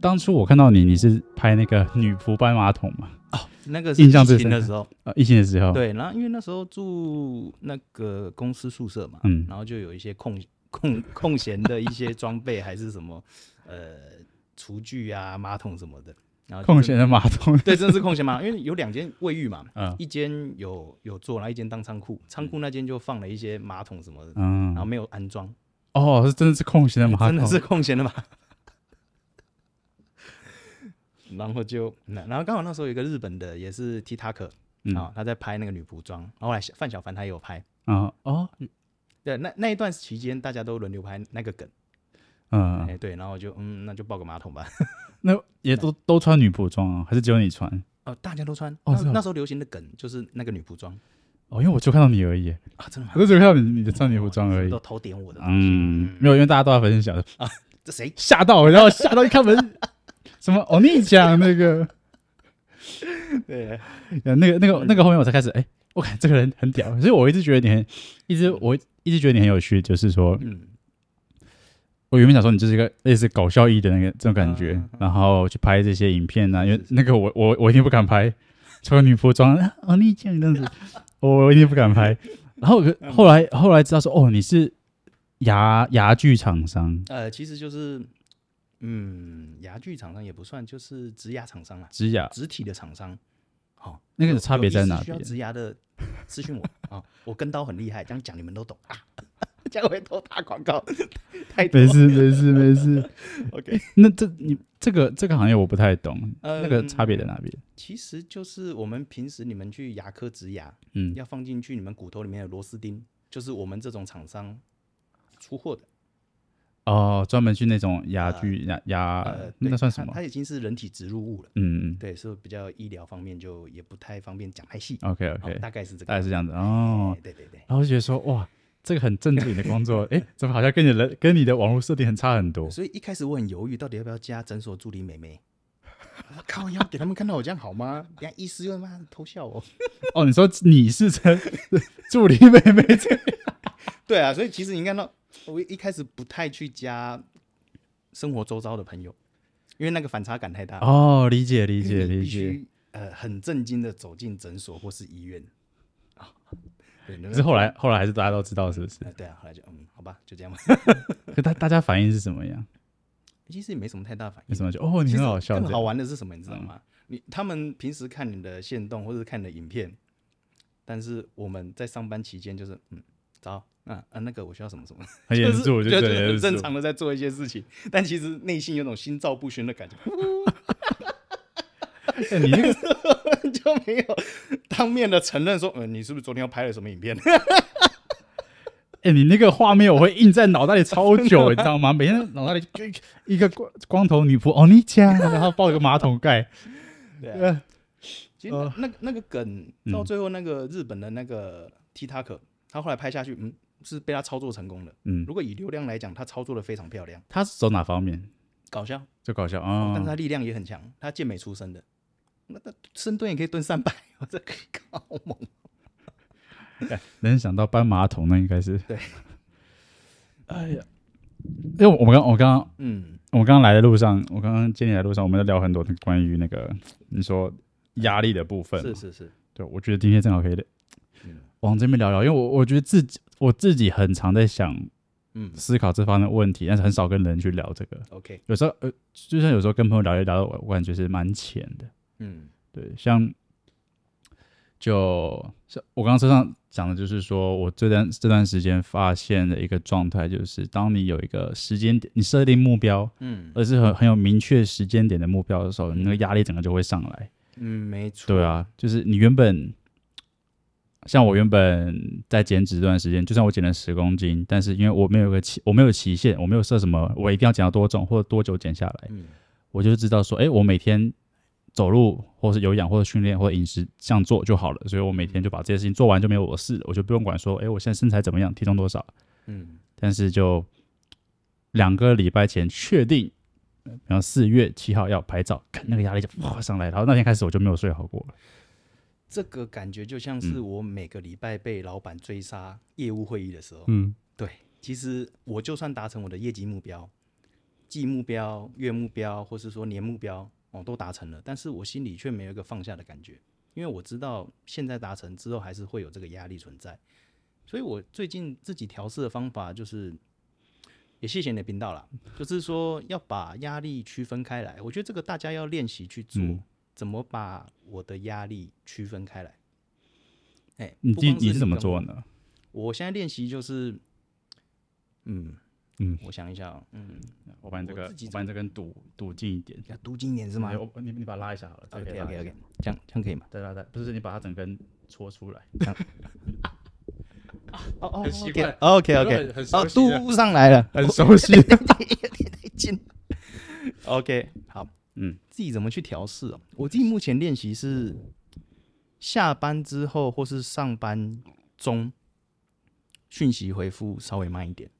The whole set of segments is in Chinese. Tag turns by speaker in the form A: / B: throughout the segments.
A: 当初我看到你，你是拍那个女仆搬马桶嘛？
B: 那个是
A: 印象
B: 疫
A: 最深
B: 情的
A: 刻
B: 时候，
A: 呃，疫情的时候，，
B: 对，然后因为那时候住那个公司宿舍嘛，
A: 嗯
B: 然后就有一些空空 空闲的一些装备，还是什么呃厨具啊、马桶什么的，然后就
A: 空
B: 真
A: 闲的马 桶，
B: 对，真的是空闲马桶，因为有两间卫浴嘛，
A: 嗯
B: 一间有有做，然后一间当仓库，仓库那间就放了一些马桶什么的，然后
A: 嗯，
B: 没有安装，
A: 哦，是真的是空闲的马
B: 真
A: 桶，
B: 的是空闲的嘛。 然后就，那然后刚好那时候有一个日本的，也是 T Tucker
A: 嗯
B: 啊、他在拍那个女仆装，然后后来小范小凡他也有拍，
A: 啊哦，
B: 对，那那一段期间大家都轮流拍那个梗，哎、
A: 嗯，
B: 对，然后我就嗯，那就抱个马桶吧，
A: 那也都都穿女仆装啊，还是只有你穿？
B: 哦，大家都穿，
A: 哦是
B: 那
A: 哦
B: 那时候流行的梗就是那个女仆装
A: 哦，因为我就看到你而已，
B: 啊，真的吗？
A: 我就只有看到你你的穿女仆装而 已
B: 都。偷点我的，
A: 嗯，没有，因为大家都在分享，
B: 这谁？
A: 吓到，然后吓到一开 门，什么欧尼酱那个，
B: 对，啊
A: 呃那个那个那个后面我才开始，哎、我看这个人很屌，所以我一直觉得你很，一直我一直觉得你很有趣，就是说
B: 嗯，
A: 我原本想说你就是一个类似搞笑艺的那个这种感觉，
B: 嗯嗯嗯
A: 然后去拍这些影片啊，因为
B: 是是
A: 那个我我我一定不敢拍，穿女服装， 欧尼酱这样子， 我我一定不敢 拍。然后我
B: 嗯
A: 后来后来知道说，哦，你是牙牙具厂商，
B: 呃，其实就是，嗯，牙具厂商也不算，就是植牙厂商啦，
A: 植牙
B: 植体的厂商。好、
A: 那个
B: 有
A: 差别
B: 有意
A: 在
B: 思
A: 哪
B: 需要
A: 边？
B: 植牙的私讯我啊、我跟刀很厉害，这样讲你们都懂 啊，这样会偷打广告， 太多
A: 没事没事没 事。
B: OK，
A: 那这你这个这个行业我不太懂，
B: 呃
A: 那个差别在哪边？
B: 其实就是我们平时你们去牙科植牙，
A: 嗯
B: 要放进去你们骨头里面的螺丝钉，就是我们这种厂商出货的，
A: 哦，专门去那种牙具牙牙
B: 呃，，对
A: 啊那算什么
B: 它？？它已经是人体植入物了，
A: 嗯
B: 对，所以比较医疗方面就也不太方便讲太细。
A: ，OK
B: 好
A: 哦 OK，
B: 大概是这个
A: 大概
B: 样
A: 是
B: 子。
A: 这样子哦
B: 哎。对对对，
A: 然后就觉得说哇，这个很正经的工 作，哎，怎么好像跟你的跟你的网络设定很差很多？
B: 所以一开始我很犹豫，到底要不要加诊所助理美 眉。我靠，要给他们看到我这样好吗？等下医师又妈偷笑我。
A: 哦，你说你是成助理妹妹这个？
B: 对啊，所以其实你看到我一开始不太去加生活周遭的朋友，因为那个反差感太大。
A: 哦，理解理
B: 理
A: 解理解。。
B: 呃，很震惊的走进诊所或是医院啊。 对，
A: 可
B: 然
A: 是哦后来后来还是大家都知道是不是？
B: 对啊，后来就嗯，好吧，就这 样吧。
A: 可大大家反应是怎么样？
B: 其实也没什么太大反应
A: 有。什么就哦， 你
B: 其实
A: 很好笑嗯
B: 更好
A: 的，
B: 玩的是什么，你知道吗？你他们平时看你的线动或者看你的影片，但是我们在上班期间就是嗯，早啊啊那个我需要什么什么，
A: 很严肃，
B: 就
A: 就是对
B: 就
A: 很
B: 是
A: 严
B: 很正
A: 肃
B: 常的在做一些事情，但其实内心有种心照不宣的感觉，
A: 哎你那个
B: 就没有当面的承认说，嗯、你是不是昨天又拍了什么影 片？啊
A: 哎、你那个画面我会印在脑袋里超 久，你知道吗？每天脑袋里就一个光光头女仆哦，你讲，然后抱一个马桶 盖，
B: 对啊、
A: 呃，
B: 其实
A: 呃嗯
B: 那、那那个梗到最后，那个日本的那个 T Tucker，、他后来拍下去，嗯，是被他操作成功的。
A: 嗯，
B: 如果以流量来讲，他操作的非常漂亮，
A: 他是走哪方面？
B: 搞笑。
A: 就搞笑
B: 但
A: 啊
B: 是他力量也很强，他健美出身的，那那深蹲也可以蹲三百， 我这可以搞猛。
A: 能想到搬马桶，那应该是
B: 对。
A: 哎呀，因为我们刚我刚刚
B: 嗯，
A: 我刚刚来的路上，我刚刚接你来的路上，我们在聊很多的关于那个你说压力的部分嘛，
B: 是是是，
A: 对，我觉得今天正好可以
B: 嗯
A: 往这边聊聊，因为我我觉得自己我自己很常在想
B: 嗯
A: 思考这方面的问题，但是很少跟人去聊这个。
B: ，OK，
A: 有时候呃，就像有时候跟朋友聊一聊，我我感觉是蛮浅的。
B: 嗯
A: 对，像就像我刚刚车上讲的，就是说我这段这段时间发现的一个状态，就是当你有一个时间点，你设定目标，
B: 嗯
A: 而是很很有明确时间点的目标的时候，你那个压力整个就会上来。
B: 嗯，没错，
A: 对，啊，就是你原本像我原本在减脂这段时间，就算我减了十公斤，但是因为我没有个期，我没有期限，我没有设什么我一定要减到多重或者多久减下来，
B: 嗯
A: 我就知道说，哎、我每天走路或是有氧或者训练或者饮食这样做就好了，所以我每天就把这些事情做完就没有我的事了，我就不用管说，哎、我现在身材怎么样，体重多少，
B: 嗯
A: 但是就两个礼拜前确定。然后四月七号要拍照，看那个压力就哇上来，然后那天开始我就没有睡好过了。
B: 这个感觉就像是我每个礼拜被老板追杀业务会议的时候，
A: 嗯，
B: 对，其实我就算达成我的业绩目标，季目标、月目标，或是说年目标，哦，都达成了，但是我心里却没有一个放下的感觉，因为我知道现在达成之后还是会有这个压力存在，所以我最近自己调试的方法就是，也谢谢你的 频道啦，就是说要把压力区分开来，我觉得这个大家要练习去做，
A: 嗯
B: 怎么把我的压力区分开来。哎，
A: 你
B: 不
A: 自己
B: 光
A: 你是怎么
B: 跟
A: 做
B: 我
A: 的呢？
B: 我现在练习就是，嗯
A: 嗯，
B: 我想一下、哦，嗯，
A: 我把你这
B: 我
A: 个
B: 自己
A: 我把你这根堵堵近一点，
B: 要读经一点是吗
A: 哎我你你把它拉一下好了这个可以
B: ？OK
A: 拉
B: OK
A: 一下
B: OK，这样这样可以吗？
A: 对对对，不是你把它整根戳出来，
B: 哦哦
A: 很习惯
B: OK
A: 有没有
B: OK，
A: 很很熟
B: 哦，
A: 悉的
B: 度上来了，
A: 很熟悉。
B: 进。OK，好，
A: 嗯，
B: 自己怎么去调试哦？我自己目前练习是下班之后或是上班中，讯息回复稍微慢一点。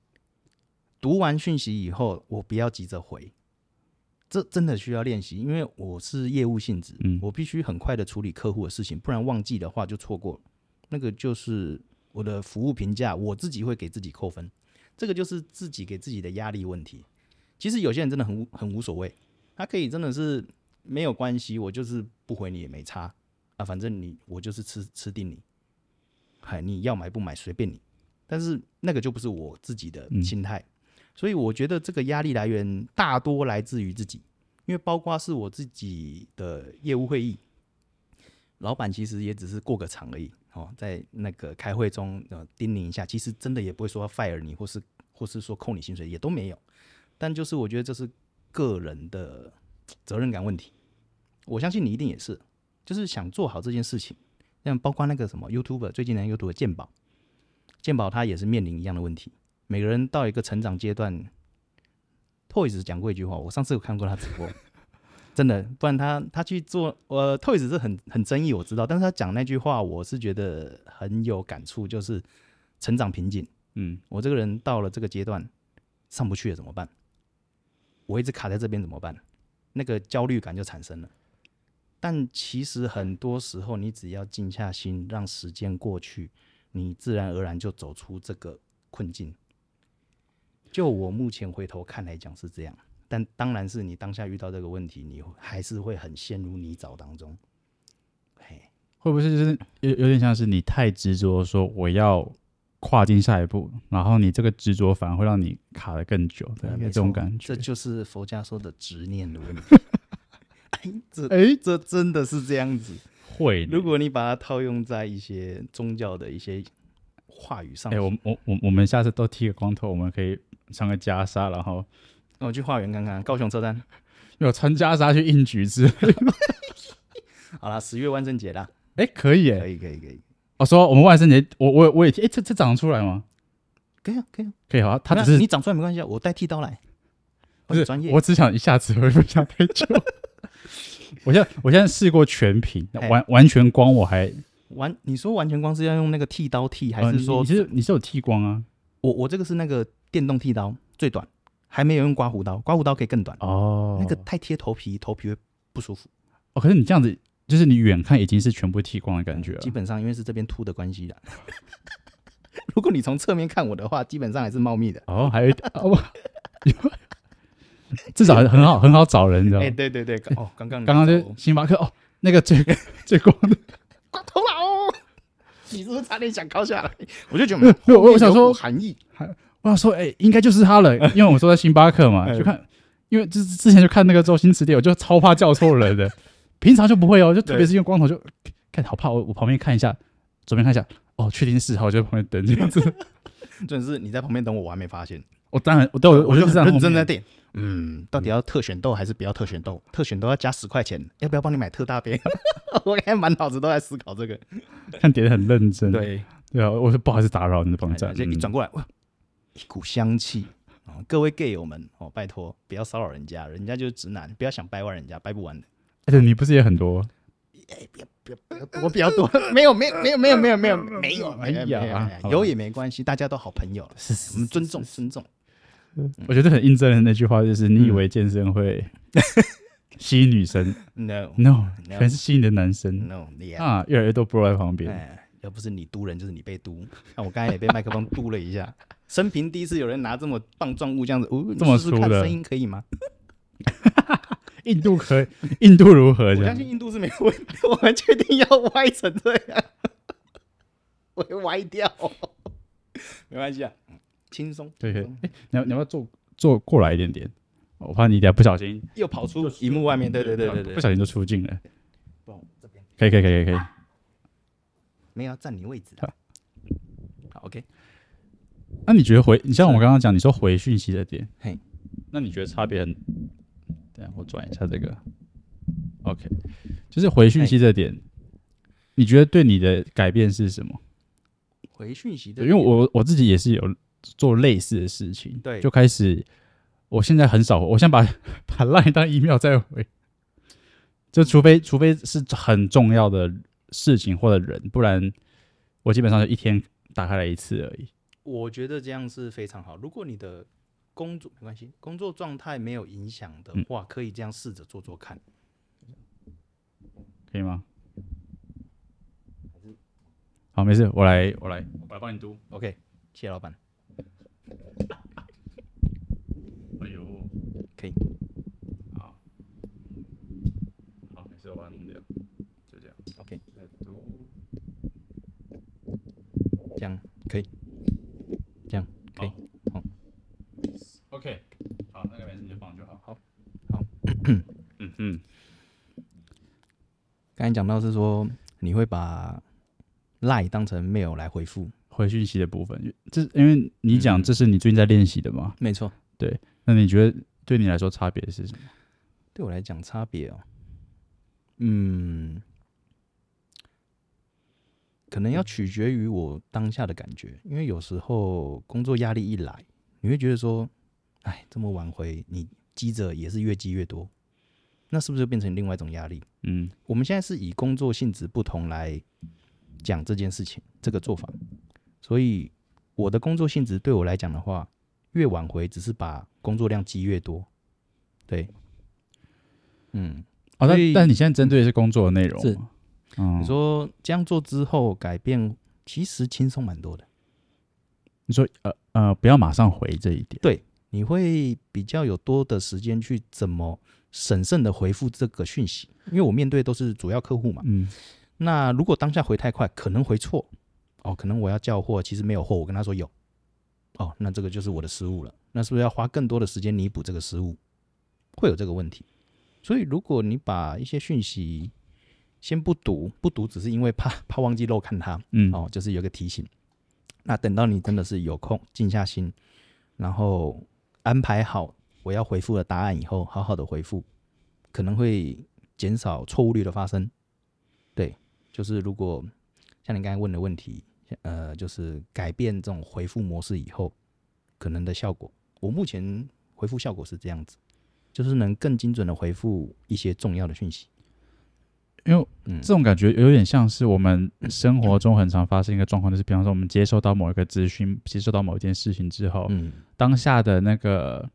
B: 读完讯息以后，我不要急着回，这真的需要练习，因为我是业务性质，
A: 嗯
B: 我必须很快的处理客户的事情，不然忘记的话就错过了。那个就是我的服务评价，我自己会给自己扣分，这个就是自己给自己的压力问题。其实有些人真的很无很无所谓，他可以真的是没有关系，我就是不回你也没差啊，反正你我就是吃吃定你，嗨，你要买不买随便你。但是那个就不是我自己的心态，所以我觉得这个压力来源大多来自于自己，因为包括是我自己的业务会议，老板其实也只是过个场而已哦，在那个开会中呃叮咛一下，其实真的也不会说 fire 你，或是或是说扣你薪水也都没有，但就是我觉得这是个人的嘖责任感问题，我相信你一定也是，就是想做好这件事情，像包括那个什么 YouTube 最近的 YouTube 的鉴宝，鉴宝它也是面临一样的问题，每个人到一个成长阶段，Toys 讲过一句话，我上次有看过他直播。 真的，不然他他去做，呃，Toys 是很很争议，我知道，但是他讲那句话，我是觉得很有感触，就是成长瓶颈。
A: 嗯，
B: 我这个人到了这个阶段，上不去了怎么办？我一直卡在这边怎么办？那个焦虑感就产生了。但其实很多时候，你只要静下心，让时间过去，你自然而然就走出这个困境。就我目前回头看来讲是这样，但当然是你当下遇到这个问题，你还是会很陷入泥沼当中。嘿，
A: 会不会是就是有有点像是你太执着说我要跨进下一步，然后你这个执着反而会让你卡得更久，对，
B: 对
A: 有
B: 没
A: 这种
B: 错
A: 感觉
B: 这。就是佛家说的执念 的问题。哎，这
A: 哎、
B: 这真的是这样子。
A: 会呢，
B: 如果你把它套用在一些宗教的一些话语上，
A: 哎、我们我我我们下次都剃个光头，我们可以穿个袈裟，然后
B: 我哦去化缘看看，高雄车 站。
A: 有穿袈裟去应局之类的，
B: 好啦，十月万圣节啦，
A: 哎、可以
B: 可
A: 耶！
B: 以可以可以，
A: 我、说我们万圣节，我我我也剃，哎、这这长得出来吗？
B: 可以啊可以啊。
A: 可以好，他
B: 没有
A: 只是
B: 你长出来没关系啊，我带剃刀来，我
A: 不
B: 很
A: 是
B: 专业。
A: 我只想一下子恢复下太久。 我现在我现在试过全屏，
B: 哎
A: 完完全光我还
B: 完，你说完全光是要用那个剃刀剃，还
A: 呃
B: 是
A: 你
B: 说
A: 你是你是有剃光啊？
B: 我我这个是那个电动剃刀最短，还没有用刮胡刀，刮胡刀可以更短，
A: 哦，
B: 那个太贴头皮，头皮会不舒服。
A: 哦，可是你这样子，就是你远看已经是全部剃光的感觉了
B: 基。本上因为是这边秃的关系啦。 如果你从侧面看我的话，基本上还是茂密的。
A: 哦，还有一点哦， 至少很好很好找人，你知道
B: 哎、
A: 吗？
B: 对对对，哦，刚刚你
A: 刚刚
B: 找
A: 就
B: 我
A: 星巴克哦，那个最 最光的，
B: 光
A: 啊
B: 头
A: 哦
B: 佬， 你是不是差点想靠下来？我就觉得
A: 没有我我想说
B: 有股含义，
A: 我想说，哎、应该就是他 了，因为我们说在星巴克嘛，
B: 哎
A: 就看，因为之之前就看那个周星驰电影，我就超怕叫错人 的，平常就不会哦，就特别是用光头就看好怕，我我旁边看一下，左边看一下，哦，确定是，好，我就在旁边等 这样子。
B: 真的是你在旁边等我，我还没发现。
A: 我当然，我对我
B: 我就
A: 就是
B: 很
A: 这样
B: 认真
A: 后
B: 在
A: 面
B: 点，嗯，到底要特选豆还是不要特选豆？特选豆要加十块钱，要不要帮你买特大杯？ 我刚才满脑子都在思考这个。
A: 看点很认真，
B: 对，
A: 对啊，我说不好意思打扰你的嗯网站
B: 而，且一转过来，哇，一股香气。哦、各位 gay 友们，哦，拜托不要骚扰人家，人家就是直男，不要想掰弯人家，掰不完的。
A: 而且哎你不是也很多？
B: 我比较多，没有，没有，没有，没有，没有，没有，没有，
A: 哎呀
B: 没有没有
A: 好吧
B: 有也没关系，大家都好朋友了，
A: 是
B: 我们尊重，尊重。嗯
A: 我觉得很印证的那句话就是：你以为健身 会吸引女生
B: No，
A: ，no，全是吸引的男生
B: no，yeah，
A: 啊，越来越多 bro 在旁边。
B: 哎，要不是你嘟人，就是你被嘟。那、我刚才也被麦克风嘟了一下，生平第一次有人拿这么棒状物这样子，哦，你
A: 这么
B: 试试看
A: 粗的
B: 声音可以吗？
A: 印度可印度如何？
B: 我
A: 这
B: 相
A: 样
B: 信印度是没有问题，我们确定要歪成这样，我会歪掉， 没关系啊，轻松。
A: 对，可以
B: 轻松
A: 你要你要不要坐坐过来一点点？我怕你等下不小心，
B: 又跑出荧幕外面，对对对对对
A: 不，小心就出镜了。
B: 不然我这边
A: 可以可以可以可以，
B: 没有要占你位置的。好，OK，
A: 那你觉得回你像我刚刚讲，你说回讯息的点，
B: 嘿，
A: 那你觉得差别很？等一下我转一下这个，OK，就是回讯息这点，你觉得对你的改变是什么？
B: 回讯息的
A: 对，
B: 点，
A: 因为我我自己也是有做类似的事情，
B: 对
A: 就开始，我现在很少，我先把把 line 当 email 再回，就除
B: 嗯
A: 非除非是很重要的事情或者人，不然我基本上就一天打开来一次而已。
B: 我觉得这样是非常好。如果你的工作没关系，工作状态没有影响
A: 嗯
B: 的话，可以这样试着做做看。
A: 可以吗？好，没事，我来，我来，我来帮你读。
B: OK，谢谢老板。
A: 哎呦，
B: 可以。
A: 好，好，没事，我帮你弄掉，就这样。
B: OK，
A: 来读。
B: 这样可以，这样可以。
A: OK，好，那个没事你就放就好。好，
B: 好，
A: 嗯嗯，
B: 刚才讲到是说你会把 Line 当成 mail 来回复，
A: 回讯息的部分，这因为你讲
B: 嗯
A: 这是你最近在练习的嘛？
B: 没错。
A: 那你觉得对你来说差别是什么？
B: 对我来讲差别哦，嗯，可能要取决于我当下的感觉，因为有时候工作压力一来，你会觉得说，哎，这么晚回，你积着也是越积越多，那是不是就变成另外一种压力？
A: 嗯，
B: 我们现在是以工作性质不同来讲这件事情，这个做法，所以我的工作性质对我来讲的话，越晚回只是把工作量积越多，对，嗯。
A: 哦，
B: 所
A: 但
B: 以
A: 但你现在针对的是工作的内容
B: 是
A: 吗？嗯，
B: 你说这样做之后改变，其实轻松蛮多的。
A: 你说呃呃，不要马上回这一点。
B: 你会比较有多的时间去怎么审慎的回复这个讯息，因为我面对都是主要客户嘛。
A: 嗯，
B: 那如果当下回太快，可能回错哦，可能我要叫货，其实没有货，我跟他说有哦，那这个就是我的失误了。那是不是要花更多的时间弥补这个失误？会有这个问题。所以如果你把一些讯息先不读，不读只是因为怕怕忘记漏看它，
A: 嗯，
B: 哦，就是有个提醒。那等到你真的是有空，静下心，然后安排好我要回复的答案以后，好好的回复，可能会减少错误率的发生。对，就是如果像你刚才问的问题，呃，就是改变这种回复模式以后，可能的效果，我目前回复效果是这样子，就是能更精准的回复一些重要的讯息。
A: 因为
B: 嗯
A: 这种感觉有点像是我们生活中很常发生一个状况，就是比方说我们接收到某一个资讯，接收到某一件事情之后，
B: 嗯，
A: 当下的那个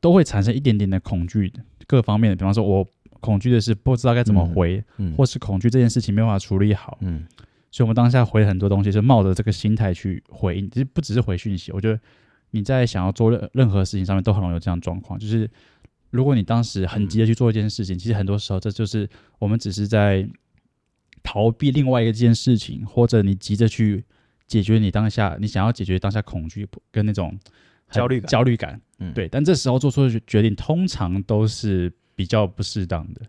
A: 都会产生一点点的恐惧，各方面的，比方说我恐惧的是不知道该怎么回，
B: 嗯
A: 或是恐惧这件事情没有办法处理好，
B: 嗯
A: 所以我们当下回很多东西是冒着这个心态去回应，其实不只是回讯息，我觉得你在想要做任任何事情上面都很容易有这样的状况，就是如果你当时很急着去做一件事
B: 嗯
A: 情，其实很多时候这就是我们只是在逃避另外一件事情，或者你急着去解决你当下你想要解决当下恐惧跟那种很
B: 焦虑感
A: 焦虑感，
B: 嗯
A: 对，但这时候做出的决定通常都是比较不适当的，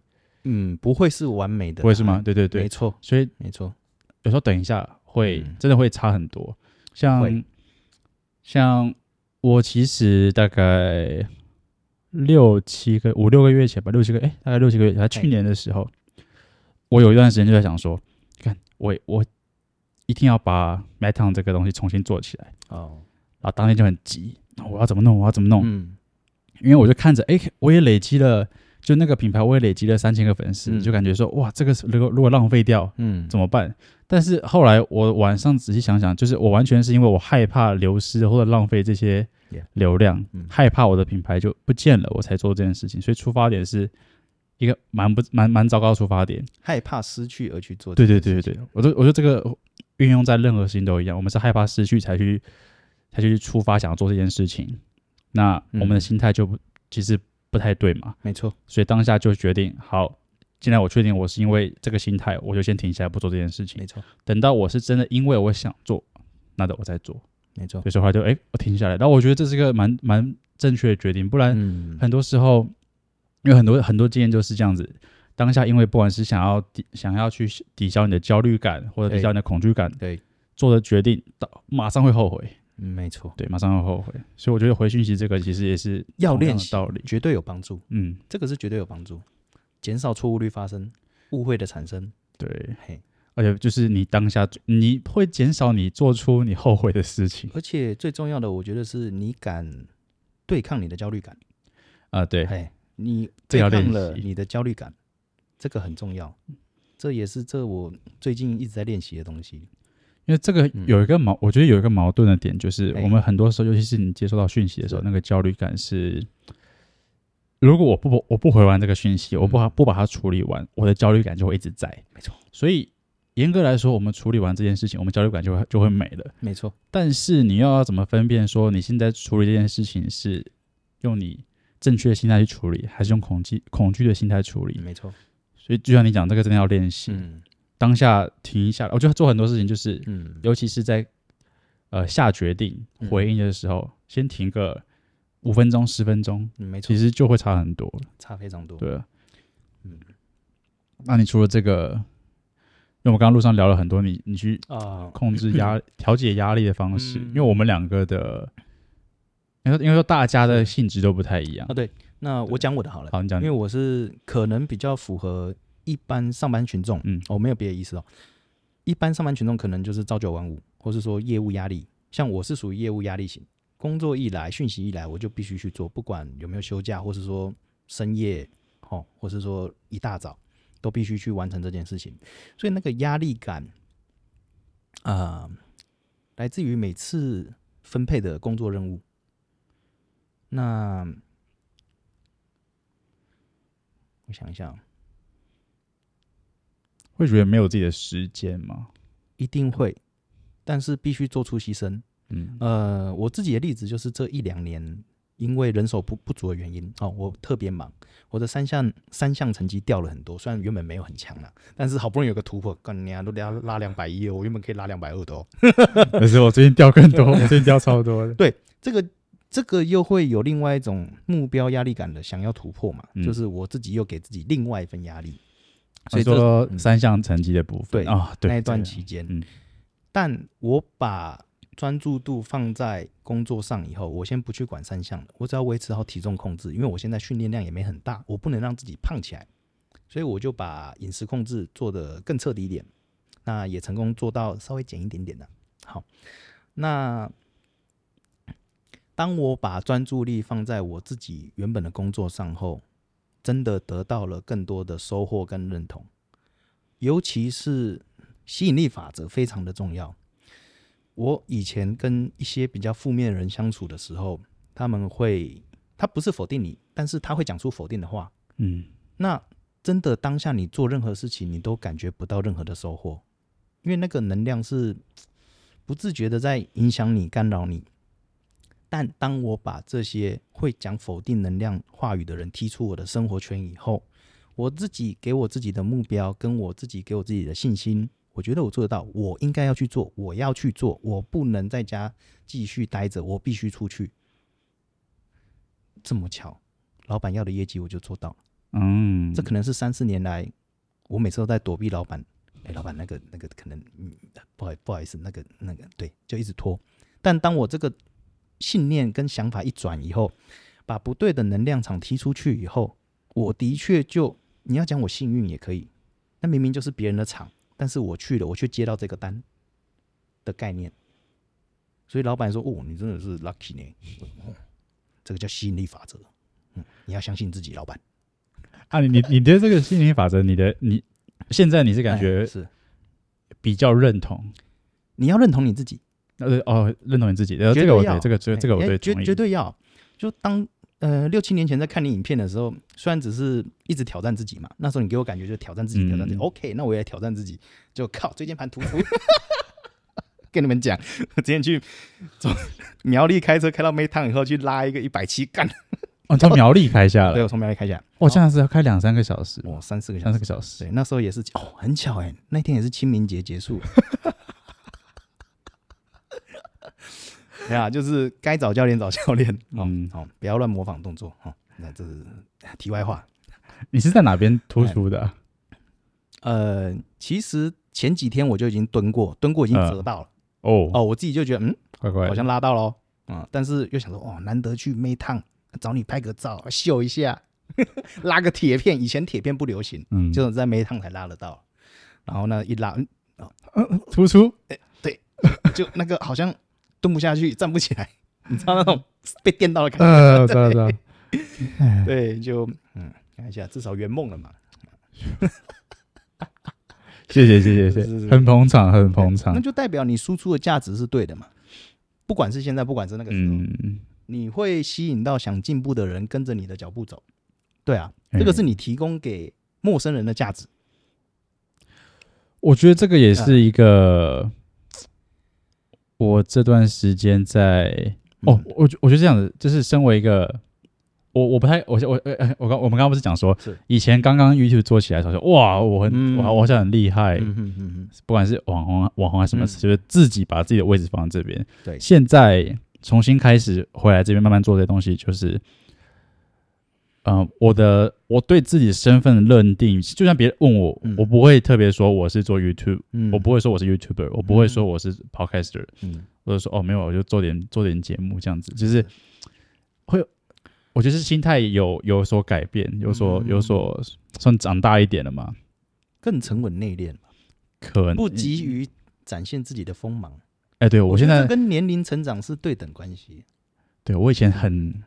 B: 嗯，不会是完美的答案，
A: 不会是吗？对对
B: 啊没
A: 对，
B: 错，
A: 所以
B: 没错。
A: 有时候等一下会、
B: 嗯
A: 真的会差很多。
B: 会
A: 像像我其实大概六七个五六个月前吧，六七个哎、大概六七个月前，去年的时候，我有一段时间就在想说，看我我一定要把 Meton 这个东西重新做起来，
B: 哦，
A: 然后当天就很急，我要怎么弄，我要怎么弄，
B: 嗯
A: 因为我就看着，哎、我也累积了。就那个品牌，我也累积了三千个粉丝，
B: 嗯
A: 就感觉说，哇，这个是如果如果浪费掉，
B: 嗯，
A: 怎么办？但是后来我晚上仔细想想，就是我完全是因为我害怕流失或者浪费这些
B: Yeah
A: 流量
B: 嗯
A: 害怕我的品牌就不见了，我才做这件事情。所以出发点是一个蛮不蛮蛮糟糕的出发点。
B: 害怕失去而去做
A: 对
B: 这件
A: 对
B: 事情。
A: 对对对，我觉得我觉得这个运用在任何事情都一样，我们是害怕失去才去才去出发想要做这件事情，那我们的
B: 嗯
A: 心态就不、其实不太对嘛，
B: 没错，
A: 所以当下就决定好。现在我确定我是因为这个心态，我就先停下来不做这件事情
B: 没。错，
A: 等到我是真的因为我想做，那我再做。
B: 没错
A: 所。以说后来就哎、我停下来。然后我觉得这是个蛮蛮正确的决定，不然
B: 嗯，
A: 很多时候，因为很多很多经验就是这样子，当下因为不管是想要抵想要去抵消你的焦虑感，或者
B: 对
A: 抵消你的恐惧感，
B: 对，
A: 做的决定到马上会后悔，
B: 嗯没错，
A: 对，马上会后悔。所以我觉得回讯息这个其实也是
B: 要
A: 同样
B: 练
A: 的
B: 习
A: 道理，
B: 绝对有帮助，
A: 嗯，
B: 这个是绝对有帮助，减少错误率发生、误会的产生。
A: 对，
B: 嘿，
A: 而且就是你当下你会减少你做出你后悔的事情
B: 而且最重要的，我觉得是你敢对抗你的焦虑感。
A: 啊、对，
B: 哎，你
A: 这
B: 对
A: 要
B: 抗
A: 练
B: 了
A: 习
B: 你的焦虑感，这个很重要。这也是这我最近一直在练习的东西。
A: 因为这个
B: 嗯
A: 有一个矛，我觉得有一个矛盾的点，就是
B: 哎
A: 我们很多时候，尤其是你接收到讯息的时候，
B: 是
A: 那个焦虑感是，如果我不我不回完这个讯息，我不把不把它处理完，我的焦虑感就会一直在。
B: 嗯没错，
A: 所以严格来说，我们处理完这件事情，我们焦虑感就会就会没了。
B: 没错，
A: 但是你要怎么分辨说你现在处理这件事情是用你正确的心态去处理，还是用恐惧恐惧的心态处理？
B: 没错。
A: 所以就像你讲，这个真的要练习，
B: 嗯
A: 当下停一下来。我觉得做很多事情就是
B: 嗯，
A: 尤其是在呃下决定
B: 嗯
A: 回应的时候，先停个五分钟、十分钟，
B: 嗯没错
A: 其，实就会差很多。
B: 差非常多。
A: 对，啊
B: 嗯
A: 那你除了这个，因为我们刚刚路上聊了很多你你去
B: 啊，
A: 控制 压调节压力的方式，
B: 嗯
A: 因为我们两个的，应该说应该说大家的性质都不太一样
B: 啊。对，那我讲我的好了，
A: 好，你讲
B: 因为，我是可能比较符合一般上班群众，
A: 嗯
B: 嗯，哦，没有别的意思哦。一般上班群众可能就是朝九晚五，或是说业务压力，像我是属于业务压力型，工作一来，讯息一来，我就必须去做，不管有没有休假，或是说深夜，哦，或是说一大早，都必须去完成这件事情，所以那个压力感，啊、来自于每次分配的工作任务。那我想一下哦，
A: 会觉得没有自己的时间吗？
B: 一定会，但是必须做出牺牲。
A: 嗯，
B: 呃，我自己的例子就是这一两年，因为人手不不足的原因，哦，我特别忙，我的三项三项成绩掉了很多，虽然原本没有很强啦，但是好不容易有个突破，干你娘都拉拉两百一了，我原本可以拉两百二的哦，
A: 可是我最近掉更多，我最近掉超多 的。
B: 这个这个又会有另外一种目标压力感的，想要突破嘛，
A: 嗯
B: 就是我自己又给自己另外一份压力，
A: 所
B: 所以
A: 以
B: 这
A: 说
B: 嗯
A: 三项成绩的部分
B: 对
A: 啊，对
B: 那一
A: 这
B: 段
A: 个
B: 期间，
A: 嗯
B: 但我把专注度放在工作上以后，我先不去管三项了，我只要维持好体重控制，因为我现在训练量也没很大，我不能让自己胖起来，所以我就把饮食控制做得更彻底一点，那也成功做到稍微减一点点的。好，那当我把专注力放在我自己原本的工作上后，真的得到了更多的收获跟认同，尤其是吸引力法则非常的重要。我以前跟一些比较负面的人相处的时候，他们会，他不是否定你，但是他会讲出否定的话。
A: 嗯，
B: 那真的当下你做任何事情，你都感觉不到任何的收获，因为那个能量是不自觉的在影响你、干扰你。但当我把这些会讲否定能量话语的人踢出我的生活圈以后，我自己给我自己的目标，跟我自己给我自己的信心，我觉得我做得到，我应该要去做，我要去做，我不能在家继续待着，我必须出去。这么巧，老板要的业绩我就做到了。
A: 嗯，
B: 这可能是三四年来，我每次都在躲避老板。哎，老板，那个那个可能，嗯，不好不好意思，那个那个，对，就一直拖。但当我这个信念跟想法一转以后，把不对的能量场踢出去以后，我的确就你要讲我幸运也可以，那明明就是别人的场，但是我去了，我却接到这个单的概念。所以老板说：“哦，你真的是 lucky 呢， 哦这个叫吸引力法则。嗯，你要相信自己，老板。
A: 啊，你你你对这个吸引力法则，你的你现在你是感
B: 哎
A: 觉
B: 是
A: 比较认同，
B: 你要认同你自己，
A: 呃、哦，认同你自己，呃，这
B: 绝对
A: 个我
B: 要
A: 对这个这个这个我
B: 哎
A: 对
B: 绝
A: 同意，
B: 绝对要。就当呃六七年前在看你影片的时候，虽然只是一直挑战自己嘛，那时候你给我感觉就是挑战自己，挑战自己。
A: 嗯
B: OK，那我也挑战自己，就靠椎间盘突出。 跟你们讲，我之前去从苗栗开车开到梅汤以后，去拉一个一百七，干，
A: 哦，从苗栗开下
B: 对
A: 来，
B: 我从苗栗开起来，
A: 哇，这样子要开两三个小时，
B: 哇，三四个小
A: 三四。
B: 时
A: 个小时，
B: 对，那时候也是哦，很巧哎、那天也是清明节结束。 对啊，就是该找教练找教练，哦、
A: 嗯
B: 哦，不要乱模仿动作哦。那这是题外话。
A: 你是在哪边突
B: 哎
A: 出的啊？
B: 呃，其实前几天我就已经蹲过，蹲过已经
A: 嗯
B: 折到了、
A: 哦，
B: 哦，我自己就觉得嗯，
A: 乖乖
B: 好，像拉到喽，嗯，但是又想说哦，难得去妹烫，找你拍个照秀一下， 拉个铁片，以前铁片不流行，
A: 嗯，
B: 就是在妹烫才拉得到。然后呢，一拉，嗯
A: 突出，
B: 就那个好像蹲不下去，站不起来，你知道那种被电到的感觉。
A: 呃，知道知道，
B: 对，就哎嗯，看一下，至少圆梦了嘛。
A: 谢谢谢谢谢
B: 是
A: 谢，
B: 是是
A: 很捧场很捧
B: 那
A: 场，
B: 就代表你输出的价值是对的嘛。不管是现在，不管是那个时候，
A: 嗯，
B: 你会吸引到想进步的人跟着你的脚步走。对啊，这个是你提供给陌生人的价值。
A: 我觉得这个
B: 嗯
A: 也是一个，我这段时间在哦
B: 嗯，，
A: 我觉我觉得这样子，就是身为一个，我我不太，我我呃呃我刚我们刚刚不是讲说
B: 是，
A: 以前刚刚 YouTube 做起来的时候说，哇，我很、
B: 嗯
A: 我好我好像很厉害，
B: 嗯嗯嗯嗯，
A: 不管是网红啊网红还是什么，
B: 嗯
A: 就是自己把自己的位置放在这边。
B: 对
A: 现在重新开始回来这边慢慢做这些东西，就是，嗯、我的我对自己身份的认定，就算别人问我，
B: 嗯
A: 我不会特别说我是做 YouTube，、
B: 嗯
A: 我不，会说我是 YouTuber，我不会说我是 Podcaster，、
B: 嗯
A: 或者说哦没有，我就做点做点节目这样子，就是会，我觉得是心态有有所改变，有所
B: 嗯
A: 有所算长大一点了嘛，
B: 更沉稳内敛嘛，
A: 可能
B: 不急于展现自己的锋芒。
A: 哎，对我
B: 觉
A: 现在
B: 得这跟年龄成长是对等关系。
A: 对我以前很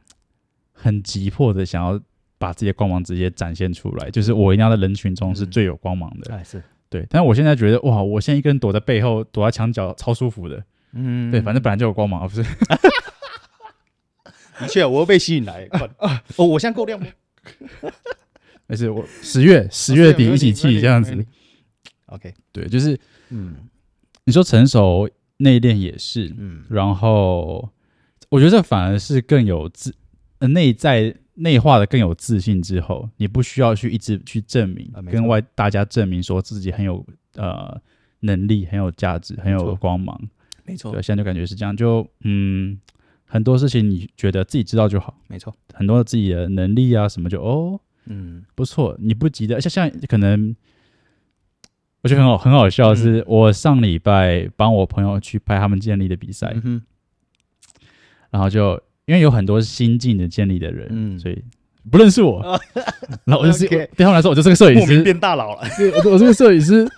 A: 很急迫的想要把自己的光芒直接展现出来，就是我一定要在人群中是最有光芒的。
B: 哎，是，
A: 对，但是我现在觉得哇，我现在一个人躲在背后，躲在墙角，超舒服的。
B: 嗯
A: 对，反正本来就有光芒，不是？
B: 的确，我又被吸引 来。快哦，我现在够亮吗？
A: 而且我十月哦十月底一起去这
B: 哦
A: 样子。。
B: OK，
A: 对，就是
B: 嗯
A: 你说成熟内敛也是，
B: 嗯
A: 然后我觉得这反而是更有自呃内在内化的更有自信之后，你不需要去一直去证明，
B: 啊没错
A: 跟外大家证明说自己很有呃能力、很有价值、很
B: 没
A: 有
B: 错
A: 光芒。
B: 没错
A: 对，现在就感觉是这样，就嗯，很多事情你觉得自己知道就好，
B: 没错，
A: 很多自己的能力啊什么就哦
B: 嗯
A: 不错，你不急的，像像可能。我觉得很好，很好笑的
B: 嗯
A: 是，我上礼拜帮我朋友去拍他们建立的比赛，
B: 嗯哼
A: 然后就因为有很多新进的建立的人，
B: 嗯
A: 所以不认识我， 然后我就是
B: OK
A: 对他们来说，我就是个摄影
B: 莫名
A: 师，
B: 变大佬了。
A: 对我我是个摄影师。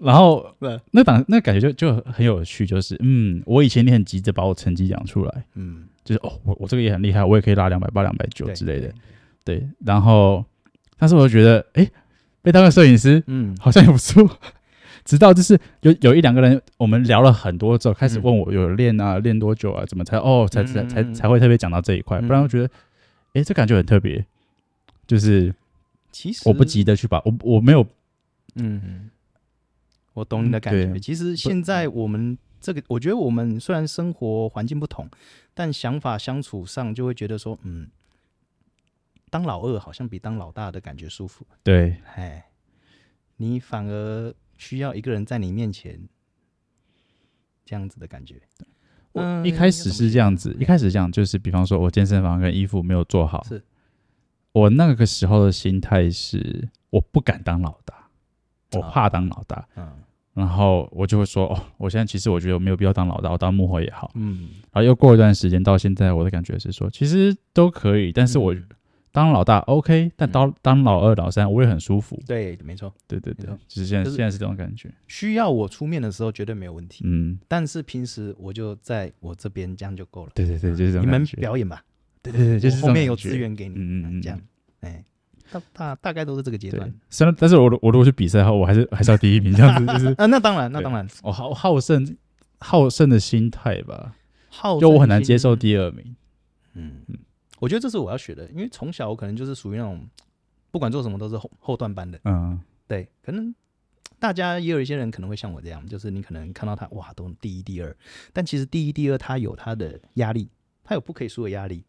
A: 然后
B: 对
A: 那感那感觉就就很有趣，就是嗯，我以前也很急着把我成绩讲出来，
B: 嗯，
A: 就是哦，我我这个也很厉害，我也可以拉两百八、两百九
B: 对
A: 之类的，。对。然后，但是我就觉得，哎，被当个摄影师
B: 嗯
A: 好像也不错。 直到就是有有一两个人，我们聊了很多之后，开始
B: 嗯
A: 问我有练啊，练多久啊，怎么才哦，才才才
B: 嗯嗯嗯
A: 才会特别讲到这一块，
B: 嗯
A: 不然我觉得，诶，这感觉很特别，就是
B: 其实
A: 我不，急的去把我我没有
B: 嗯嗯，我懂你的
A: 嗯
B: 感觉。
A: 对
B: 其实现在我们这个，我觉得我们虽然生活环境不同，但想法相处上就会觉得说，嗯，当老二好像比当老大的感觉舒服。
A: 对，
B: 哎，你反而需要一个人在你面前这样子的感觉。
A: 我
B: 嗯
A: 一开始是这样子，一开始这样就是，比方说我健身房跟衣服没有做好，
B: 是
A: 我那个时候的心态是我不敢当老大，我
B: 啊
A: 怕当老大，
B: 嗯
A: 然后我就会说哦，我现在其实我觉得我没有必要当老大，我当幕后也好。
B: 嗯，
A: 然后又过一段时间，到现在我的感觉是说，其实都可以，但是我
B: 嗯
A: 当老大 OK，但当当老二、老三我也很舒服。
B: 对，没错，
A: 嗯对对对
B: 没错，
A: 就是现在
B: 就是
A: 现在是这种感觉。
B: 需要我出面的时候绝对没有问题，
A: 嗯，
B: 但是平时我就在我这边，这样就够了。
A: 对对对，就是这种
B: 你们
A: 感觉。
B: 表演吧，
A: 对对对，就是这
B: 我
A: 种
B: 后面有
A: 感觉
B: 资。源给你，
A: 嗯嗯嗯
B: 这样，哎，大大大概都是这个阶
A: 对
B: 段。，
A: 虽然但是我如我如果去比赛的话，我还是还是要第一名这样子，就是
B: 啊，那当然，那
A: 对
B: 当然，
A: 我好好胜好胜的心态吧，
B: 好
A: 就我很难
B: 胜
A: 接受
B: 心。
A: 第二名。
B: 嗯，我觉得这是我要学的，因为从小我可能就是属于那种不管做什么都是后后段班的，
A: 嗯，
B: 对，可能大家也有一些人可能会像我这样，就是你可能看到他哇都第一第二，但其实第一第二他有他的压力，他有不可以输的压力。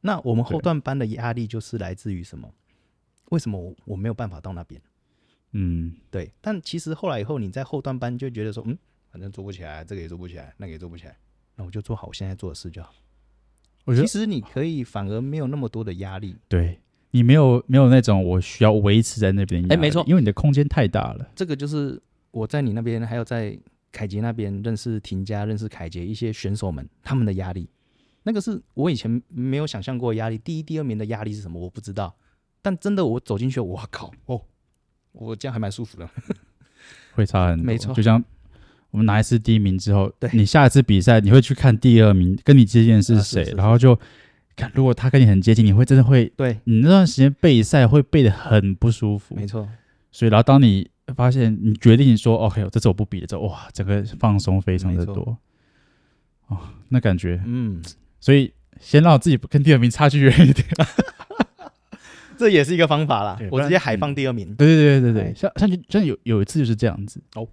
B: 那我们后
A: 对
B: 段班的压力就是来自于什么？为什么我我没有办法到那边？
A: 嗯，
B: 对，但其实后来以后你在后段班就觉得说，嗯，反正做不起来，这个也做不起来，那个也做不起来，那我就做好我现在做的事就好。
A: 我觉
B: 其
A: 得
B: 实你可以反而没有那么多的压力，
A: 对你没有没有那种我需要维持在那边的压力，
B: 哎没错
A: 因为你的空间太大了。
B: 这个就是我在你那边，还有在凯杰那边认识婷佳、认识凯杰一些选手们，他们的压力，那个是我以前没有想象过的压力。第一、第二名的压力是什么？我不知道，但真的我走进去，我靠，哦，我这样还蛮舒服 的。
A: 会差很多。
B: 没错
A: 就像我们拿一次第一名之后，
B: 对
A: 你下一次比赛你会去看第二名跟你接近的是
B: 啊是
A: 谁，
B: 是
A: 然后就看如果他跟你很接近，你会真的会，
B: 对，
A: 你那段时间备赛会备的很不舒服。
B: 没错，
A: 所以，然后当你发现你决定说哦 “OK，这次我不比了”之后，哇，整个放松非常的
B: 没错
A: 多。哦，那感觉，
B: 嗯，
A: 所以先让自己跟第二名差距远一点。
B: 这也是一个方法啦
A: 对。不
B: 我
A: 然
B: 直接海放第二名，
A: 对对对对
B: 哎
A: 对，像像就像有有一次就是这样子
B: 哦，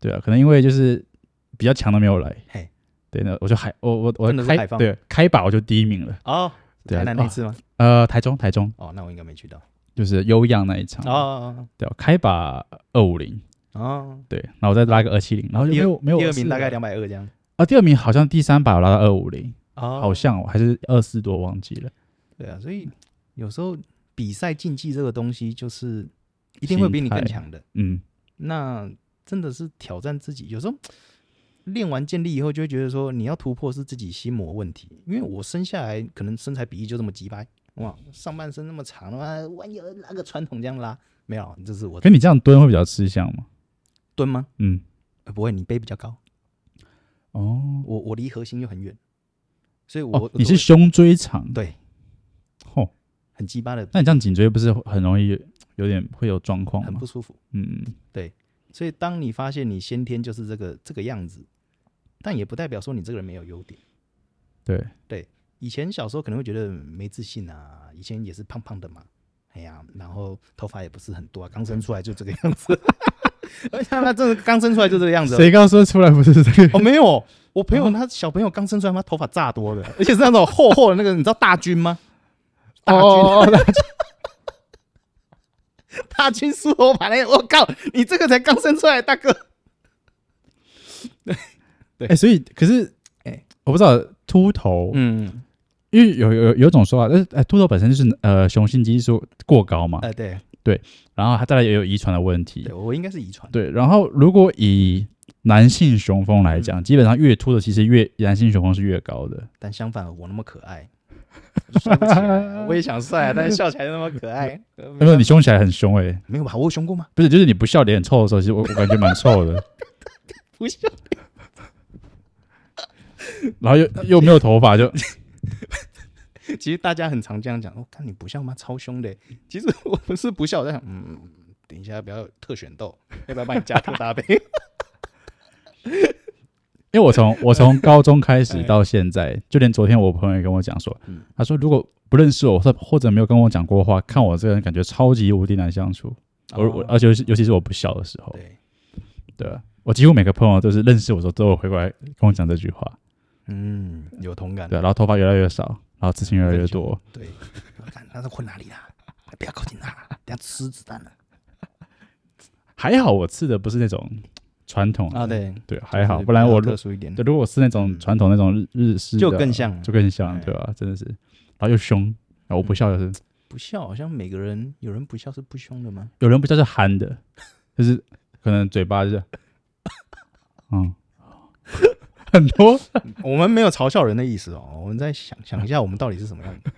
A: 对啊，可能因为就是比较强的没有来
B: 嘿，
A: 对，那我就海我我我
B: 真的是
A: 开
B: 海放
A: 对开把我就第一名了，
B: 哦，
A: 对啊
B: 台南那一次吗？
A: 呃，台中台中
B: 哦，那我应该没去到。
A: 就是悠扬那一场，
B: 哦
A: 对啊，开把二五零，
B: 哦，
A: 对，然后我再拉个二七零，然后就没有没有
B: 第二
A: 事
B: 名大概
A: 了
B: 两百二这样。
A: 啊，第二名好像第三把我拉到二五零，
B: 哦，
A: 好像我还是二四多忘记了，
B: 对啊，所以有时候比赛竞技这个东西，就是一定会比你更强的。
A: 嗯，
B: 那真的是挑战自己。有时候练完健力以后，就会觉得说，你要突破是自己心魔问题。因为我生下来可能身材比例就这么几百，哇，上半身那么长的话，弯腰拉个传统这样拉，没有，这是我
A: 可你这样蹲会比较吃香吗？
B: 蹲吗？
A: 嗯，
B: 呃不会，你背比较高，
A: 哦，
B: 我我离核心又很远，所以我、
A: 哦
B: 我，
A: 你
B: 都
A: 是
B: 会
A: 胸椎长，
B: 对
A: 哦，
B: 很鸡巴的，
A: 那你这样颈椎不是很容易有有点会有状况
B: 很
A: 吗
B: 不？舒服。
A: 嗯，
B: 所以当你发现你先天就是这个这个样子，但也不代表说你这个人没有优点。
A: 对，
B: 以前小时候可能会觉得没自信啊，以前也是胖胖的嘛，哎呀，然后头发也不是很多、啊，刚生出来就这个样子。 而且他真的刚生出来就这个样子。
A: 谁刚说出来不是这个？
B: 哦，没有，我朋友他小朋友刚生出来，他头发炸多的，而且是那种厚厚的那个，你知道大军吗？大军，
A: 哦，哦哦
B: 大军梳头发那个，我靠，你这个才刚生出来，大哥。
A: 哎，所以可是，
B: 哎
A: 哎，我不知道秃头，
B: 嗯，
A: 因为有有有种说法，就是哎，秃头本身就是呃雄性激素过高嘛，
B: 呃，对，
A: 然后它再来也有遗传的问题
B: 对，我应该是遗传。
A: 对，然后如果以男性雄蜂来
B: 嗯
A: 讲，基本上越秃的其实越男性雄蜂是越高的，
B: 但相反我那么可 爱，我帅不起来，我也想帅，啊但是笑起来那么可爱。呃
A: 因为你凶起来很凶哎，
B: 没有吧？我有凶过 吗？
A: 不是，就是你不笑脸很臭的时候，其实我我感觉蛮臭 的，
B: 不笑，
A: 然后又又没有头发就
B: 其实大家很常这样讲，我、看你不笑吗？超凶的。其实我不是不笑，我在想，嗯，等一下要不要特选豆，要不要帮你加特大 杯？
A: 因为我 从我从高中开始到现在，就连昨天我朋友也跟我讲说
B: 哎嗯，
A: 他说如果不认识我，或或者没有跟我讲过话，看我这个人感觉超级无敌难相处。我我
B: 哦
A: 而且尤其尤其是我不小的时候，
B: 对，
A: 对啊，我几乎每个朋友都是认识我的时候都有回过来跟我讲这句话，
B: 嗯，有同感。
A: 对啊，然后头发越来越少，然后自信越来越多，
B: 对，我看他是混哪里啦？不要靠近他，等下吃子弹了。
A: 还好我刺的不是那种传统
B: 啊，对，
A: 哦对，还好，
B: 就是
A: 不然
B: 比较
A: 我
B: 特殊一点
A: 对，如果是那种
B: 嗯
A: 传统那种日日式的，
B: 就更像
A: 就更像
B: 哎，嗯
A: 对吧？真的是，然后又凶，然后我不笑就是。
B: 不笑，好像每个人有人不笑是不凶的吗？
A: 有人不叫是憨的， 就是可能嘴巴就是， 嗯，很多
B: 我们没有嘲笑人的意思哦，我们在想想一下，我们到底是什么样 的？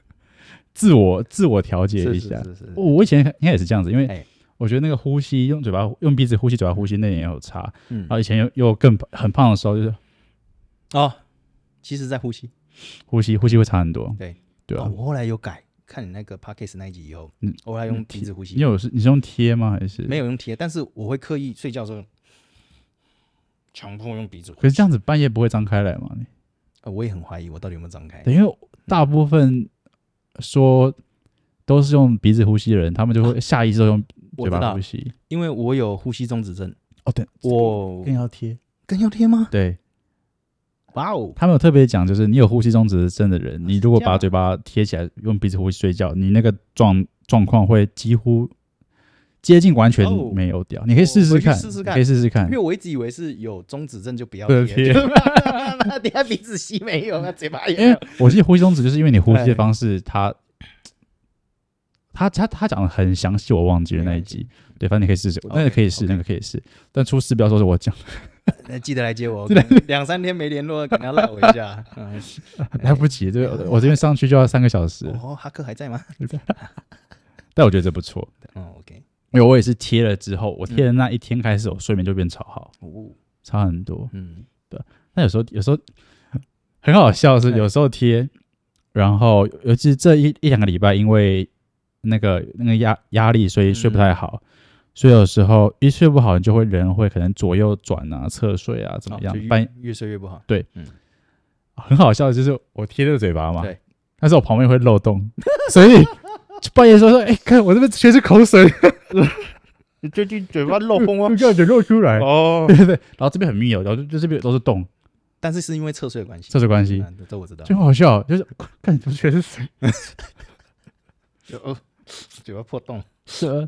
A: 自我自我调节一
B: 是
A: 下。
B: 是是是，
A: 我我以前应该也是这样子，因
B: 哎
A: 为我觉得那个呼吸用嘴巴用鼻子呼吸，嘴巴呼吸那也有差。
B: 嗯
A: 然后以前又又更很胖的时候，就是
B: 哦，其实在呼吸。
A: 呼吸呼吸会差很多。
B: 对
A: 对
B: 哦
A: 啊，
B: 我后来有改，看你那个 podcast 那一集以后
A: 嗯，
B: 我后来用鼻子呼吸
A: 你，有是你是用贴吗？还是
B: 没
A: 有？
B: 有用贴，但是我会刻意睡觉的时候强迫用鼻子呼
A: 可是这样子半夜不会张开来吗？你
B: 呃我也很怀疑我到底有没有张开。
A: 对，因为大部分说都是用鼻子呼吸的人，他们就会下意识都用嘴
B: 我知
A: 巴
B: 道
A: 呼，吸。
B: 因为我有呼吸中止症，
A: 哦，对，
B: 我
A: 更要贴。
B: 更要贴吗？
A: 对
B: 哇哦，
A: 他们有特别讲，就是你有呼吸中止症的人，你如果
B: 这样
A: 把
B: 啊
A: 嘴巴贴起来用鼻子呼吸睡觉，你那个状状况会几乎接近完全
B: 哦
A: 没有掉。你可以试
B: 我
A: 试
B: 回去
A: 看，
B: 试试
A: 你
B: 看
A: 可以试试看
B: 因为。我一直以为是有中指症就不要
A: 不要
B: 贴，
A: 贴
B: 就 妈等下鼻子吸没有，那嘴巴也没
A: 因
B: 有
A: 为我记得呼吸中止，就是因为你呼吸
B: 对
A: 的方式，他他他他讲的很详细，我忘记了那一集。对，反正你可以试试，
B: 我
A: 那个可以试，
B: OK，OK
A: 那个可以试。但出事不要说是我讲，
B: 那记得来 接我，可能两三天没联络，可能要赖我一下。
A: 啊
B: 嗯
A: 来不及，这个我这边上去就要三个小时。
B: 啊哦，哈克还在吗？
A: 但我觉得这不错，
B: 哦，OK，
A: 因为我也是贴了之后，我贴
B: 嗯
A: 的那一天开始，我睡眠就变超好，
B: 哦，
A: 差很多。
B: 嗯，
A: 那有时候有时候很好笑的是，
B: 嗯
A: 有时候贴，然后尤其是这一一两个礼拜，因为那个那个压压力，所以睡不太好，所以有时候一睡不好，你就会人会可能左右转啊、侧睡啊，怎么
B: 哦
A: 样
B: 就？越
A: 半夜
B: 越睡越不好。
A: 很好笑的就是我贴着嘴巴嘛，
B: 对，
A: 但是我旁边会漏洞，所以就半夜说说，哎、看我这边全是口水，
B: 你最近嘴巴漏风
A: 就感觉漏出来。
B: 哦，
A: 对对对，然后这边很密哦，然后就就这边都是洞，
B: 但是是因为侧睡的关系。
A: 厕所关系，
B: 嗯，这这我知道。
A: 就很好笑，就是看你怎么全是水。
B: 就哦，嘴巴破洞，
A: 是啊，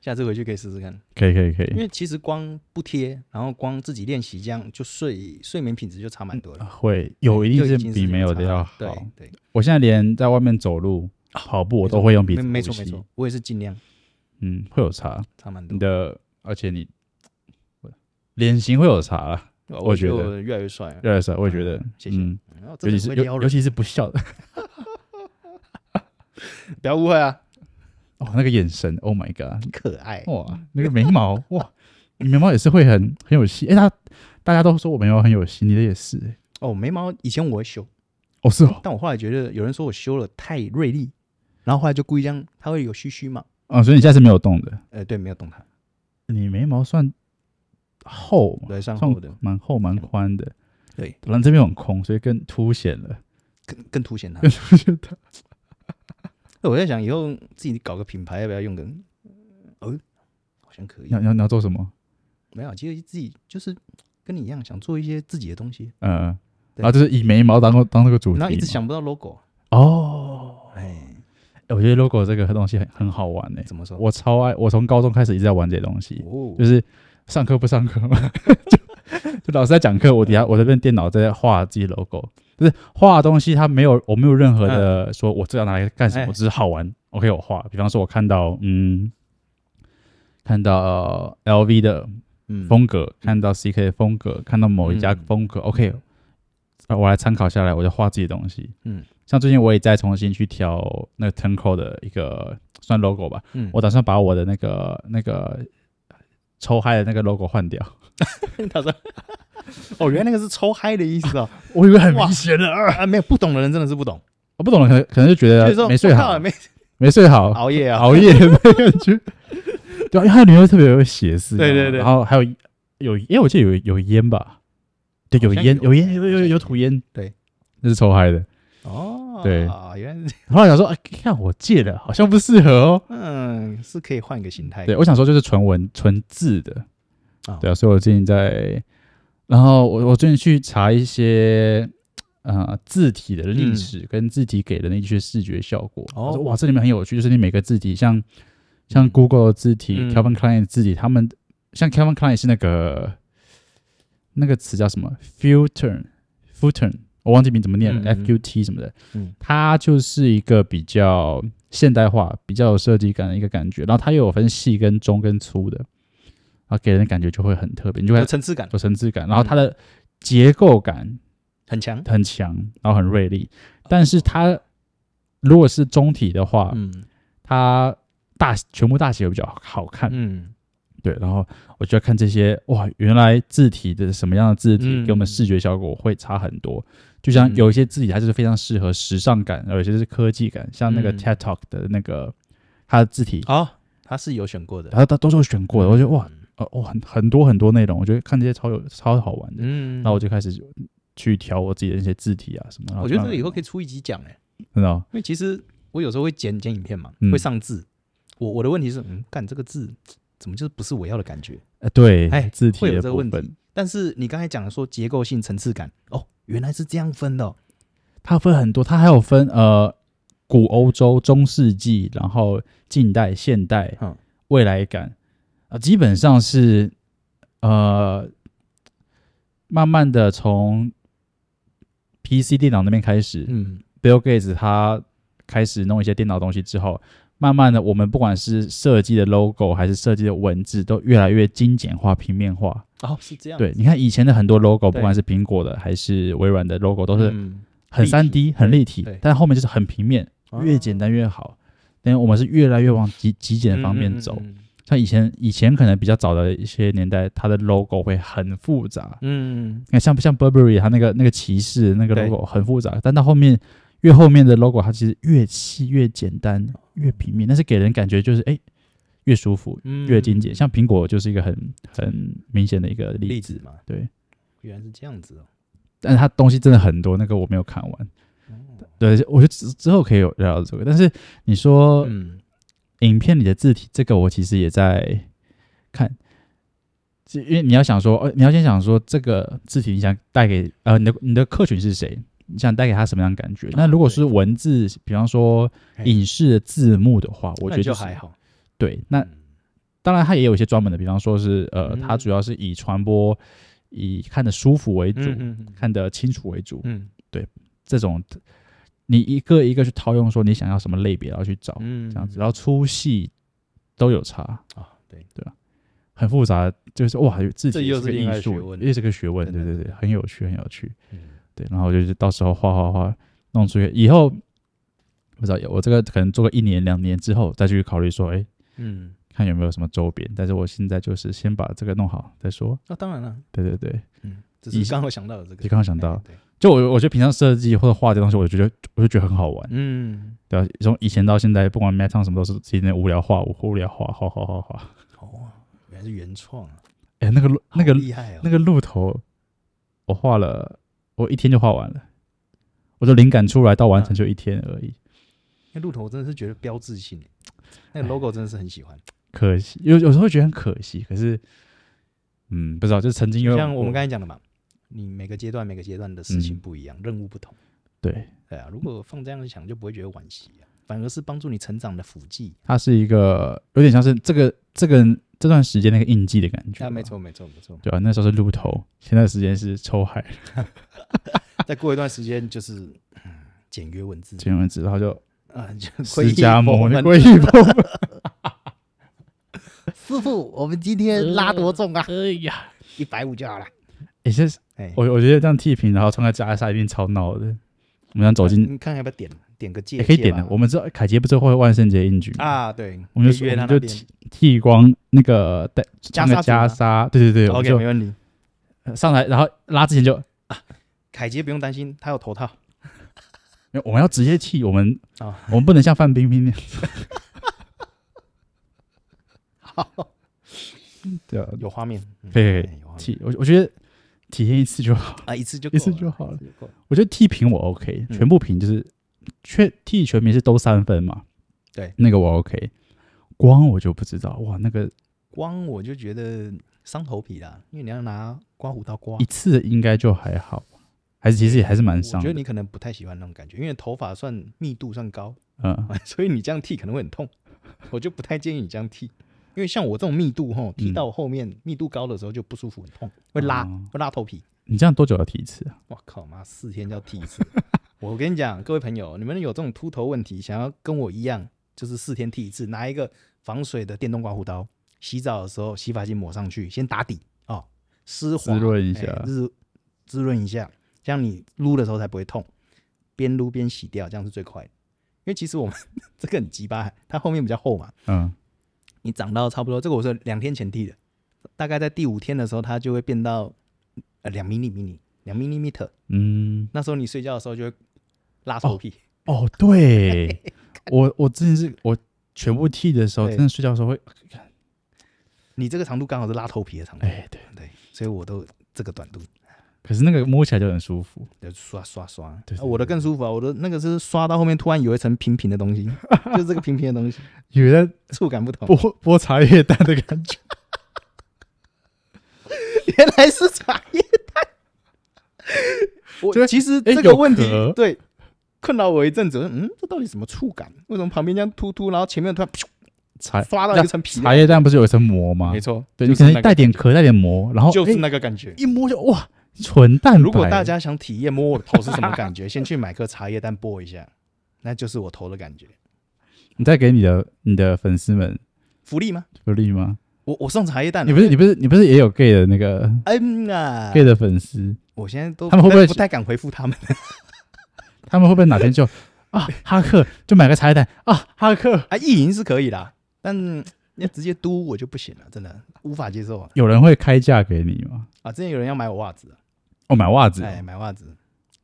B: 下次回去可以试试看。
A: 可以可以可
B: 因
A: 以，
B: 为其实光不贴，然后光自己练习，这样就睡睡眠品质就差蛮多了。
A: 会有一
B: 就
A: 定
B: 已
A: 是
B: 经
A: 嗯比没有的
B: 差
A: 要
B: 了对
A: 好。
B: 对，
A: 我现在连在外面走路、跑步，我
B: 没错
A: 都会用鼻
B: 没
A: 子
B: 没
A: 呼
B: 错没
A: 吸
B: 错，，我也是尽量
A: 嗯，会有差。
B: 差蛮多
A: 你。的，而且你脸型会有差啊，
B: 我
A: 我觉得
B: 我越来越帅了。
A: 热色，我也觉得，
B: 谢谢
A: 嗯，
B: 然后
A: 尤其
B: 真的很
A: 是
B: 会
A: 尤
B: 撩人
A: 尤其是不笑的，
B: 不要误会啊，
A: 哦，那个眼神，Oh my god，
B: 可爱。
A: 哇，那个眉 毛，哇，你眉毛也是会很很有戏，哎，他大家都说我眉毛很有戏，你的也是，哎
B: 哦，眉毛以前我会修，
A: 哦是哦，
B: 但我后来觉得有人说我修了太锐利，然后后来就故意这样，它会有须须嘛。
A: 啊，所以你现在是没有动的，
B: 呃，对，没有动它，
A: 你眉毛算厚吗？
B: 对，上
A: 算
B: 厚的
A: 蛮厚蛮宽的，
B: 对，
A: 然后这边很空，所以更凸显了。
B: 更更凸显它。
A: 我觉得
B: 我在想以后自己搞个品牌，要不要用个？哦，好像可以
A: 你。要你要你要做什么？
B: 没有，啊其实自己就是跟你一样，想做一些自己的东西，
A: 呃，
B: 对
A: 然后就是以眉毛当当这个主题嘛，
B: 然后一直想不到 logo。
A: 哦。
B: 哎，
A: 诶我觉得 logo 这个东西很很好玩诶、
B: 怎么说？
A: 我超爱，我从高中开始一直在玩这些东西，
B: 哦
A: 就，是上课不上课嘛， 就就老师在讲课，我底下我这边电脑在画自己 logo，就是画的东西，它没有我没有任何
B: 嗯
A: 的说我这要拿来干什么，
B: 哎
A: 我只是好玩。OK，我画，比方说我看到嗯，看到 LV 的
B: 嗯，
A: 风格，看到 CK 的风格，看到某一家
B: 嗯
A: 风格、o k 我来参考下来，我就画自己的东西。
B: 嗯，
A: 像最近我也在重新去挑那个 Tenco 的一个算 logo 吧，
B: 嗯，
A: 我打算把我的那个那个抽嗨的那个 logo 换 掉。
B: 他说， 哦，原来那个是抽嗨的意思哦。
A: 我以为 很
B: 明
A: 显呃了，
B: 啊，没有不懂的人真的是不懂，
A: 我不懂了，可能可能就觉
B: 就是说
A: 啊得没睡
B: 我
A: 好
B: 靠， 没
A: 没睡好，
B: 熬夜啊，
A: 熬夜的感觉。对啊，因为他女儿特别有写字，
B: 对
A: 你知道
B: 对
A: 吗
B: 对
A: 然后还有有，因为我记得有有烟吧，对，有
B: 好像
A: 烟
B: 有
A: 有烟有
B: 好
A: 有
B: 像
A: 有
B: 有
A: 吐烟，
B: 对，
A: 那是抽嗨的。
B: 哦，
A: 对
B: 原来是
A: 后来想说，哎，看我戒了，好像不适合哦。
B: 嗯，是可以换一个形态。
A: 对，我想说就是纯文纯字的
B: 哦，
A: 对啊，所以我最近在，然后我我最近去查一些呃字体的历史跟字体给的那些视觉效果。
B: 嗯哦
A: 我说哇，这里面很有趣，就是你每个字体，像像
B: 嗯
A: Google 的字体、
B: 嗯
A: Calvin Klein 的字体，他们像 Calvin Klein 是那个那个词叫什么 Futurn Futurn，我忘记名怎么念了、
B: 嗯嗯
A: f U T 什么的。
B: 嗯
A: 它就是一个比较现代化、比较有设计感的一个感觉。然后它又有分细跟中跟粗的，然后给人的感觉就会很特别，你就会
B: 有层次感
A: 有层次感。然后它的结构感
B: 很强。
A: 很强，然后很锐利。但是它如果是中体的话，
B: 嗯
A: 它大全部大写会比较好看。
B: 嗯，
A: 对，然后我就要看这些哇，原来字体的什么样的字体
B: 嗯
A: 给我们视觉效果会差很多。就像
B: 嗯
A: 有一些字体，它就是非常适合时尚感，而有些是科技感，像那个
B: 嗯
A: TED Talk 的那个它的字体，
B: 好，哦他是有选过的。
A: 它它都是有选
B: 嗯
A: 过的。我哦觉得哇，呃哇，很很多很多内容，我觉得看这些超有超好玩的。
B: 嗯，
A: 那我就开始去调我自己的那些字体啊什么。
B: 我觉得这个以后可以出一集讲哎、
A: 真的哦
B: 因为其实我有时候会剪剪影片嘛，
A: 嗯
B: 会上字。我我的问题是，嗯，干这个字怎么就是不是我要的感觉？
A: 呃对，
B: 哎
A: 字
B: 会
A: 体
B: 有
A: 的
B: 这个
A: 部
B: 问
A: 分
B: 题，。但是你刚才讲的说结构性、层次感，哦，原来是这样分的哦、
A: 它分很多，它还有分呃古欧洲、中世纪，然后近代、现代、
B: 嗯
A: 未来感啊、呃基本上是呃慢慢的从 PC 电脑那边开始，
B: 嗯，
A: Bill Gates 他开始弄一些电脑东西之后，慢慢的，我们不管是设计的 logo 还是设计的文字，都越来越精简化、平面化。
B: 哦，是这样，
A: 对，你看以前的很多 logo，
B: 对
A: 不管是苹果的还是微软的 logo，都是
B: 嗯，
A: 很
B: 立体
A: 3 D、很立体
B: 对，啊
A: 但后面就是很平面，越简单越好。但我们是越来越往极极简的方面走。
B: 嗯
A: 像以前以前可能比较早的一些年代，它的 logo 会很复杂，
B: 嗯，
A: 你看像像 Burberry 它那个那个骑士那个
B: 对
A: logo 很复杂，但到后面越后面的 logo 它其实越细越简单越平面，但是给人感觉就是哎、诶越舒服
B: 嗯
A: 越精简。像苹果就是一个很很明显的一个例
B: 例
A: 子，
B: 子嘛，
A: 对，
B: 原来是这样子哦。
A: 但是它东西真的很多，那个我没有看完。
B: 哦
A: 对，我觉得之之后可以有聊到这个，但是你说、
B: 嗯，
A: 影片里的字体，这个我其实也在看，是因为你要想说，呃，你要先想说这个字体你想带给呃你的你的客群是谁，你想带给他什么样的感觉？那如果是文字，比方说
B: 啊嘿
A: 影视的字幕的话，我觉
B: 那
A: 得、
B: 就是还好。
A: 对。那
B: 嗯
A: 当然它也有一些专门的，比方说是呃，
B: 嗯
A: 它主要是以传播、以看的舒服为主，
B: 嗯嗯
A: 看的清楚为主，
B: 嗯
A: 这种你一个一个去套用说你想要什么类别，然后去找、
B: 嗯，
A: 这样子，然后粗细都有差。
B: 啊，对，
A: 很复杂，就是哇，字
B: 这
A: 体也
B: 又
A: 是
B: 是
A: 个
B: 另外
A: 艺
B: 的学
A: 术，
B: 问
A: 也是个学问，
B: 真
A: 对
B: 的
A: 对对，很有趣，很有趣。
B: 嗯
A: 对，然后就是到时候画画画，弄出一个以后不知道我这个可能做个一年两年之后再去考虑说，哎，
B: 嗯，
A: 看有没有什么周边。但是我现在就是先把这个弄好再说。
B: 那当然了，
A: 对对对，
B: 嗯，只
A: 以
B: 是
A: 前
B: 刚好想到的这个，
A: 就刚刚想到
B: 哎，对，
A: 就我我觉得平常设计或者画这东西，我就觉得我就觉得很好玩，
B: 嗯，
A: 对吧、啊从以前到现在，不管 m e t 什么都是自己那无聊画，我无聊画，画画画画。
B: 哦，原来是原创啊，
A: 哎，那个路那个
B: 好厉害哦，
A: 那个鹿头，我画了，我一天就画完了。我的灵感出来到完成就一天而已，
B: 那鹿头我真的是觉得标志性，那
A: 哎
B: 个 logo 真的是很喜欢。
A: 可惜有有时候会觉得很可惜，可是，嗯，不知道，就是曾经有
B: 就像我们刚才讲的嘛，你每个阶段每个阶段的事
A: 嗯
B: 情不一样，任务不同，
A: 对，
B: 对啊。如果放这样想，就不会觉得惋惜、啊，反而是帮助你成长的辅剂。
A: 它是一个有点像是这个这个这段时间那个印记的感觉，
B: 啊，没，错，没错，没错。
A: 对啊，那时候是鹿头，现在的时间是抽海
B: 再过一段时间就是、嗯简约文字
A: 这样子，然后 就
B: 啊，就
A: 释迦牟
B: 们
A: 尼皈依佛门，
B: 师傅，我们今天拉多重啊？
A: 哎呀，
B: 一百五就好了。
A: 也是
B: 哎，
A: 我我觉得这样剃平，然后穿个袈裟一定超闹的。我们想走进
B: 你看要不要点点个借？
A: 也可以点的，
B: 借吧
A: 我们知道凯杰不是会万圣节应举吗
B: 啊，对，
A: 我们
B: 可
A: 就
B: 以约
A: 我
B: 他
A: 们
B: 那
A: 就
B: 边
A: 剃。剃光那个带
B: 袈裟
A: 那个
B: 组吗
A: 袈裟，对对对，我
B: OK，没
A: 们
B: 问题。
A: 就上来，然后拉之前就，
B: 凯杰不用担心，他有头套。
A: 我们要直接剃，我们
B: 啊
A: 我们不能像范冰冰那样，
B: 好，
A: 对啊，
B: 有画面。嗯
A: 可以可以
B: 哎有画面
A: 剃，我我觉得体验一次就好，
B: 啊，一次就
A: 一次
B: 够
A: 就好了
B: 一次就够了。
A: 我觉得剃平我 OK，
B: 嗯
A: 全部平就是全剃全平是都三分嘛，
B: 对，
A: 那个我 OK，光我就不知道，哇，那个
B: 光我就觉得伤头皮啦，因为你要拿刮胡刀刮
A: 一，次应该就还好，还是其实也还是蛮
B: 我
A: 伤
B: 觉得
A: 的，
B: 你可能不太喜欢那种感觉，因为头发算密度算高，
A: 嗯，
B: 所以你这样剃可能会很痛，我就不太建议你这样剃，因为像我这种密度吼，剃到后面密度高的时候就不舒服，很痛，会拉，
A: 哦
B: 会拉头皮。
A: 你这样多久要剃一次啊？
B: 我靠妈，四天就要剃 一次。我跟你讲，各位朋友，你们有这种秃头问题，想要跟我一样，就是四天剃一次，拿一个防水的电动刮胡刀，洗澡的时候洗发精抹上去，先打底哦，湿滑
A: 滋润一
B: 哎
A: 下
B: 滋滋润一下，这样你撸的时候才不会痛，边撸边洗掉，这样是最快的。因为其实我们这个很鸡巴，它后面比较厚嘛，
A: 嗯，
B: 你长到差不多，这个我是两天前剃的，大概在第五天的时候，它就会变到呃两 mini mini 两 mini meter。
A: 嗯，
B: 那时候你睡觉的时候就会拉头皮，
A: 哦， 对，我我之前是我全部剃的时候，
B: 对
A: 真的睡觉的时候会，
B: 你这个长度刚好是拉头皮的长度，
A: 哎，对，
B: 对，所以我都这个短度。
A: 可是那个摸起来就很舒服，
B: 就刷刷刷。
A: 对
B: 啊我的更舒服啊，我的那个是刷到后面突然有一层平平的东 西，就是这个平平的东西，
A: 有在
B: 触感不同。
A: 剥剥茶叶蛋的感 觉。
B: 原来是茶叶蛋。
A: 就
B: 我
A: 是
B: 其实
A: 诶
B: 这个问题、
A: 哎有壳
B: 对困扰我一阵子，我说嗯，这到底什么触感？为什么旁边这样突突，然后前面突然噗
A: 茶
B: 刷到一层皮？
A: 茶叶蛋不是有一层膜吗
B: 没？错，
A: 哎对
B: 就
A: 你可
B: 是那
A: 能
B: 个
A: 带点哦哎壳，带点膜，然后
B: 就是
A: 诶
B: 那个感觉。
A: 一摸就哇，纯蛋白。
B: 如果大家想体验摸我的头是什么 感觉，先去买颗茶叶蛋剥一下，那就是我头的感觉。
A: 你再给你的你的粉丝们
B: 福利吗？
A: 福利吗？
B: 我我送茶叶蛋了，
A: 你不是你不是你不是也有 gay 的那个
B: 嗯啊
A: gay，的粉丝，
B: 我现在都
A: 他们会不会
B: 不太敢回复他们？
A: 他们会不会哪天就啊哈克就买个茶叶蛋啊哈克？
B: 啊，意淫是可以啦，但要直接嘟我就不行了，真的无法接受啊！
A: 有人会开价给你吗？
B: 啊，之前有人要买我袜子啊，
A: 哦，买袜子哦，
B: 哎，买袜子，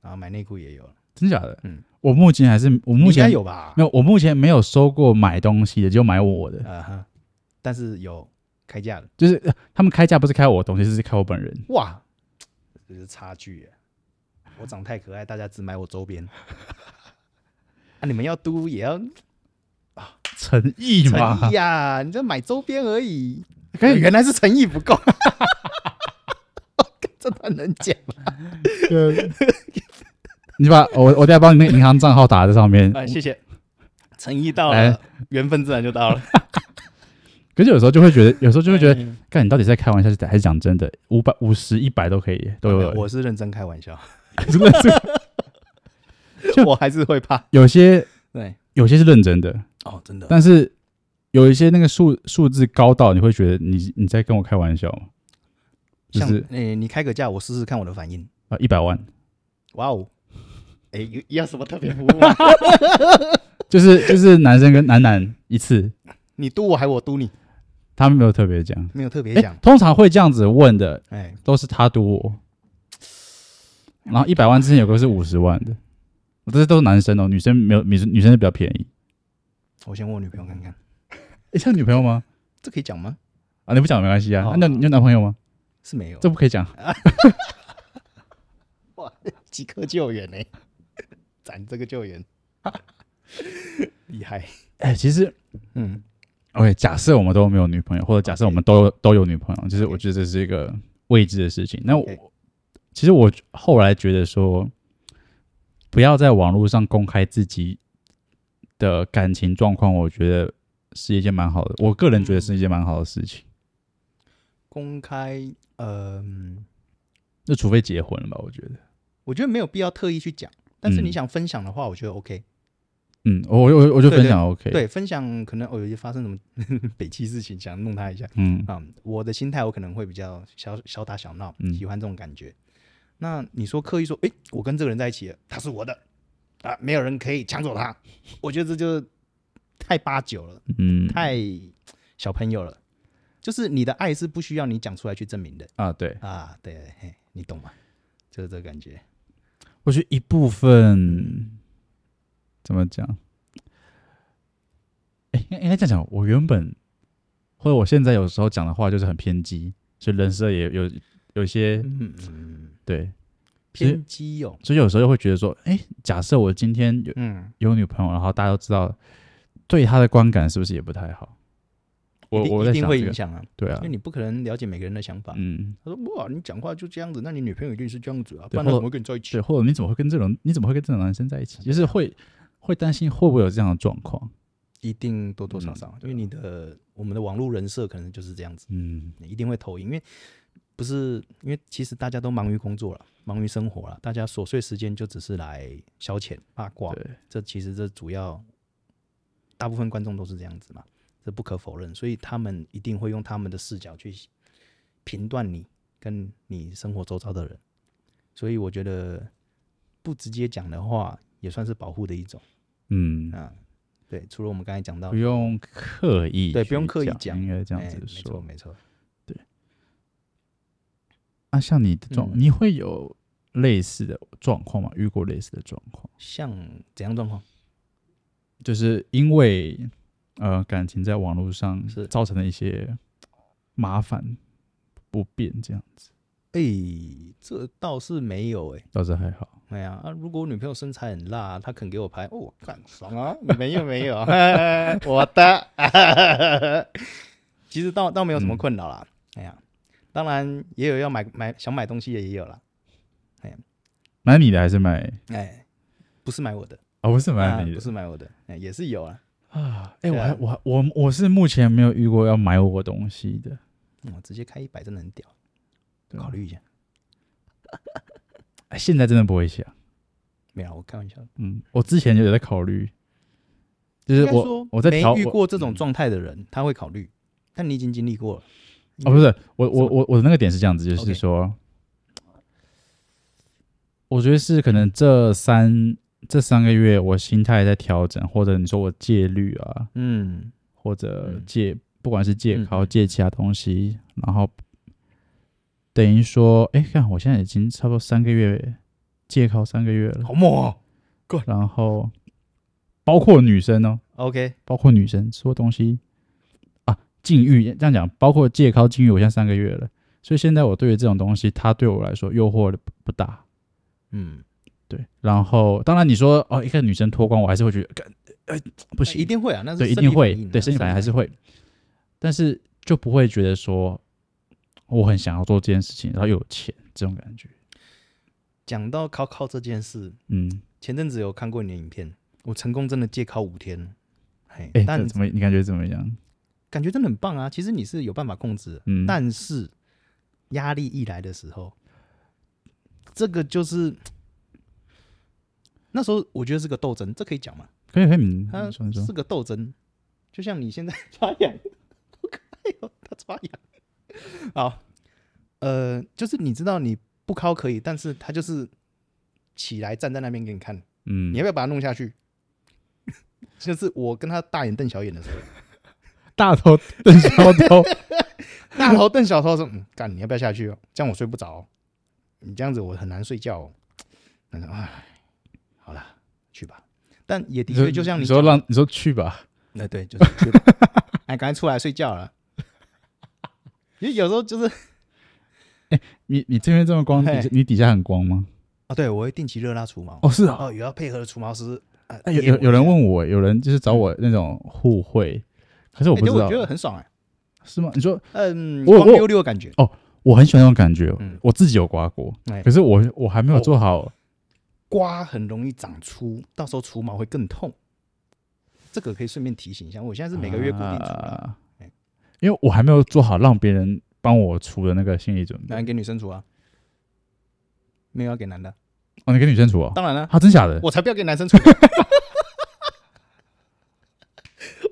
B: 然后买内裤也有，
A: 真假的？
B: 嗯，
A: 我目前还是我目
B: 应该
A: 前
B: 有吧？
A: 没有，我目前没有收过买东西的，只有买我的。
B: 啊哈，但是有开价的，
A: 就是呃他们开价不是开我的东西，是开我本人。
B: 哇，这是差距耶！我长太可爱，大家只买我周 边。啊，你们要嘟也要
A: 诚意
B: 诚
A: 嘛
B: 意，呀、你这买周边而已，
A: 可以
B: 原来是诚意不 够。这段能讲吗？
A: 你把我我等下帮你那个银行账号打在上面。
B: 哎，谢谢，诚意到
A: 哎
B: 了，缘分自然就到 了。嗯
A: 可是有时候就会觉得，有时候就会觉得，
B: 得
A: 干你到底是在开玩笑还是还是讲真的？五百、五十、一百都可以，都有。
B: 哎我是认真开玩 笑，
A: 真的是就
B: 我还是会怕。
A: 有些
B: 对，
A: 有些是认真的，
B: 哦，真的
A: 但是有一些那个数数字高到你会觉得你你在跟我开玩笑吗？就
B: 像
A: 是
B: 诶、你开个价，我试试看我的反应。
A: 啊，一百万，
B: 哇 哦，哎、有要什么特别服务吗？
A: 就是就是男生跟男男一次，
B: 你嘟我还我嘟你，
A: 他们没有特别讲。
B: 没有特别
A: 哎、
B: 讲。
A: 通常会这样子问的，
B: 哎、
A: 都是他赌我。然后一百万之前有个是五十万的，这些都是男生哦，女生没有，女生女生是比较便宜。
B: 我先问我女朋友看看，
A: 诶，像女朋友吗？
B: 这可以讲吗？
A: 啊，你不讲没关系啊。
B: 哦
A: 啊那你有男朋友吗？
B: 是没有，啊
A: 这不可以讲。
B: 即刻救援呢、 斩这个救援， 厉害。
A: 哎、其实
B: 嗯，
A: OK，假设我们都没有女朋友，或者假设我们都有都有女朋友，就是我觉得这是一个未知的事情。那我
B: OK
A: 其实我后来觉得说，不要在网络上公开自己的感情状况，我觉得是一件蛮好的，我个人觉得是一件蛮好的事情。
B: 公开，嗯、
A: 那除非结婚了吧？我觉得，
B: 我觉得没有必要特意去讲，但是
A: 嗯
B: 你想分享的话，我觉得 OK。
A: 嗯，我我我我就分享 OK，
B: 对，分享可能哦，有些发生什么 北气事情，想弄他一下。
A: 嗯
B: 嗯，我的心态我可能会比较小小打小闹，
A: 嗯
B: 喜欢这种感觉。那你说刻意说，诶，我跟这个人在一起了，他是我的啊，没有人可以抢走他。我觉得这就太八九了，
A: 嗯
B: 太小朋友了。就是你的爱是不需要你讲出来去证明的
A: 啊，对，
B: 啊，对，嘿，你懂吗？就是这个感觉。
A: 我觉得一部分怎么讲？哎、应该应该这样讲，我原本或者我现在有时候讲的话就是很偏激，所以人设也有有一些
B: 嗯嗯，
A: 对，其实
B: 偏激哦。
A: 所以有时候会觉得说，哎、假设我今天有
B: 嗯，
A: 有女朋友，然后大家都知道，对她的观感是不是也不太好？我
B: 一定
A: 我
B: 一
A: 在
B: 定
A: 想
B: 会
A: 这
B: 影
A: 个，
B: 响啊，
A: 对
B: 因
A: 啊
B: 为，你不可能了解每个人的想法。
A: 嗯，
B: 他说：“哇，你讲话就这样子，那你女朋友一定是这样子啊，不
A: 对
B: 然
A: 或
B: 她
A: 者
B: 怎么会跟你在一起
A: 对，或者你怎么会跟这种你怎么会跟这种男生在一起？就是会会担心会不会有这样的状况？？”
B: 一定多多少
A: 嗯
B: 少，啊因
A: 对
B: 为你的我们的网络人设可能就是这样子，
A: 嗯，
B: 你一定会投影。因为不是因为其实大家都忙于工作了，忙于生活了，大家琐碎时间就只是来消遣八卦。
A: 对，
B: 这其实这主要大部分观众都是这样子嘛，这不可否认。所以他们一定会用他们的视角去评断你跟你生活周遭的人。所以我觉得不直接讲的话，也算是保护的一种
A: 嗯，
B: 啊。对，除了我们刚才讲到
A: 不，用刻意去，
B: 对不用刻意讲
A: 应该这样
B: 哎
A: 子
B: 没错
A: 说。
B: 没错。
A: 那啊像你的状，
B: 嗯
A: 你会有类似的状况吗？遇过类似的状况，
B: 像怎样状况？
A: 就是因为呃感情在网络上
B: 是
A: 造成了一些麻烦不便，这样子。
B: 哎、这倒是没有哎、
A: 倒是还好。
B: 哎呀啊，如果我女朋友身材很辣，啊她肯给我拍，哦，干爽啊！没有没 有，我的， 其实倒倒没有
A: 嗯
B: 什么困扰啦。哎呀，当然也有要买买想买东西的也有啦，
A: 买你的还是买
B: 哎，不是买我的，
A: 啊？不是
B: 啊
A: 买你
B: 不
A: 的
B: 是买我的，哎，也是有啊。
A: 啊？哎，
B: 对
A: 我
B: 啊
A: 还我还我我是目前没有遇过要买我东西的。
B: 嗯，直接开一百真的很屌，
A: 对啊
B: 考虑一下。
A: 哎现在真的不会想。
B: 没有啊，我开玩笑的。
A: 嗯，我之前有在考虑，就是
B: 应该
A: 我
B: 说
A: 我在
B: 没
A: 调
B: 遇
A: 我嗯
B: 过这种状态的人，他会考虑，但你已经经历过了。
A: 哦，不是我
B: 什么
A: 我我我的那个点是这样子，就是
B: OK
A: 说我觉得是可能这三这三个月我心态在调整，或者你说我戒律啊，
B: 嗯
A: 或者
B: 嗯
A: 戒、不管是戒
B: 嗯
A: 考、戒其他东西，然后等于说，哎，看我现在已经差不多三个月戒考三个月了，
B: 好猛
A: 嗯
B: 哦。
A: 然后包括女生哦，
B: OK，
A: 包括女生说东西啊，禁欲这样讲，包括戒靠禁欲，我现在三个月了，所以现在我对于这种东西，它对我来说诱惑的不不大。
B: 嗯，
A: 对，然后当然你说哦，一个女生脱光，我还是会觉得，干呃，不
B: 不
A: 行，
B: 一定会啊，那是
A: 对，一
B: 生
A: 定
B: 理
A: 会
B: 反应啊，
A: 对，身体反应还是会，但是就不会觉得说我很想要做这件事情，然后又有钱这种感觉。
B: 讲到靠靠这件事，
A: 嗯，
B: 前阵子有看过你的影片，我成功真的戒靠五天，嘿，
A: 哎，
B: 但
A: 这怎么你感觉怎么样？
B: 感觉真的很棒啊。其实你是有办法控制的，
A: 嗯
B: 但是压力一来的时候，这个就是那时候我觉得是个斗争，这可以讲吗？
A: 可以可以，你
B: 它
A: 你说你嗯说
B: 是，个斗争，就像你现在 抓痒，好可爱哦，它抓痒。好，呃，就是你知道你不敲可以，但是它就是起来站在那边给你看，
A: 嗯
B: 你要，不要把它弄下去？ 就是我跟他大眼瞪小眼的时候，
A: 大头瞪小头，
B: 大头瞪小头说：“嗯，干，你要不要下去、哦？这样我睡不着哦、你这样子我很难睡觉、哦。”那个，哎，好了，去吧。但也 的确，就像
A: 你
B: 你
A: 说
B: 讲
A: 让你说去吧，
B: 那对，就是去 吧哎，赶快出来睡觉了。因为有时候就是
A: 你你这边这么光，底下
B: 嘿
A: 你底下很光吗？
B: 啊，对我会定期热拉除毛。
A: 哦，是啊。
B: 哦，有要配合的除毛师。啊
A: 哎，有有有人，问我，有人就是找我那种互惠，可是我
B: 我
A: 不知道
B: 我觉得很爽哎、
A: 是吗？你说
B: 嗯，
A: 我
B: 光
A: 我
B: 溜溜的感觉。
A: 我很喜欢那种感觉
B: 嗯，
A: 我自己有刮过
B: 哎，哦
A: 可是我我还没有做好。
B: 瓜很容易长出，到时候除毛会更痛。这个可以顺便提醒一下，我现在是每个月固定除的，
A: 啊
B: 哎
A: 因为我还没有做好让别人帮我除的那个心理准备
B: 男。人给女生除啊，没有要给男的。
A: 哦，你给女生除哦？
B: 当然了、
A: 啊，真假的？
B: 我才不要给男生除，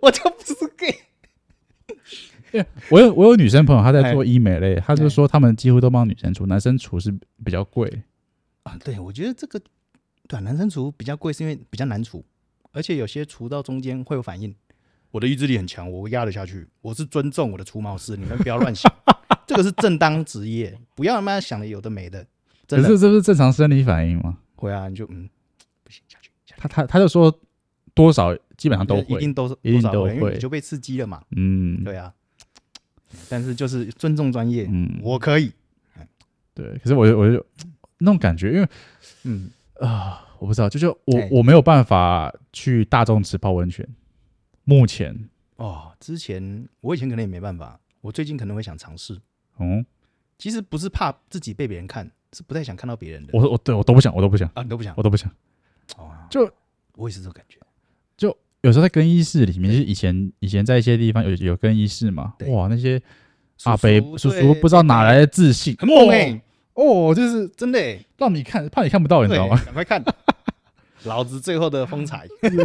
B: 我就不是 gay。
A: 我有我有女生朋友，她在做医美类，她就
B: 哎
A: 说她们几乎都帮女生除，男生除是比较贵。
B: 啊，对，我觉得这个对啊、男生除比较贵，是因为比较难除，而且有些除到中间会有反应。我的意志力很强，我压得下去。我是尊重我的除毛师，你们不要 乱想，这个是正当职业，不要他妈想的有的没的。
A: 可
B: 真
A: 是
B: 的
A: 这不是正常生理反应吗？
B: 会啊，你就嗯，不行，下去下去，
A: 她她她就说多少基本上都
B: 一
A: 会，
B: 定都是
A: 一定
B: 多少
A: 都
B: 会，因
A: 会
B: 为你就被刺激了嘛。
A: 嗯，
B: 对啊，但是就是尊重专业，
A: 嗯，
B: 我可以，
A: 对，可是我就我就那种感觉，因为
B: 嗯，
A: 我不知道，就是我、
B: 哎
A: 我没有办法去大众池泡温泉，目前，
B: 哦，之前我以前可能也没办法，我最近可能会想尝试。
A: 嗯，
B: 其实不是怕自己被别人看，是不太想看到别人的。
A: 我我对我都不想，我都不想，
B: 啊，你都不想
A: 我，都不想。
B: 哦
A: 就
B: 我也是这种感觉。
A: 有时候在更衣室里面，就是以前以前在一些地方有有更衣室嘛，
B: 对
A: 哇，那些
B: 叔
A: 阿伯啊叔叔不知道哪来的自信，
B: 很猛
A: 哦
B: 哎，
A: 哦，就是
B: 真的哎，
A: 让你看，怕你看不到，你知道
B: 对，
A: 吗？
B: 赶快看， 老子最后的风采。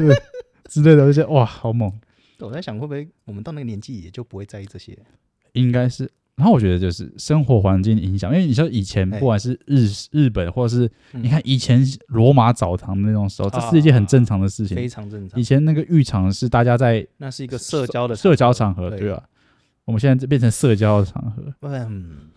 A: 之类的，而且哇，好猛，
B: 我在想，会不会我们到那个年纪也就不会在意这些？
A: 应该是。然后我觉得就是生活环境影响，因为你说以前
B: 哎
A: 不管是日日本或者是
B: 嗯
A: 你看以前罗马澡堂那种时候，这
B: 啊
A: 是一件很正常的事情。
B: 非常正常
A: 以，前那个浴场是大家在
B: 那是一个社交的
A: 社交
B: 场
A: 场
B: 合
A: 合，
B: 对
A: 对吧？我们现在就变成社交的场合，
B: 合。嗯，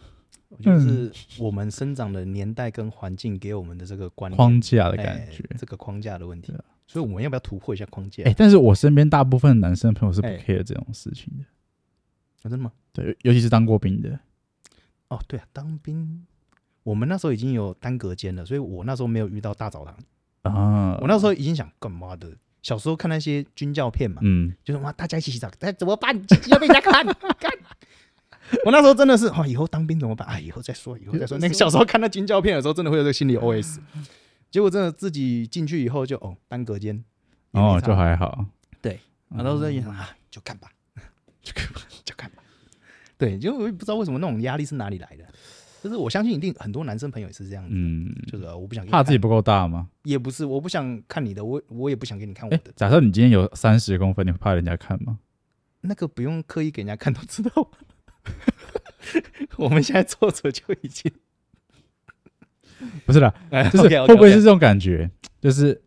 B: 我觉得
A: 嗯
B: 是我们生长的年代跟环境给我们的这个观念
A: 框架的感觉。
B: 哎这个框架的问题
A: 对。啊
B: 所以我们要不要突破一下框架？啊
A: 哎，但是我身边大部分男生朋友是不
B: 哎
A: care 这种事情的，
B: 啊真的吗？
A: 对，尤其是当过兵的，
B: 哦，对啊，当兵我们那时候已经有单隔间了，所以我那时候没有遇到大澡堂。
A: 啊，
B: 我那时候已经想，干嘛的？小时候看那些军教片嘛，
A: 嗯，
B: 就是哇，大家一起洗澡，哎，怎么办？ 鸡鸡要被人家看，看。我那时候真的是，哦，以后当兵怎么办啊？以后再说，以后 再说。那个小时候看那军教片的时候，真的会有这个心理 OS。结果真的自己进去以后就哦，单隔间，也没
A: 哦，
B: 差
A: 就还好，
B: 啊，到时候在想啊，就看吧， 就看吧，就看吧。对，就我也不知道为什么那种压力是哪里来的，就是我相信一定很多男生朋友也是这样子，
A: 嗯，
B: 就是呃我不想给你
A: 怕自己
B: 看
A: 不够大吗？
B: 也不是，我不想看你的，我我也不想给你看我
A: 哎
B: 的，，
A: 假设你今天有三十公分，你会怕人家看吗？
B: 那个不用刻意给人家看都知道。 我们现在作者就 已经，
A: 不是啦，
B: 哎
A: 就是
B: OK，OK，OK
A: 会不会是这种感觉？就是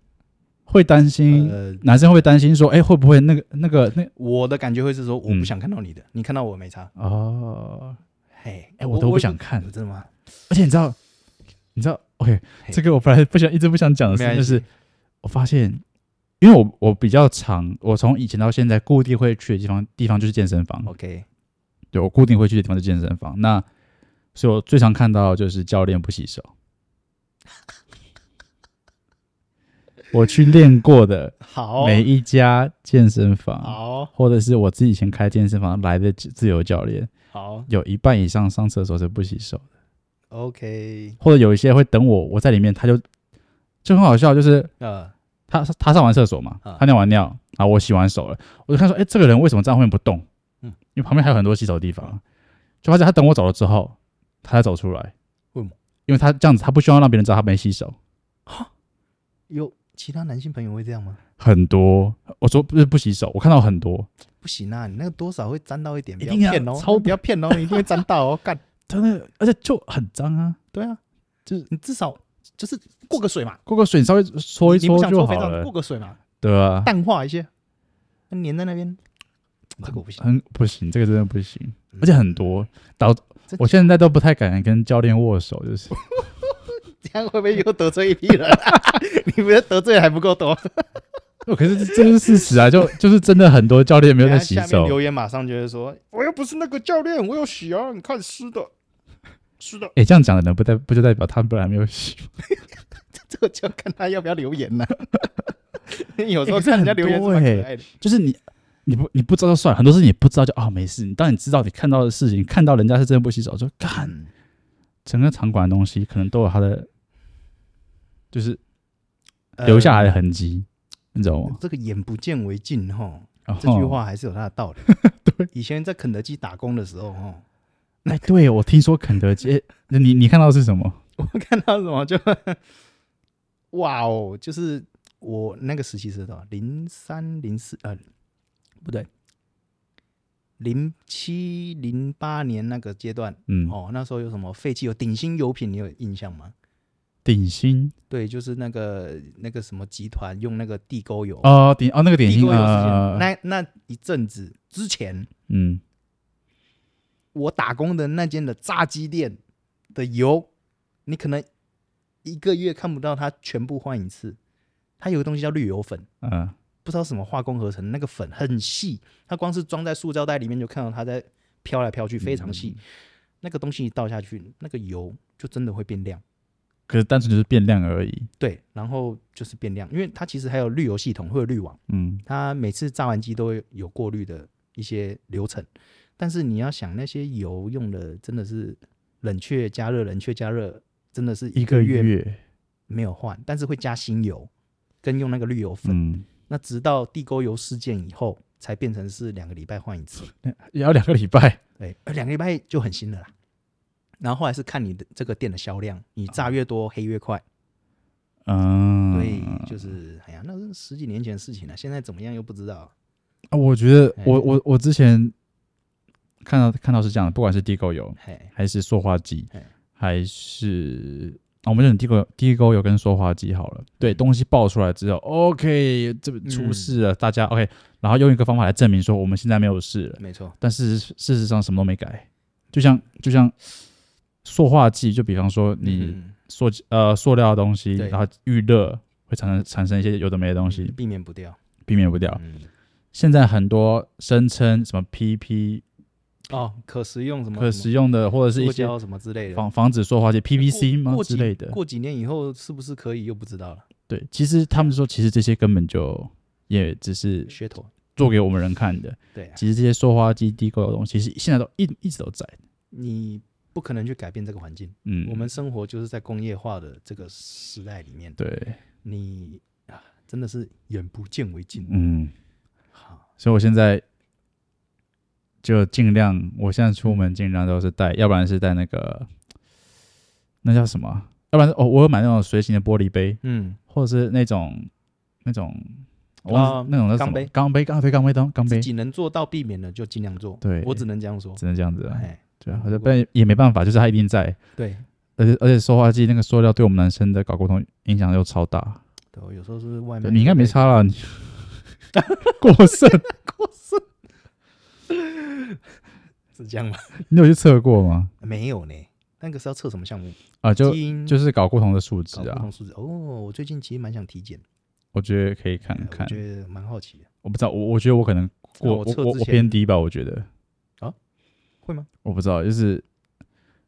A: 会担心，
B: 呃，
A: 男生会担心说，哎，会不会那个那个那
B: 我的感觉会是说，我不
A: 嗯
B: 想看到你的，你看到我没差。
A: 哦，
B: 嘿，
A: 哎，我都不想看
B: 我，真的吗？
A: 而且你知道，你知道，OK，
B: 嘿
A: 这个我本来不想一直不想讲的事情，
B: 没关
A: 呃就
B: 系
A: 是我发现，因为我我比较常，我从以前到现在固定会去的地方地方就是健身房，
B: OK，
A: 对我固定会去的地方就是健身房。那所以我最常看到的就是教练不洗 手。我去练过的
B: 好，
A: 每一家健身房，
B: 好，
A: 或者是我自己以前开健身房来的自由教练，
B: 好
A: 有一半以上上厕所是不洗手的。
B: ，OK，
A: 或者有一些会等我，我在里面，他就就很好笑，就是
B: 呃，
A: 他他上完厕所嘛
B: 啊，
A: 他尿完尿，然后我洗完手了，我就看说，哎、这个人为什么站后面不动？
B: 嗯
A: 嗯，因为旁边还有很多洗手的地方，就发现他等我走了之后，他才走出来。
B: 为什么？
A: 因为他这样子，他不希望让别人知道他没洗手。
B: 有其他男性朋友会这样吗？
A: 很多，我说不是不洗手，我看到很多，
B: 不行啊，你那个多少会沾到一点，不
A: 一
B: 要
A: 定要啊
B: 骗哦，
A: 超
B: 不 要骗哦，你一定会沾到哦，干，
A: 真的，而且就很脏啊。
B: 对啊，
A: 就是
B: 你至少就是过个水嘛，
A: 过个水，你稍微搓一
B: 你不
A: 搓
B: 想
A: 就
B: 搓
A: 好
B: 肥皂，你
A: 了
B: 过，个水嘛，
A: 对啊，
B: 淡化一些，粘在那边，嗯这个我不行，
A: 很不行，这个真的不行，而且很多导，
B: 真
A: 我现在嗯都不太敢跟教练握手， 就是。
B: 这样会不会又得罪一批人？ 你不是得罪还不够多？
A: 哦，可是这这是事实啊，就就是真的很多教练没有在洗
B: 等下下
A: 手。
B: 面留言马上就会说，我又不是那个教练，我有洗啊，你看湿的，湿的，
A: 哎、这样讲的人不代不就代表他们本来没有洗吗？
B: 这个就要看他要不要留 言呢、有时候
A: 欸可是
B: 看人家
A: 很
B: 留言是
A: 多
B: 蛮
A: 欸
B: 可爱的。
A: 就是你你不你不知道就算了，很多事情你不知道就啊、没事。你当你知道你看到的事情，看到人家是真的不洗手，就干
B: 嗯
A: 整个场馆的东西可能都有它的就是
B: 呃
A: 留下来的痕迹，你知道吗？
B: 这个眼不见为净哈，
A: 然后
B: 呃这句，话还是有它的 道理。对，以前在肯德基打工的时候哈，
A: 哎，对我听说肯德基，诶那你你看到的是什么？
B: 我 看到什么就哇哦，就是我那个时期是多少？零三零四呃，不对，零七零八年那个阶段
A: 嗯，
B: 哦，那时候有什么废弃油、鼎新油品，你有印象吗？
A: 顶心
B: 对，就是那个那个什么集团用那个地沟油，
A: 哦，顶哦那个点
B: 地
A: 心
B: 沟油事件，
A: 啊，呃
B: 那那一阵子之前，
A: 嗯，
B: 我打工的那间的炸鸡店的油，你可能一个月看不到它全部换一次。它有个东西叫绿油粉，
A: 嗯、
B: 不知道什么化工合成，那个粉很细，它光是装在塑胶袋里面就看到它在飘来飘去，非常细。那个东西一倒下去，那个油就真的会变亮。
A: 可是单纯就是变亮而已，
B: 对，然后就是变亮，因为它其实还有滤油系统，会有滤网。
A: 嗯，
B: 它每次榨完机都会有过滤的一些流程。但是你要想，那些油用的真的是冷却加热，冷却加热真的是一
A: 一
B: 个
A: 个
B: 月
A: 月
B: 没有换，但是会加新油，跟用那个绿油粉。
A: 嗯。
B: 那直到地沟油事件以后，才变成是两个礼拜换一次。
A: 也要两个礼拜。
B: 对，呃两个礼拜就很新了啦。然后后来是看你的这个店的销量，你榨越多黑越快，
A: 嗯，
B: 所以就是哎呀，那是十几年前的事情了、现在怎么样又不知道。
A: 啊我觉得
B: 哎
A: 我我我之前看到看到是这样的，不管是地沟油
B: 嘿，
A: 还是塑化剂
B: 哎，
A: 还是啊，我们就讲地沟油地沟油跟塑化剂好了。
B: 嗯
A: 对，东西爆出来之后，OK，这个出事了，大家 OK，然后用一个方法来证明说我们现在没有事了，
B: 没错，
A: 但事实事实上什么都没改，就像就像。塑化剂，就比方说你
B: 嗯
A: 塑、呃塑料的东西，
B: 对
A: 然后预热会产生产生一些有的没的东西，
B: 嗯避免不掉。
A: 避免不掉。
B: 嗯
A: 现在很多声称什么 PP
B: 哦，可食用什么
A: 可
B: 什么
A: 食用的或者是一
B: 塑
A: 些
B: 胶什么之类的。
A: 防防止塑化剂 PVC
B: 过
A: 吗
B: 过
A: 之
B: 几
A: 类的？
B: 过几年以后是不是可以又不知道了，
A: 对，其实他们说，其实这些根本就也只是
B: 噱头。
A: 做给我们人看的。
B: 对啊，
A: 其实这些塑化剂、地沟油的东西，其实现在都一一直都在。
B: 你不可能去改变这个环境。
A: 嗯，
B: 我们生活就是在工业化的这个时代里面，
A: 对，
B: 你啊真的是眼不见为净。
A: 嗯，
B: 好，
A: 所以我现在就尽量，我现在出门尽量都是带，要不然是带那个那叫什么啊，要不然哦，我有买那种随行的玻璃杯，
B: 嗯，
A: 或者是那种那种我忘记、
B: 啊
A: 那种叫什么
B: 钢杯
A: 钢杯，钢杯，钢杯，当钢杯
B: 自，己能做到避免的就尽量做。
A: 对
B: 我只能这样说。
A: 只能这样子啊。
B: 哎，
A: 对啊，好像不然也没办法，就是它一定在。
B: 对，
A: 而且而且塑化剂那个塑料对我们男生的睾固酮影响又超大，
B: 对，我有时候是外
A: 对
B: 面
A: 你应该没差啦，你 过剩，
B: 是这样吧？
A: 你有去测过吗？
B: 没有呢，那个是要测什么项目？
A: 啊，就
B: 基因
A: 就是睾固酮的数值
B: 嗯搞不
A: 啊
B: 同，数字哦，我最近其实蛮想体检，
A: 我觉得可以看
B: 哎我
A: 嗯看。
B: 觉得蛮好奇的，
A: 我不知道，我我觉得我可能过
B: 那
A: 我
B: 我测
A: 我
B: 之
A: 我
B: 前
A: 偏低吧，我觉得
B: 会吗？
A: 我不知道，就是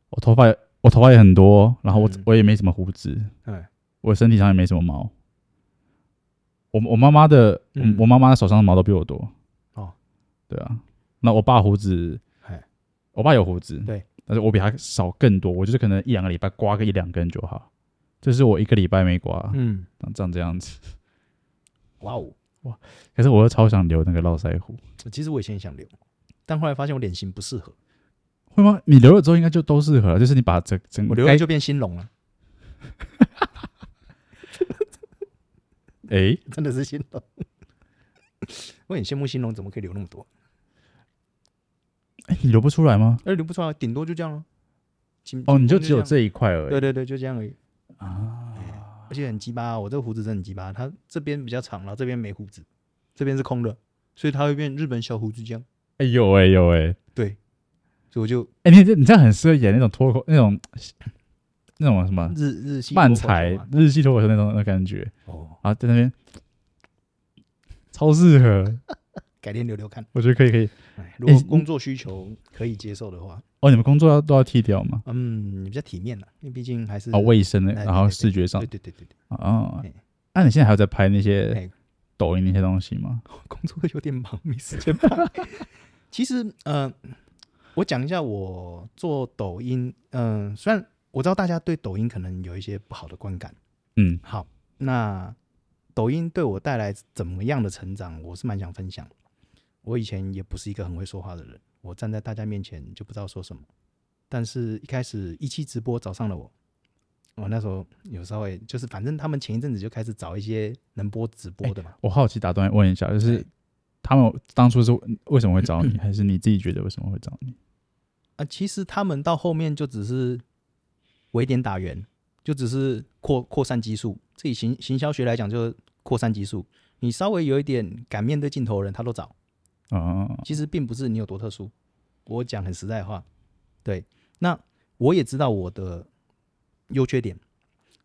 A: 我头发我头发也很多，然后我、
B: 嗯
A: 我也没什么胡子，
B: 哎，
A: 我身体上也没什么毛。我我妈妈的，我
B: 嗯
A: 我妈妈手上的毛都比我多。
B: 哦，
A: 对啊，那我爸胡子
B: 哎，
A: 我爸有胡子，
B: 对，
A: 但是我比他少更多，我就是可能一两个礼拜刮个一两根就好。这是我一个礼拜没刮，
B: 嗯，
A: 长长这样子。
B: 哇哦，
A: 可是我又超想留那个络腮胡，
B: 其实我以前也想留，但后来发现我脸型不适合，
A: 会吗？你留了之后应该就都适合了，就是你把整整
B: 我留
A: 该
B: 了就变新龙了，
A: 哎、
B: 真的是新龙。 我很羡慕新龙怎么可以留那么多，
A: 哎你留不出啊来吗？
B: 而留不出来，顶多就这样了。紧
A: 哦，你就只有，
B: 样
A: 这一块而已
B: 对对对，就这样而已。哎
A: 啊。
B: 而且很鸡巴，我这个胡子真的很鸡巴，它这边比较长，然后这边没胡子，这边是空的，所以它会变日本小胡子酱。
A: 哎有哎有哎、
B: 对，所以我就
A: 哎、你这你这样很适合演那种脱口那种那种什么
B: 日日系
A: 漫
B: 脱口秀
A: 才
B: 嘛
A: 日系脱口秀那种的感觉，
B: 哦，
A: 然后在那边超适合，
B: 改天聊聊看。
A: 我觉得可以可以。
B: 哎如果
A: 你
B: 工作需求可以接受的话，
A: 哦，你们工作要都要剃掉吗？
B: 嗯，比较体面了，因为毕竟还是
A: 哦，卫生的，
B: 哎
A: 然后
B: 对对
A: 视觉上
B: 对对对对对，
A: 哦
B: 哎。
A: 那、你现在还有在拍那些
B: 哎
A: 抖音那些东西吗？
B: 工作有点忙，没时间拍。 其实，呃，我讲一下我做抖音，嗯、虽然我知道大家对抖音可能有一些不好的观感，
A: 嗯，
B: 好，那抖音对我带来怎么样的成长，我是蛮想分享。我以前也不是一个很会说话的人，我站在大家面前就不知道说什么。但是一开始一期直播找上了我，我那时候有稍微就是，反正他们前一阵子就开始找一些能播直播的嘛。
A: 我好奇打断问一下，就是
B: 哎
A: 他们当初是为什么会找 你，还是你自己觉得为什么会找你？
B: 啊，其实他们到后面就只是围点打援，就只是扩扩散基数。这以行行销学来讲，就是扩散基数。你稍微有一点敢面对镜头的人，他都找。
A: 哦，
B: 其实并不是你有多特殊，我讲很实在话。对，那我也知道我的优缺点，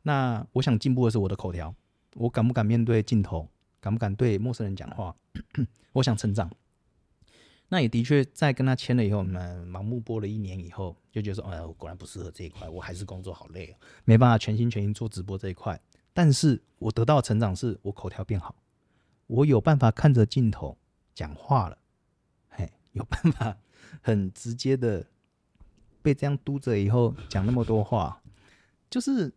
B: 那我想进步的是我的口条，我敢不敢面对镜头，敢不敢对陌生人讲话， 我想成长。那也的确在跟他签了以后，我们盲目播了一年以后，就觉得说，哎呀，我果然不适合这一块，我还是工作好累、哦，没办法全心全意做直播这一块。但是我得到的成长是我口条变好，我有办法看着镜头讲话了。嘿，有办法很直接的被这样嘟着以后讲那么多话，就是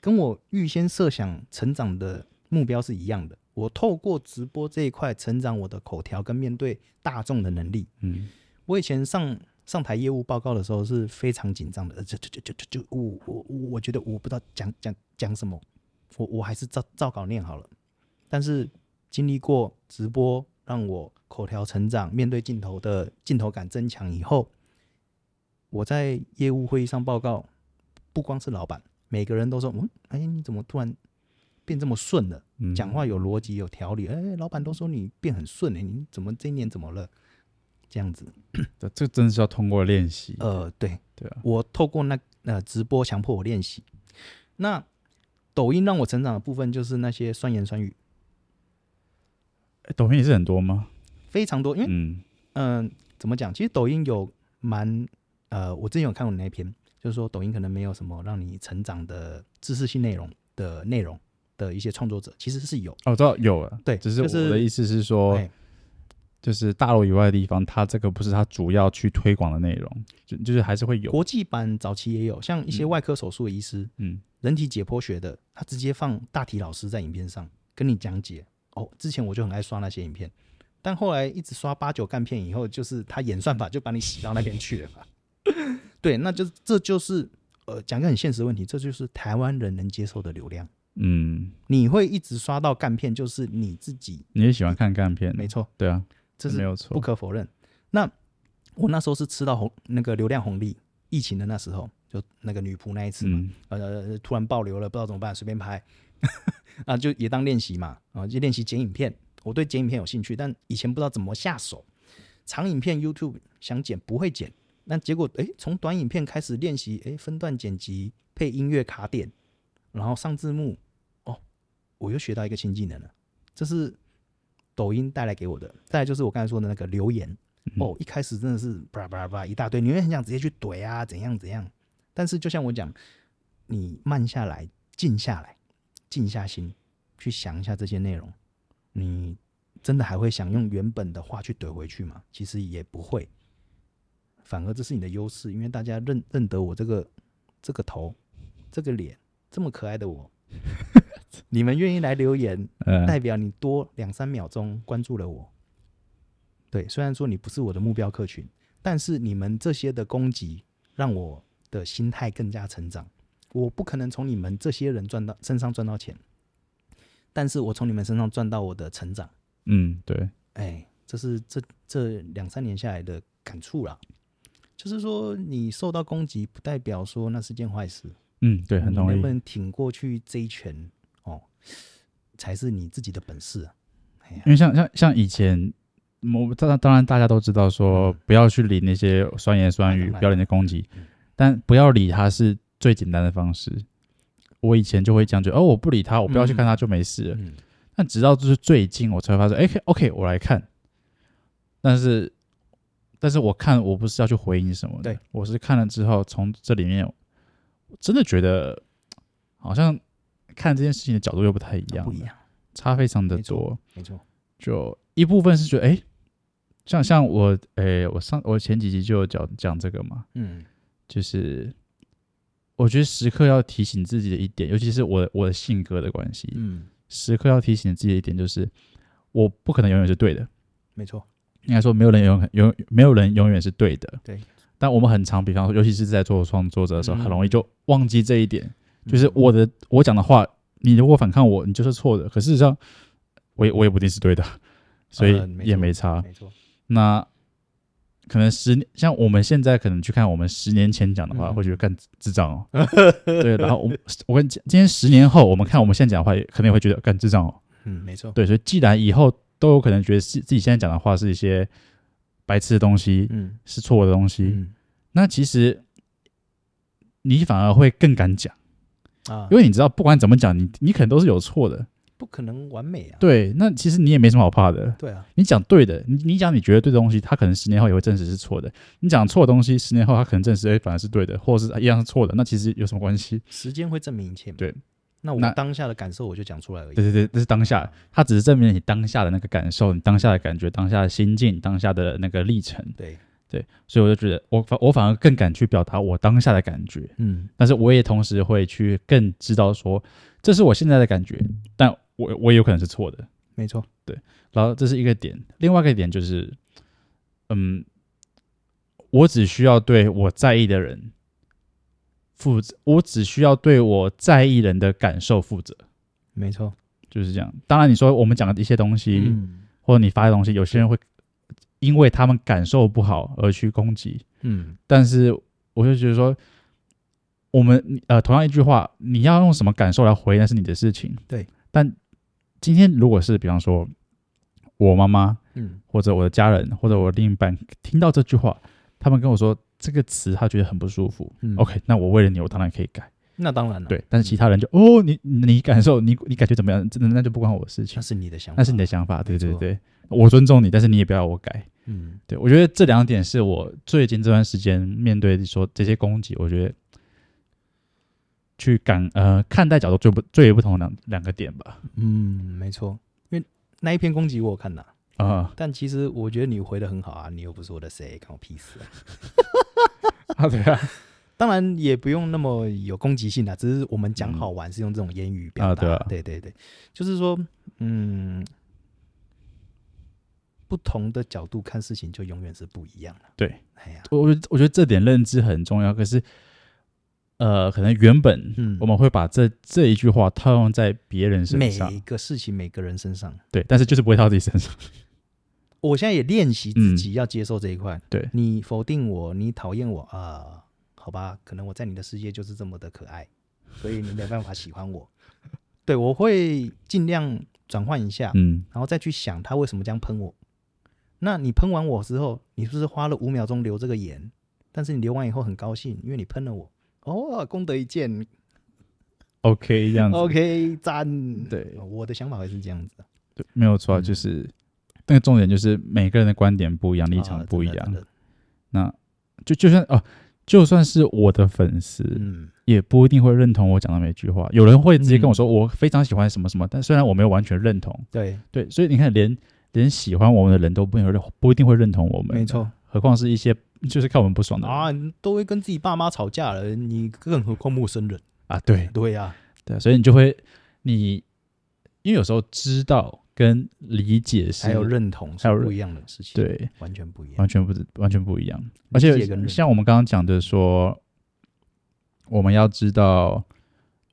B: 跟我预先设想成长的目标是一样的。我透过直播这一块成长我的口条跟面对大众的能力。
A: 嗯，
B: 我以前上上台业务报告的时候是非常紧张的，呃，就就就就就就我我我我觉得我不知道讲讲讲什么，我我还是照照稿念好了。但是经历过直播，让我口条成长，面对镜头的镜头感增强以后，我在业务会议上报告，不光是老板，每个人都说，嗯，哎，你怎么突然变这么顺了？
A: 嗯
B: 讲话有逻辑、有条理。哎、老板都说你变很顺哎、你怎么这一年怎么了？这样子，
A: 这这真的是要通过练习，
B: 呃，对
A: 对啊，
B: 我透过那呃直播强迫我练习。那抖音让我成长的部分就是那些酸言酸语
A: 哎抖音也是很多吗？
B: 非常多，因为
A: 嗯，
B: 嗯、怎么讲？其实抖音有蛮呃，我之前有看过你那篇，就是说抖音可能没有什么让你成长的知识性内容的内容的一些创作者，其实是有。
A: 哦，我知道有了，
B: 对
A: 只是
B: 就
A: 我
B: 是
A: 的意思是说，
B: 哎
A: 就是大陆以外的地方，它这个不是它主要去推广的内容，就就是还是会有，
B: 国际版早期也有，像一些外科手术的医师、
A: 嗯，
B: 人体解剖学的，他直接放大体老师在影片上跟你讲解。哦，之前我就很爱刷那些影片，但后来一直刷八九干片以后，就是他演算法就把你洗到那边去了嘛。 对，那就是这就是呃，讲个很现实的问题，这就是台湾人能接受的流量。
A: 嗯，
B: 你会一直刷到干片，就是你自己
A: 你也喜欢看干片，
B: 没错，
A: 对啊，
B: 这
A: 没
B: 是
A: 有错
B: 不，可否认。那我那时候是吃到红那个流量红利，疫情的那时候，就那个女仆那一次嘛，
A: 嗯，
B: 呃，突然爆流了，不知道怎么办，随便拍 啊，就也当练习嘛，啊，就练习剪影片。我对剪影片有兴趣，但以前不知道怎么下手。长影片 YouTube 想剪不会剪，那结果诶，从短影片开始练习，诶，分段剪辑、配音乐卡点，然后上字幕，哦，我又学到一个新技能了，这是抖音带来给我的。再来就是我刚才说的那个留言，哦，一开始真的是叭叭叭一大堆，你会很想直接去怼啊，怎样怎样。但是就像我讲，你慢下来，静下来，静下心去想一下这些内容，你真的还会想用原本的话去怼回去吗？其实也不会，反而这是你的优势，因为大家认认得我这个这个头、这个脸，这么可爱的我， 你们愿意来留言，
A: 呃，
B: 代表你多两三秒钟关注了我。对，虽然说你不是我的目标客群，但是你们这些的攻击让我的心态更加成长。我不可能从你们这些人赚到身上赚到钱，但是我从你们身上赚到我的成长。
A: 嗯，对，
B: 哎，这是这这两三年下来的感触啦。就是说，你受到攻击，不代表说那是件坏事。
A: 嗯，对，很
B: 你
A: 同
B: 能
A: 意
B: 不，能挺过去这一拳哦，才是你自己的本事啊、哎呀
A: 因为像像像以前。我当然当然大家都知道
B: 嗯
A: 说不要去理那些酸言酸
B: 当
A: 语、
B: 然
A: 不要脸的攻击，
B: 嗯
A: 但不要理他是最简单的方式。我以前就会这样觉得，哦，我不理他，我不要去看他就没事了。
B: 嗯，
A: 但直到就是最近，我才发现，哎、o k 我来看。但是，但是我看我不是要去回应什么的，
B: 对
A: 我是看了之后，从这里面我真的觉得好像看这件事情的角度又不太一样，
B: 啊不一，样，
A: 差非常的
B: 没错
A: 多。
B: 没错，
A: 就一部分是觉得，哎、像像我，哎、我上我前几集就有讲讲这个嘛，
B: 嗯，
A: 就是我觉得时刻要提醒自己的一点，尤其是我我的性格的关系，
B: 嗯，
A: 时刻要提醒自己的一点就是，我不可能永远是对的。
B: 没错，
A: 应该说，没有人永永没有人永远是对的。
B: 对。
A: 但我们很常，比方说，尤其是在做创作者的时候，
B: 嗯
A: 很容易就忘记这一点。就是
B: 嗯
A: 我的我讲的话，你如果反抗我，你就是错的。可事实上，我也我也不一定是 对的，所以
B: 呃没错
A: 也没差。
B: 没错，
A: 那可能十年，像我们现在可能去看我们十年前讲的话，
B: 嗯
A: 会觉得干智障 哦。对，然后我们我跟今天十年后，我们看我们现在讲的话，也可能也会觉得干智障哦。
B: 嗯，没错，
A: 对，所以既然以后都有可能觉得是自己现在讲的话是一些白痴的东西，
B: 嗯
A: 是错误的东西，
B: 嗯
A: 那其实你反而会更敢讲，
B: 啊，
A: 因为你知道不管怎么讲，你你可能都是有错的。
B: 不可能完美啊，
A: 对，那其实你也没什么好怕的。
B: 对啊，
A: 你讲对的，你你讲你觉得对的东西，他可能十年后也会证实是错的。你讲错的东西，十年后他可能证实哎反而是对的，或者是一样是错的，那其实有什么关系？
B: 时间会证明一切嘛。
A: 对，
B: 那我
A: 那
B: 当下的感受我就讲出来而已。
A: 对对对，那是当下，它只是证明了你当下的那个感受，你当下的感觉，当下的心境，当下的那个历程。
B: 对，
A: 所以我就觉得我反我反而更敢去表达我当下的感觉，
B: 嗯，
A: 但是我也同时会去更知道说这是我现在的感觉，但我我也有可能是错的。
B: 没错，
A: 然后这是一个点，另外一个点就是，嗯，我只需要对我在意的人负责，我只需要对我在意人的感受负责，
B: 没错，
A: 就是这样。当然，你说我们讲的一些东西，
B: 嗯
A: 或者你发的东西，有些人会因为他们感受不好而去攻击，
B: 嗯，
A: 但是我就觉得说，我们你呃，同样一句话，你要用什么感受来回应，那是你的事情。
B: 对，
A: 但今天如果是比方说我妈妈
B: 嗯，
A: 或者我的家人或者我的另一半听到这句话，他们跟我说这个词，他觉得很不舒服。
B: 嗯
A: OK，那我为了你，我当然可以改。
B: 那当然了，，
A: 对，但是其他人就哦，你你感受你你感觉怎么样？真的那就不关我的事情
B: 嗯那，是你的想法，
A: 那是你的想法。对对
B: 没错
A: 对，我尊重你，但是你也不要我改。
B: 嗯，
A: 对我觉得这两点是我最近这段时间面对说这些攻击，我觉得去感呃看待角度最不最不同的两两个点吧。
B: 嗯，没错，因为那一篇攻击我有看呐、
A: 啊、
B: 但其实我觉得你回的很好啊，你又不是我的谁，关我屁事啊。
A: 啊，对啊，
B: 当然也不用那么有攻击性啦，啊只是我们讲好玩是用这种言语
A: 嗯啊
B: 表达。
A: 对啊
B: 对对对，就是说，嗯，不同的角度看事情就永远是不一样的。
A: 对，
B: 哎呀，
A: 我觉得我觉得这点认知很重要。可是，呃，可能原本
B: 嗯，
A: 我们会把这这一句话套用在别人身
B: 每
A: 上
B: 一，个事情每个人身上，
A: 对，但是就是不会套自己身 上。
B: 我现在也练习自己要接受这一块。
A: 嗯对
B: 你否定我，你讨厌我啊、好吧，可能我在你的世界就是这么的可爱，所以你没办法喜欢 我。对，我会尽量转换一下，
A: 嗯，
B: 然后再去想他为什么这样喷我。那你喷完我之后，你是不是花了五秒钟留这个言？但是你留完以后很高兴，因为你喷了我，哦，功德一件
A: OK，这样子
B: 哦，OK，赞。
A: 嗯对
B: 哦，我的想法会是这样子的，
A: 对，没有错啊，
B: 嗯
A: 就是那个重点就是每个人的观点不一样，立场
B: 啊
A: 不一样，
B: 真的
A: 那就就算哦，就算是我的粉丝，
B: 真的嗯，
A: 也不一定会认同我讲的每句话。有人会直接跟我说，我非常喜欢什么什么，但虽然我没有完全认同，
B: 对，
A: 对，所以你看，连连喜欢我们的人都不一定会认不一定会认同我们，
B: 没，错
A: 何况是一些就是看我们不爽的人
B: 啊，你都会跟自己爸妈吵架了，你更何况陌生人？
A: 啊，对
B: 对呀、
A: 对啊，所以你就会你因为有时候知道跟理解是
B: 还有认同
A: 还有
B: 是
A: 认
B: 不一样的事情，，
A: 对
B: 完全不一样。
A: 完全不是完全不一样。而
B: 理解
A: 且
B: 跟认
A: 像我们刚刚讲的说，我们要知道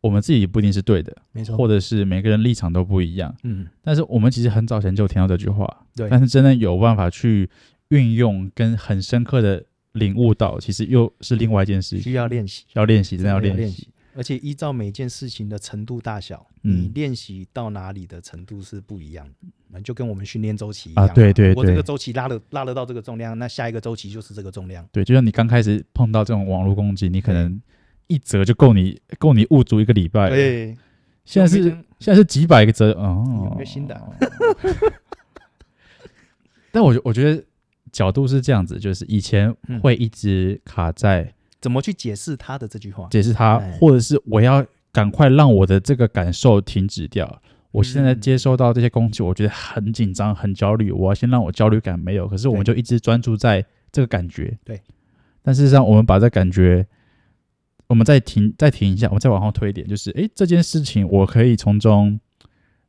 A: 我们自己不一定是对的，
B: 没错，
A: 或者是每个人立场都不一样。
B: 嗯，
A: 但是我们其实很早前就听到这句话，
B: 对
A: 但是真的有办法去运用跟很深刻的领悟到，其实又是另外一件事情，
B: 需要练习，
A: 要练习，真的要
B: 真的要
A: 练
B: 练
A: 习。
B: 而且依照每件事情的程度大小，
A: 嗯
B: 你练习到哪里的程度是不一样的。那就跟我们训练周期一
A: 啊
B: 样嘛、
A: 对对
B: 我这
A: 对
B: 个周期拉了拉了到这个重量，那下一个周期就是这个重量。
A: 对，就像你刚开始碰到这种网络攻击，你可能一折就够你够你悟足一个礼拜了。
B: 对，
A: 现在是
B: 有没有
A: 现在是几百个折哦，
B: 有没有新的啊
A: 但我觉我觉得角度是这样子，就是以前
B: 嗯
A: 会一直卡在。
B: 怎么去解释他的这句话？
A: 解释它
B: 哎，
A: 或者是我要赶快让我的这个感受停止掉。我现在
B: 嗯
A: 接收到这些攻击，我觉得很紧张、很焦虑。我要先让我焦虑感没有，可是我们就
B: 对
A: 一直专注在这个感觉。
B: 对，
A: 但事实上，我们把这感觉，我们再停、再停一下，我们再往后推一点，就是诶，这件事情我可以从中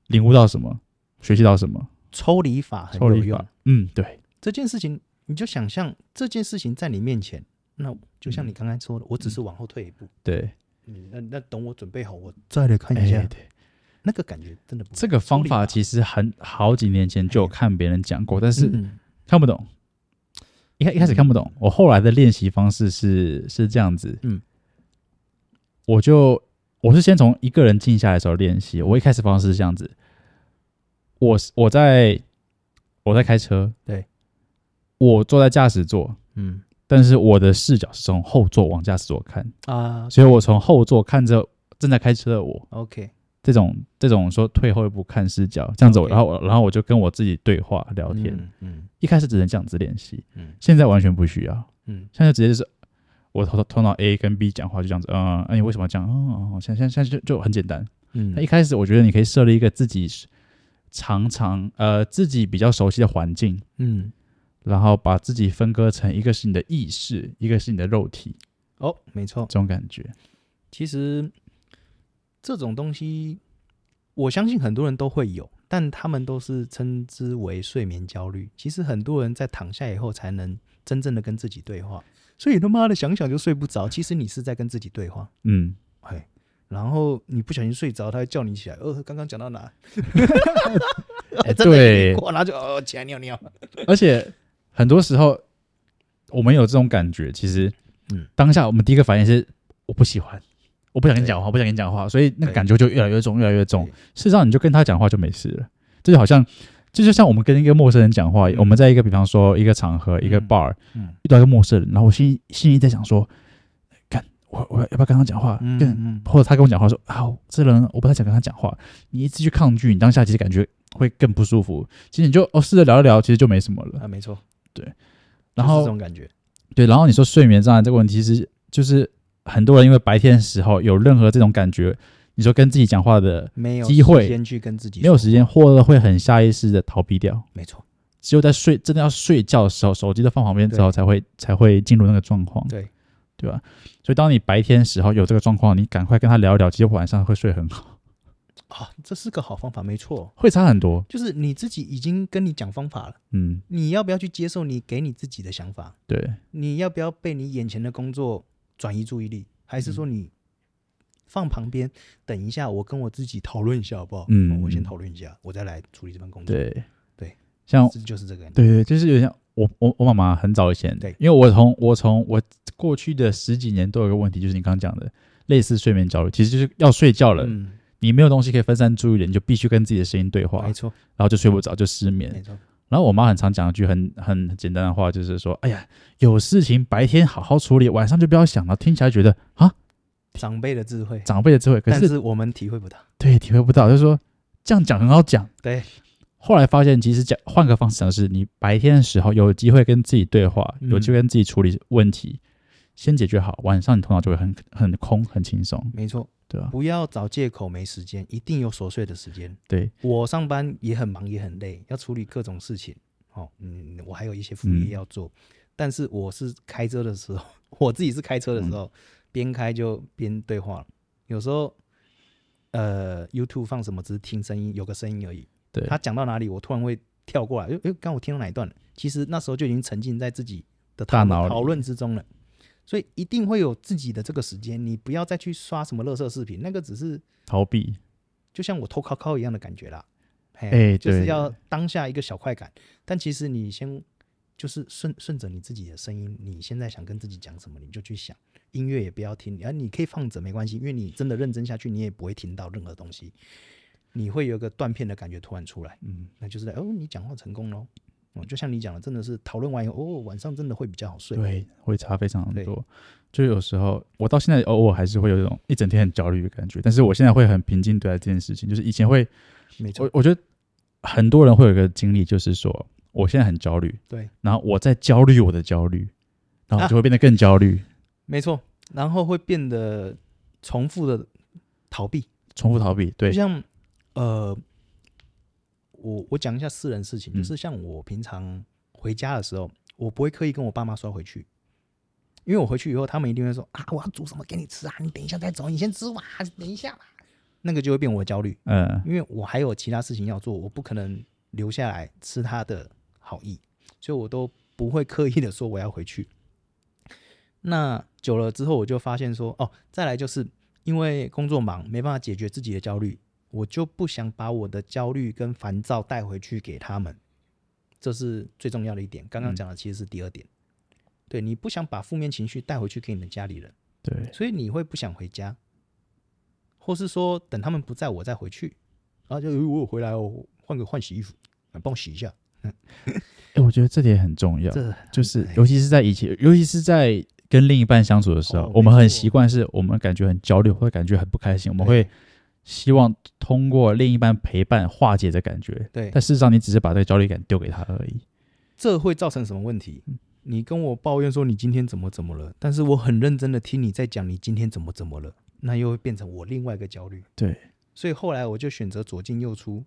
A: 领悟到什么，学习到什么，
B: 抽离法很
A: 抽
B: 有
A: 离
B: 用
A: 法。。嗯，对，
B: 这件事情，你就想象这件事情在你面前，那就像你刚才说的，我只是往后退一步。
A: 对，
B: 嗯，那那等我准备好，我再来看一
A: 哎
B: 下，
A: 对。
B: 那个感觉真的不一样
A: 这个方
B: 抽离
A: 法
B: 法
A: 其实很好几年前就有看别人讲过，但是
B: 哎嗯嗯
A: 看不懂。一开一开始看不懂，我后来的练习方式是是这样子，
B: 嗯，
A: 我就我是先从一个人静下来的时候练习。
B: 嗯
A: 我一开始方式是这样子，我是我在我在开车，
B: 对，
A: 我坐在驾驶座，
B: 嗯
A: 但是我的视角是从后座往驾驶座看，
B: 啊
A: 所以我从后座看着正在开车的我，
B: ，OK，
A: 这种这种说退后一步看视角这样子我，
B: OK
A: 然后我然后我就跟我自己对话聊天，
B: 嗯嗯
A: 一开始只能这样子练习，
B: 嗯
A: 现在完全不需要。
B: 嗯，
A: 现在直接就是我头头脑 A 跟 B 讲话就这样子，嗯，那、你为什么要这样？哦，哦现在现在现在就就很简单。
B: 嗯
A: 那一开始我觉得你可以设立一个自己常常呃自己比较熟悉的环境，
B: 嗯，
A: 然后把自己分割成一个是你的意识，一个是你的肉体，
B: 哦，没错
A: 这，种感觉。
B: 其实这种东西，我相信很多人都会有，但他们都是称之为睡眠焦虑。其实很多人在躺下以后才能真正的跟自己对话，所以他妈的想想就睡不着。其实你是在跟自己对话，
A: 嗯，
B: 哎，然后你不小心睡着，他会叫你起来。呃，刚刚讲到哪？
A: 哎
B: 真的
A: 对
B: 过然后就哦起来尿尿。
A: 而且很多时候我们有这种感觉，其实，
B: 嗯
A: 当下我们第一个反应是我不喜欢，我不想跟你讲话，不想跟你讲话，所以那个
B: 对
A: 感觉就越来越重，越来越重
B: 对。
A: 事实上，你就跟他讲话就没事了。这就好像，这就像我们跟一个陌生人讲话，
B: 嗯
A: 我们在一个比方说一个场合、一个
B: 嗯
A: bar
B: 嗯
A: 遇到一个陌生人，然后我心心里在想说，干我我要不要跟他讲话？
B: 嗯
A: 跟
B: 嗯
A: 或者他跟我讲话说啊，这人我不太想跟他讲话。你一直去抗拒，你当下其实感觉会更不舒服。其实你就哦试着聊一聊，其实就没什么了。
B: 啊，没错，
A: 然
B: 就是
A: 后
B: 这种感觉，
A: 对，然后你说睡眠障碍这个问题，其实就是很多人因为白天的时候有任何这种感觉，你说跟自己讲话的
B: 没有
A: 机会
B: 时间去跟自己
A: 没有
B: 说
A: 时间，
B: 话，
A: 或者会很下意识的逃避掉。
B: 没错，
A: 只有在睡真的要睡觉的时候，手机都放旁边之后，
B: 对
A: 才会才会进入那个状况，
B: 对
A: 对吧？所以当你白天时候有这个状况，你赶快跟他聊一聊，其实晚上会睡很好，
B: 啊，这是个好方法，没错，
A: 会差很多。
B: 就是你自己已经跟你讲方法了，
A: 嗯，
B: 你要不要去接受你给你自己的想法？
A: 对，
B: 你要不要被你眼前的工作转移注意力，还是说你放旁边，等一下我跟我自己讨论一下好不好？
A: 嗯
B: 哦我先讨论一下，我再来处理这份工作。，
A: 对，
B: 对，
A: 像
B: 这就是这个感觉。
A: 对对，就是有点像我我我妈妈很早以前，
B: 对
A: 因为我从我从我过去的十几年都有一个问题，就是你刚刚讲的类似睡眠焦虑，其实就是要睡觉了，
B: 嗯，
A: 你没有东西可以分散注意力，你就必须跟自己的声音对话，
B: 没
A: 然
B: 错，
A: 后就睡不着，就失眠
B: 没。错，
A: 然后我妈很常讲一句很很简单的话，就是说：“哎呀，有事情白天好好处理，晚上就不要想了。”听起来觉得啊，
B: 长辈的智慧，
A: 长辈的智慧，可
B: 但
A: 是
B: 是我们体会不到。
A: 对体会不到，就是说这样讲很好讲。
B: 对，
A: 后来发现其实讲换个方式讲，是你白天的时候有机会跟自己对话，
B: 嗯
A: 有机会跟自己处理问题，先解决好，晚上你头脑就会很很空，很轻松，
B: 没错，
A: 对吧、
B: 不要找借口没时间，一定有琐碎的时间。
A: 对，
B: 我上班也很忙，也很累，要处理各种事情。哦，嗯，我还有一些副
A: 嗯
B: 业要做，但是我是开车的时候， 我自己是开车的时
A: 嗯
B: 候，边、开就边对话了。有时候，呃，YouTube 放什么只是听声音，有个声音而已。
A: 对
B: 他讲到哪里，我突然会跳过来，哎、诶刚我听到哪一段了？其实那时候就已经沉浸在自己的讨论
A: 大脑里
B: 讨论之中了。所以一定会有自己的这个时间，你不要再去刷什么垃圾视频，那个只是
A: 逃避，
B: 就像我偷考考一样的感觉啦。哎
A: 哎
B: 就是
A: 对
B: 要当下一个小快感，但其实你先就是顺顺着你自己的声音，你现在想跟自己讲什么，你就去想。音乐也不要听，而、你可以放着没关系，因为你真的认真下去，你也不会听到任何东西，你会有一个断片的感觉突然出来，
A: 嗯，
B: 那就是哦，你讲话成功喽。哦，就像你讲的，真的是讨论完以后，哦，晚上真的会比较好睡。
A: 对，会差非常
B: 对
A: 多。就有时候我到现在偶尔还是会有一种一整天很焦虑的感觉，但是我现在会很平静对待这件事情。就是以前会，
B: 没错
A: 我，我觉得很多人会有一个经历，就是说我现在很焦虑，
B: 对，
A: 然后我在焦虑我的焦虑，然后
B: 啊
A: 我就会变得更焦虑，
B: 没错。然后会变得重复的逃避，
A: 重复逃避。对
B: 就，像呃，我我讲一下私人事
A: 嗯
B: 情，就是像我平常回家的时候，我不会刻意跟我爸妈说回去，因为我回去以后，他们一定会说啊，我要煮什么给你吃啊，你等一下再走，你先吃吧，等一下吧，那个就会变我的焦虑，
A: 嗯，
B: 因为我还有其他事情要做，我不可能留下来吃他的好意，所以我都不会刻意的说我要回去。那久了之后，我就发现说，哦，再来就是因为工作忙，没办法解决自己的焦虑，我就不想把我的焦虑跟烦躁带回去给他们，这是最重要的一点。刚刚讲的其实是第二点，对你不想把负面情绪带回去给你的家里人，
A: 对，
B: 所以你会不想回家，或是说等他们不在我再回去，然后就呃我有回来哦，换个换洗衣服，啊帮我洗一下，
A: 哎，我觉得这点很重要，
B: 这
A: 就是
B: 哎
A: 尤其是在以前，尤其是在跟另一半相处的时候
B: 哦，
A: 我们
B: 没
A: 很
B: 错
A: 习惯是我们感觉很焦虑，会感觉很不开心，我们
B: 对
A: 会希望通过另一半陪伴化解的感觉。
B: 对
A: 但事实上，你只是把这个焦虑感丢给他而 已。
B: 这会造成什么问题？
A: 嗯
B: 你跟我抱怨说你今天怎么怎么了，但是我很认真的听你在讲你今天怎么怎么了，那又会变成我另外一个焦虑。
A: 对，
B: 所以后来我就选择左进右出，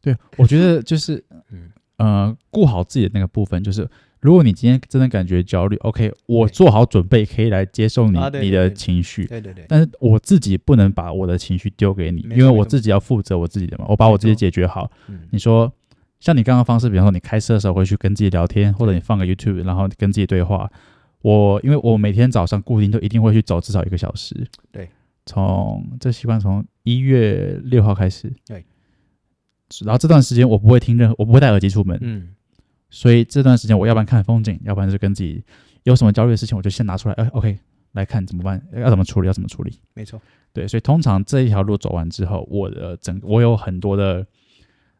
A: 对，我觉得就是，
B: 嗯
A: 呃，顾好自己的那个部分，就是如果你今天真的感觉焦虑，OK，我做好准备可以来接受你、
B: 啊对
A: 你
B: 对
A: 的
B: 对
A: 情绪，
B: 对对对，
A: 但是我自己不能把我的情绪丢给你，
B: 没
A: 因为
B: 错
A: 我
B: 没错
A: 自己要负责我自己的嘛，我把我自己
B: 没错
A: 解决好。
B: 嗯，
A: 你说，像你刚刚的方式，比方说你开车的时候会去跟自己聊天，或者你放个 YouTube，然后跟自己对话。我因为我每天早上固定都一定会去走至少一个小时，
B: 对，
A: 从这习惯从一月六号开始，
B: 对，
A: 然后这段时间我不会听任何，我不会戴耳机出门，
B: 嗯，
A: 所以这段时间我要不然看风景，要不然就跟自己有什么焦虑的事情，我就先拿出来，哎，OK，来看怎么办，要怎么处理，要怎么处理。
B: 没错，
A: 对，所以通常这一条路走完之后，我的整我有很多的，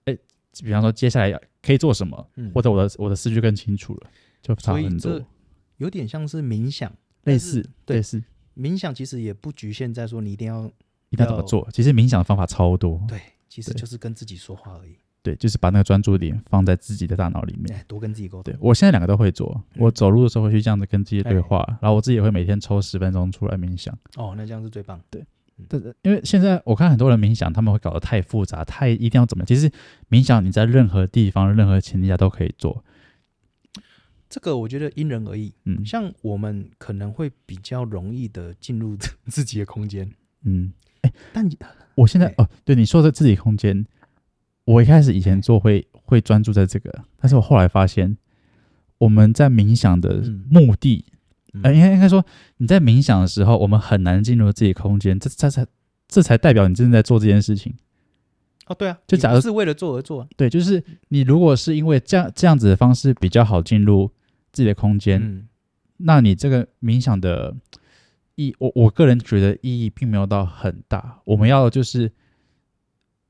A: 哎，比方说接下来要可以做什么，
B: 嗯，
A: 或者我的我的思绪更清楚了，就差
B: 所以
A: 很多
B: 这。有点像是冥想，
A: 类
B: 但是
A: 似
B: 对
A: 类似，
B: 冥想其实也不局限在说你一定要
A: 一定要怎么
B: 要
A: 做？其实冥想的方法超多。
B: 对，其实
A: 对
B: 就是跟自己说话而已。
A: 对，就是把那个专注点放在自己的大脑里面。
B: 哎，多跟自己沟通。
A: 对我现在两个都会做，
B: 嗯
A: 我走路的时候会去这样子跟自己
B: 哎
A: 对话，然后我自己也会每天抽十分钟出来冥想。
B: 哦，那这样是最棒。
A: 但是因为现在我看很多人冥想，他们会搞得太复杂，太一定要怎么样。其实冥想你在任何地方、任何情境下都可以做。
B: 这个我觉得因人而异，
A: 嗯
B: 像我们可能会比较容易的进入 自己的空间，
A: 嗯，
B: 但
A: 我现在
B: 对
A: 哦，对你说的自己空间，我一开始以前做会会专注在这个，但是我后来发现，我们在冥想的
B: 嗯
A: 目的，
B: 嗯
A: 呃，应该应该说你在冥想的时候，我们很难进入自己空间，这这才这才代表你真的在做这件事情。
B: 哦，对啊，
A: 就
B: 你
A: 假
B: 不
A: 如
B: 是为了做而做啊，
A: 对，就是你如果是因为这样这样子的方式比较好进入自己的空间，
B: 嗯，
A: 那你这个冥想的意，我我个人觉得意义并没有到很大。我们要就是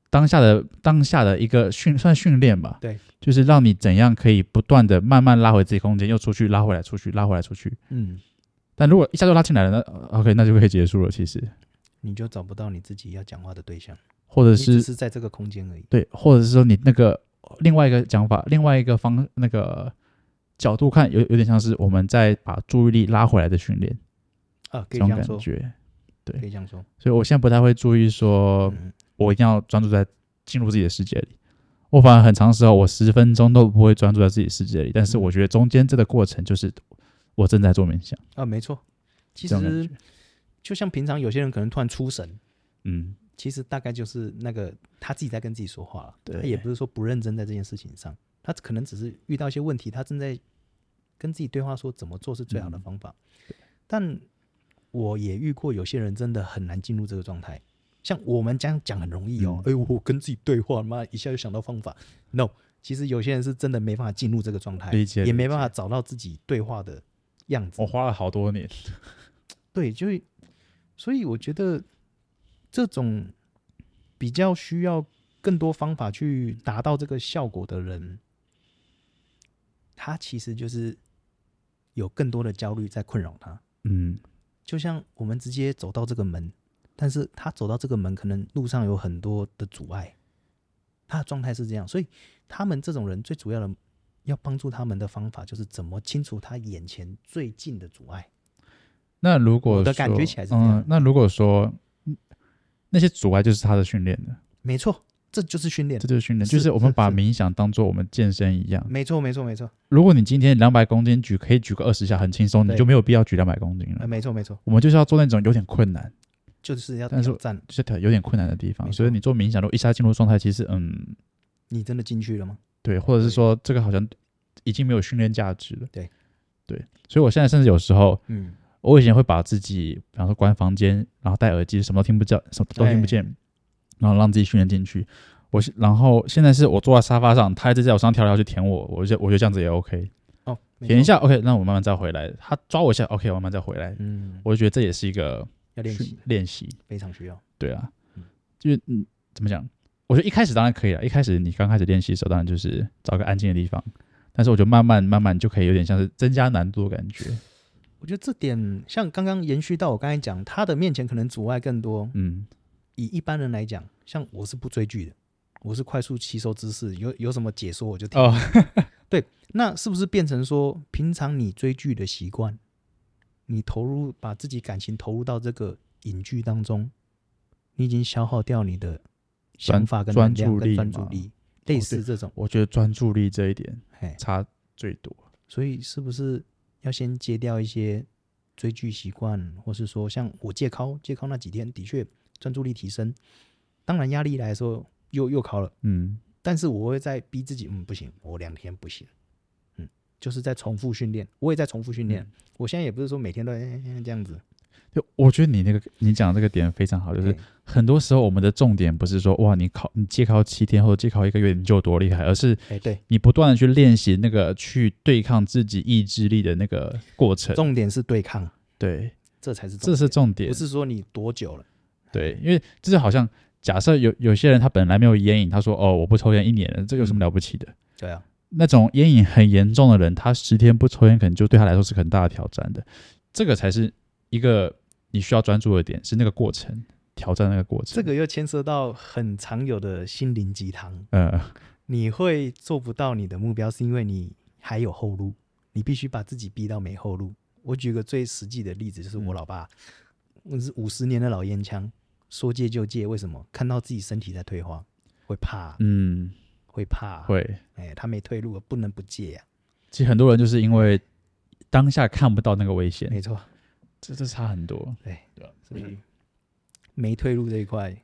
A: 当下的当下的一个训算训练吧，
B: 对，
A: 就是让你怎样可以不断的慢慢拉回自己空间，又出去拉回来，出去拉回来，出去。
B: 嗯，
A: 但如果一下就拉进来了，那呃 OK，那就可以结束了。其实，
B: 你就找不到你自己要讲话的对象，
A: 或者
B: 你
A: 是
B: 只是在这个空间而已。
A: 对，或者是说你那个另外一个讲法，另外一个方那个角度看，有有点像是我们在把注意力拉回来的训练，
B: 啊，
A: 这
B: 可以这
A: 种
B: 样
A: 感
B: 说，
A: 觉。对
B: 可以这样说。
A: 所以我现在不太会注意说
B: 嗯
A: 我一定要专注在进入自己的世界里。我反而很长时候，我十分钟都不会专注在自己世界里，但
B: 嗯
A: 是我觉得中间这个过程就是我正在做冥想，
B: 啊，没错，其
A: 这种感
B: 实
A: 觉。
B: 就像平常有些人可能突然出神，
A: 嗯，
B: 其实大概就是那个他自己在跟自己说话了，
A: 对
B: 他也不是说不认真在这件事情上，他可能只是遇到一些问题，他正在跟自己对话，说怎么做是最好的
A: 嗯
B: 方法。但我也遇过有些人真的很难进入这个状态，像我们这样讲很容易哦，
A: 嗯
B: 哎、我跟自己对话，妈一下就想到方法。No，其实有些人是真的没办法进入这个状态，
A: 理解
B: 也没
A: 理
B: 办法找到自己对话的样子。
A: 我花了好多年，
B: 对，就会，所以我觉得这种比较需要更多方法去达到这个效果的人，他其实就是有更多的焦虑在困扰他。
A: 嗯，
B: 就像我们直接走到这个门，但是他走到这个门，可能路上有很多的阻碍，他的状态是这样，所以他们这种人最主要的要帮助他们的方法，就是怎么清除他眼前最近的阻碍。
A: 那如果
B: 我的感觉
A: 说
B: 起来是这样
A: 嗯，那如果说嗯那些阻碍就是他的训练了，
B: 没错，这就是训练
A: 这。就是训练，
B: 嗯是
A: 就是我们
B: 是
A: 把
B: 是嗯
A: 冥想当做我们健身一样。
B: 没错，没错，没错，
A: 如果你今天两百公斤举可以举个二十下，很轻松，你
B: 对
A: 就没有必要举两百公斤
B: 呃，
A: 了。
B: 没错，没错，
A: 我们就是要做那种有点困难，
B: 就是要
A: 但是
B: 挑战。
A: 就是挑有点困难的地
B: 没
A: 方。
B: 错
A: 所以你做冥想，如果一下进入状态，其实嗯，
B: 你真的进去了吗？
A: 对，或者是
B: 对
A: 说这个好像已经没有训练价值了。
B: 对，
A: 对，所以我现在甚至有时候，
B: 嗯，
A: 我以前会把自己，比方说关房间，然后戴耳机，什么都听不见，什么都听不见，然后让自己训练进去。我是然后现在是我坐在沙发上，他一直在我身上跳来跳去舔我，我就我觉得这样子也 OK，
B: 哦，没
A: 舔一
B: 错，
A: 下 OK，那我慢慢再回来。他抓我一下 OK，我慢慢再回来。
B: 嗯，
A: 我就觉得这也是一个
B: 要练
A: 训
B: 习，
A: 练习，
B: 非常需要。
A: 对啊
B: 嗯，
A: 就是嗯，怎么讲？我觉得一开始当然可以了，一开始你刚开始练习的时候，当然就是找个安静的地方，但是我觉得慢慢慢慢就可以有点像是增加难度的感觉，
B: 我觉得这点像刚刚延续到我刚才讲，他的面前可能阻碍更多。
A: 嗯
B: 以一般人来讲，像我是不追剧的，我是快速吸收知识，有有什么解说我就听。
A: 哦，
B: 那是不是变成说，平常你追剧的习惯，你投入把自己感情投入到这个影剧当中，你已经消耗掉你的想法跟
A: 专
B: 能量跟
A: 专注力
B: 专注
A: 嘛哦
B: 力，类似这种，
A: 我觉得专注力这一点
B: 哎，
A: 差最多，
B: 所以是不是要先戒掉一些追剧习惯，或是说像我戒考，戒考那几天的确专注力提升，当然压力来的时候又又考了。
A: 嗯，
B: 但是我会在逼自己，嗯，不行，我两天不行，嗯，就是在重复训练，我也在重复训练。
A: 嗯
B: 我现在也不是说每天都、哎哎哎这样子，
A: 就我觉得你那个你讲这个点非常好，哦就是
B: 哎
A: 很多时候我们的重点不是说哇你考你戒考七天或者戒考一个月你就有多厉害，而是
B: 哎，对，
A: 你不断的去练习那个去对抗自己意志力的那个过程，
B: 重点是对抗，
A: 对，
B: 这才是重
A: 这
B: 点
A: 是重点，
B: 不是说你多久了，
A: 对，因为这就好像假设有有些人他本来没有烟瘾，他说哦我不抽烟一年了，这
B: 嗯
A: 有什么了不起的？
B: 对啊，
A: 那种烟瘾很严重的人，他十天不抽烟，可能就对他来说是很大的挑战的。这个才是一个你需要专注的点，是那个过程，挑战那个过程。
B: 这个又牵涉到很常有的心灵鸡汤，
A: 呃，
B: 你会做不到你的目标，是因为你还有后路，你必须把自己逼到没后路。我举个最实际的例子，就是我
A: 嗯
B: 老爸，我是五十年的老烟枪，说戒就戒，为什么？看到自己身体在退化，会怕，
A: 嗯，
B: 会怕，，
A: 会。
B: 哎，他没退路了，不能不戒啊呀、
A: 其实很多人就是因为当下看不到那个危险，
B: 没错，
A: 这这差很多，
B: 所
A: 嗯
B: 以没退路这一块，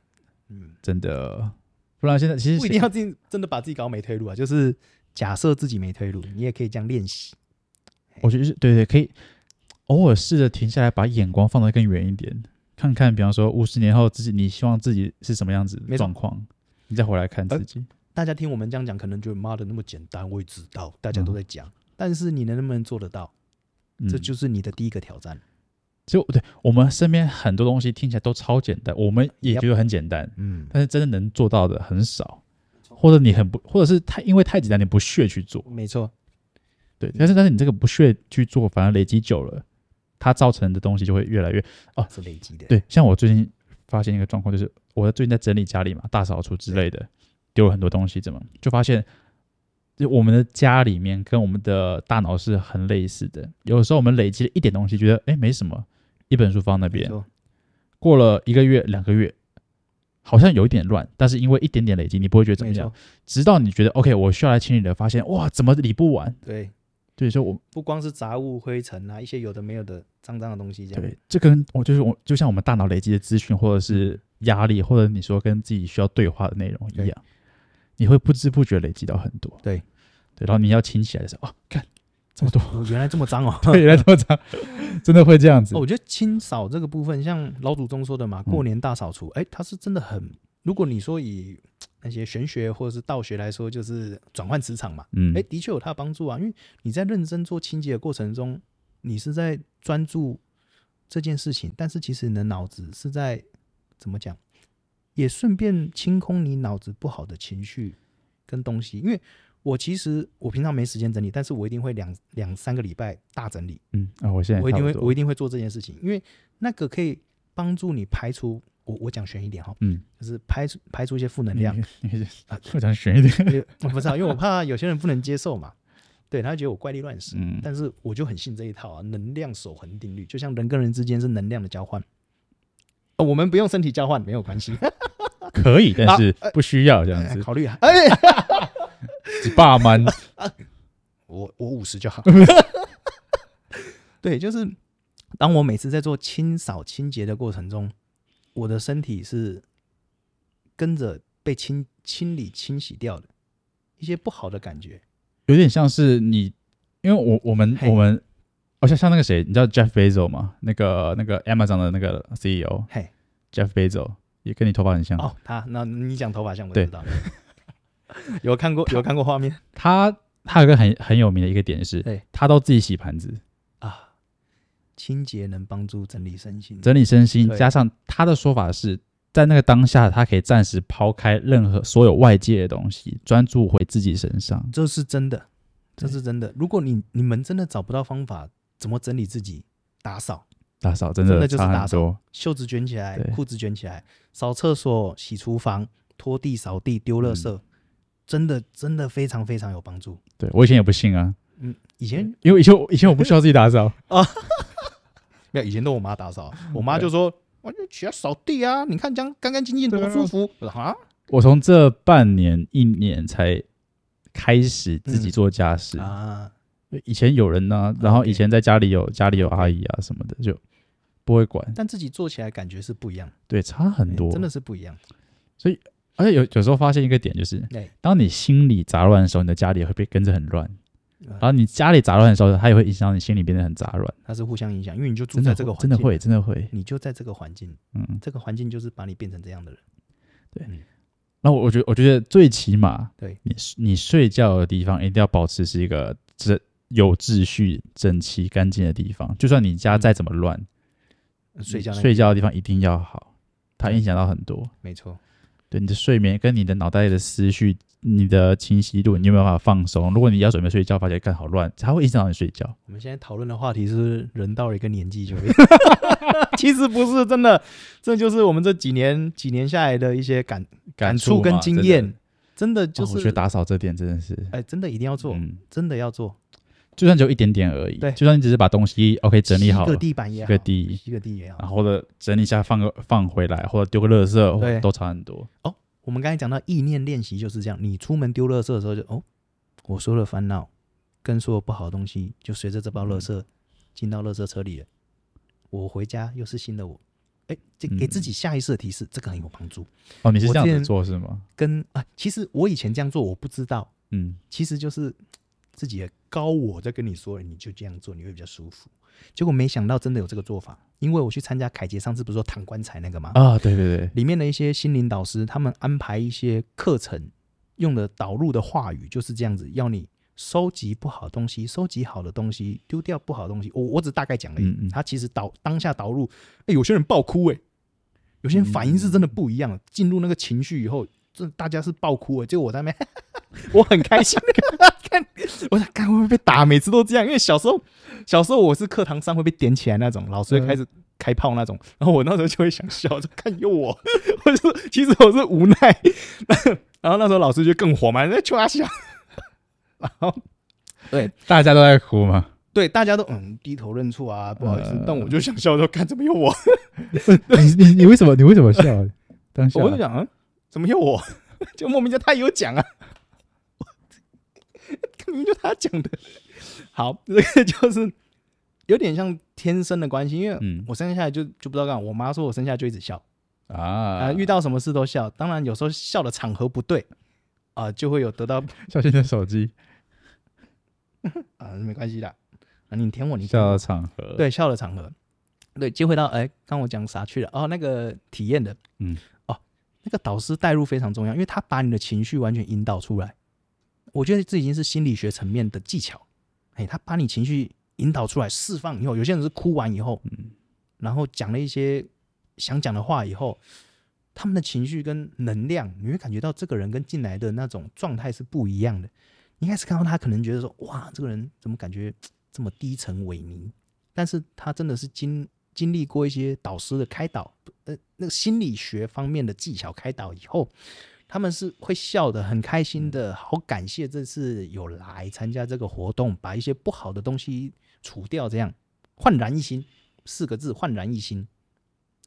B: 嗯，
A: 真的。不然现在其
B: 不一
A: 实
B: 定要真真的把自己搞没退路啊，就是假设自己没退路，你也可以这样练习。
A: 我觉得是对对，可以偶尔试着停下来，把眼光放得更远一点，看看，比方说五十年后自己，你希望自己是什么样子
B: 没
A: 的
B: 错
A: 状况，你再回来看
B: 呃
A: 自己。
B: 大家听我们这样讲，可能觉得妈的那么简单，我也知道，大家都在讲，但是你能不能做得到，
A: 嗯
B: 这就是你的第一个挑战。
A: 就对我们身边很多东西听起来都超简单，我们也
B: Yep
A: 觉得很简单，
B: 嗯，
A: 但是真的能做到的很少，或者你很不，或者是太因为太简单你不屑去做，
B: 没错，
A: 对，
B: 嗯
A: 但是但是你这个不屑去做，反而累积久了，它造成的东西就会越来越哦
B: 是累积的。，
A: 对。像我最近发现一个状况，就是我最近在整理家里嘛，大扫除之类的，丢了很多东西，怎么就发现，就我们的家里面跟我们的大脑是很类似的。有时候我们累积了一点东西，觉得哎没什么，一本书放那
B: 没
A: 边，
B: 错，
A: 过了一个月、两个月，好像有一点乱，但是因为一点点累积，你不会觉得怎
B: 没
A: 么样
B: 错，，
A: 直到你觉得 OK，我需要来清理了，发现哇，怎么理不完？
B: 对，
A: 对，所以我
B: 不光是杂物、灰尘啊，一些有的没有的脏脏的东西，这样
A: 对这跟我就是我，就像我们大脑累积的资讯，或者是压力，或者你说跟自己需要对话的内容一
B: 对
A: 样，你会不知不觉累积到很多。
B: 对
A: 对，然后你要清起来的时候，哦，看这么 多，
B: 我原来这么脏 哦。
A: 对，原来这么长， 真的会这样子
B: 哦，。我觉得清扫这个部分，像老祖宗说的嘛，过年大扫除，哎、它是真的很。如果你说以那些玄学或者是道学来说，就是转换磁场嘛，
A: 嗯
B: 哎、，的确有它的帮助啊，因为你在认真做清洁的过程中，你是在专注这件事情，但是其实你的脑子是在怎么讲，也顺便清空你脑子不好的情绪跟东西。因为我其实我平常没时间整理，但是我一定会两两三个礼拜大整理，
A: 嗯，啊，我现在
B: 我一定会
A: 差不多
B: 我一定会做这件事情，因为那个可以帮助你排除。我我讲悬一点哈，
A: 嗯，
B: 就是排除排除一些负能
A: 你
B: 量，
A: 你你 我想悬一点，
B: 因为 我不知道，因为我怕有些人不能接受嘛，对他觉得我怪力乱神，
A: 嗯
B: 但是我就很信这一套啊，能量守恒定律，就像人跟人之间是能量的交换。哦、我们不用身体交换，没有关 系，
A: 可以，但
B: 啊
A: 是不需要这样 子，
B: 考虑啊。哎，
A: 爸 妈
B: 我我五十就好。 对，就是当我每次在做清扫清洁的过程中，我的身体是跟着被清清理清洗掉的一些不好的感觉。
A: 有点像是你，因为我我们
B: 嘿
A: 我们，哦像像那个谁，你知道 Jeff Bezos 吗？那个那个 Amazon 的那个 CEO
B: 嘿，
A: Jeff Bezos 也跟你头发很像。
B: 哦，他那你讲头发像我
A: 对
B: 知道， 有看过有看过画面
A: 他他有个很很有名的一个点是
B: 对，
A: 他都自己洗盘子，
B: 啊。清洁能帮助整理身心，
A: 整理身心，
B: 对
A: 加上他的说法是在那个当下，他可以暂时抛开任何所有外界的东西，专注回自己身上。
B: 这是真的，这
A: 对
B: 是真的。如果你你们真的找不到方法，怎么整理自己？打扫，
A: 打扫真
B: 真
A: 的
B: 的就是
A: 差
B: 打
A: 很
B: 扫
A: 多，
B: 袖子卷起来，
A: 对
B: 裤子卷起来，扫厕所、洗厨房、拖地、扫地、丢
A: 嗯
B: 垃圾，真的真的非常非常有帮助。
A: 对我以前也不信啊，
B: 嗯，以前
A: 因为以前我以前我不需要自己打扫，
B: 没有，以前都我妈打扫，啊我妈就说：“哦我就起来扫地啊，你看这样干干净净多
A: 对啊
B: 舒服。”我说：“啊，
A: 我从这半年一年才开始自己做家事，
B: 啊，
A: 以前有人呢、然后以前在家里有家里有阿姨啊什么的，就不会管，
B: 但自己做起来感觉是不一样，
A: 对，差很
B: 哎
A: 多，
B: 真的。是哎不一样。
A: 而且有有时候发现一个点，就是
B: 对
A: 当你心里杂乱的时候，你的家里也会被跟着很乱，
B: 嗯
A: 然后你家里杂乱的时候，它也会影响到你心里变得很杂乱，
B: 它是互相影响，因为你就住
A: 真的
B: 在
A: 会
B: 这个环
A: 真
B: 境，
A: 的会真的会，
B: 你就在这个环境，
A: 嗯。
B: 这个环境就是把你变成这样的人。
A: 那我我觉得我觉得最起码，
B: 对
A: 你你睡觉的地方一定要保持是一个这有秩序、整齐、干净的地方，就算你家再怎么乱。
B: 呃嗯睡觉
A: 嗯
B: 那
A: 睡觉的地方一定要好，它影响到很多。
B: 没错，
A: 对你的睡眠跟你的脑袋的思绪、你的清晰度，你有没有办法放松？如果你要准备睡觉，发现干好乱，它会影响到你睡觉。
B: 我们现在讨论的话题是人到了一个年纪 就会，其实不是真的，这就是我们这几年几年下来的一些感触
A: 嘛
B: 跟经，
A: 真的
B: 验。真的就
A: 哦
B: 是，
A: 我觉得打扫这点真的是，
B: 哎、真的一定要做，
A: 嗯，
B: 真的要做，
A: 就算只有一点点而已，
B: 对
A: 就算你只是把东西 OK 整理好
B: 洗个
A: 了，
B: 地板也
A: 洗
B: 好，
A: 个地，
B: 洗个地也好。
A: 然后或者整理一下放个放回来，或者丢个垃圾，
B: 对
A: 都差很多。
B: 我们刚才讲到意念练习就是这样，你出门丢垃圾的时候就哦，我所有的烦恼跟所有不好的东西就随着这包垃圾进到垃圾车里了。我回家又是新的我，哎，这给自己下意识的提示，这个很有帮助。
A: 哦，你是
B: 我
A: 这样
B: 之
A: 子
B: 前
A: 做是吗？
B: 跟啊，其实我以前这样做我不知道，
A: 嗯，
B: 其实就是自己的高我在跟你说，你就这样做你会比较舒服。结果没想到真的有这个做法，因为我去参加凯杰上次不是说躺棺材那个吗？
A: 啊，对对对，
B: 里面的一些心灵导师，他们安排一些课程，用的导入的话语就是这样子，要你收集不好东西，收集好的东西，丢掉不好东西。我我只大概讲而已。
A: 嗯嗯
B: 他其实导当下导入，哎、有些人爆哭、哎，有些人反应是真的
A: 嗯
B: 不一样的，进、入那个情绪以后，这大家是爆哭、哎，结果我在那边，我很开心，看我想看会不会被打，每次都这样，因为小时候小时候我是课堂上会被点起来那种，老师会开始开炮那种，然后我那时候就会想笑，就看有我，我就其实我是无奈， 然后那时候老师就更火嘛，在求他笑，然后
A: 大家都在哭嘛，
B: 对大家都嗯低头认错啊，不好意思，
A: 呃
B: 但我就想笑说看怎么有我，
A: 你你你为什么你为什么笑？ 当下
B: 我就想嗯怎么有我， 就莫名其妙他也有讲啊， 明明就他讲的，好，这个就是有点像天生的关系，因为
A: 嗯
B: 我生下来就就不知道干嘛，我妈说我生下来就一直笑。啊、
A: 啊，
B: 遇到什么事都笑，当然有时候笑的场合不对，啊、就会有得到
A: 小心你的手机，
B: 啊、没关系的，啊，你舔我，你舔
A: 笑
B: 我
A: 的场合，，
B: 对笑的场合，对接回到哎，刚我讲啥去了？哦，那个体验的，
A: 嗯，
B: 哦，那个导师带入非常重要，因为他把你的情绪完全引导出来，我觉得这已经是心理学层面的技巧，哎，他把你情绪引导出来，释放以后，有些人是哭完以后，
A: 嗯
B: 然后讲了一些想讲的话以后，他们的情绪跟能量，你会感觉到这个人跟进来的那种状态是不一样的。你一开始看到他，可能觉得说，哇，这个人怎么感觉这么低沉萎靡？但是他真的是经经历过一些导师的开导，呃，那个心理学方面的技巧开导以后，他们是会笑的，很开心
A: 嗯
B: 的，好感谢这次有来参加这个活动，把一些不好的东西除掉，这样焕然一新，四个字，焕然一新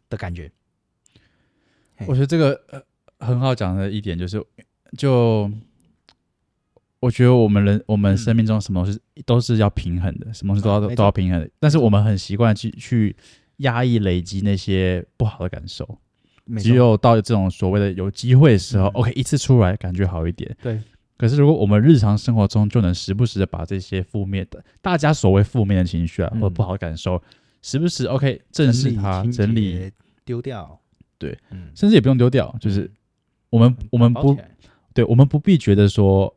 B: 的感觉。
A: 我觉得这个呃很好讲的一点就是，就我觉得我们人我们
B: 嗯
A: 生命中什么东西都是要平衡的，什么东西都要、
B: 没错
A: 都要平衡的，但是我们很习惯去去压抑累积那些不好的感受，
B: 没
A: 只有到这种所谓的有机会的时候、
B: 嗯
A: o k 一次出来感觉好一点。
B: 对，
A: 可是如果我们日常生活中就能时不时的把这些负面的，大家所谓负面的情绪啊、
B: 嗯
A: 或者不好的感受，时不时 OK 正视它，整理，
B: 丢掉，
A: 对，
B: 嗯，
A: 甚至也不用丢掉，就是我们我们
B: 包
A: 不
B: 嗯起来
A: 对，我们不必觉得说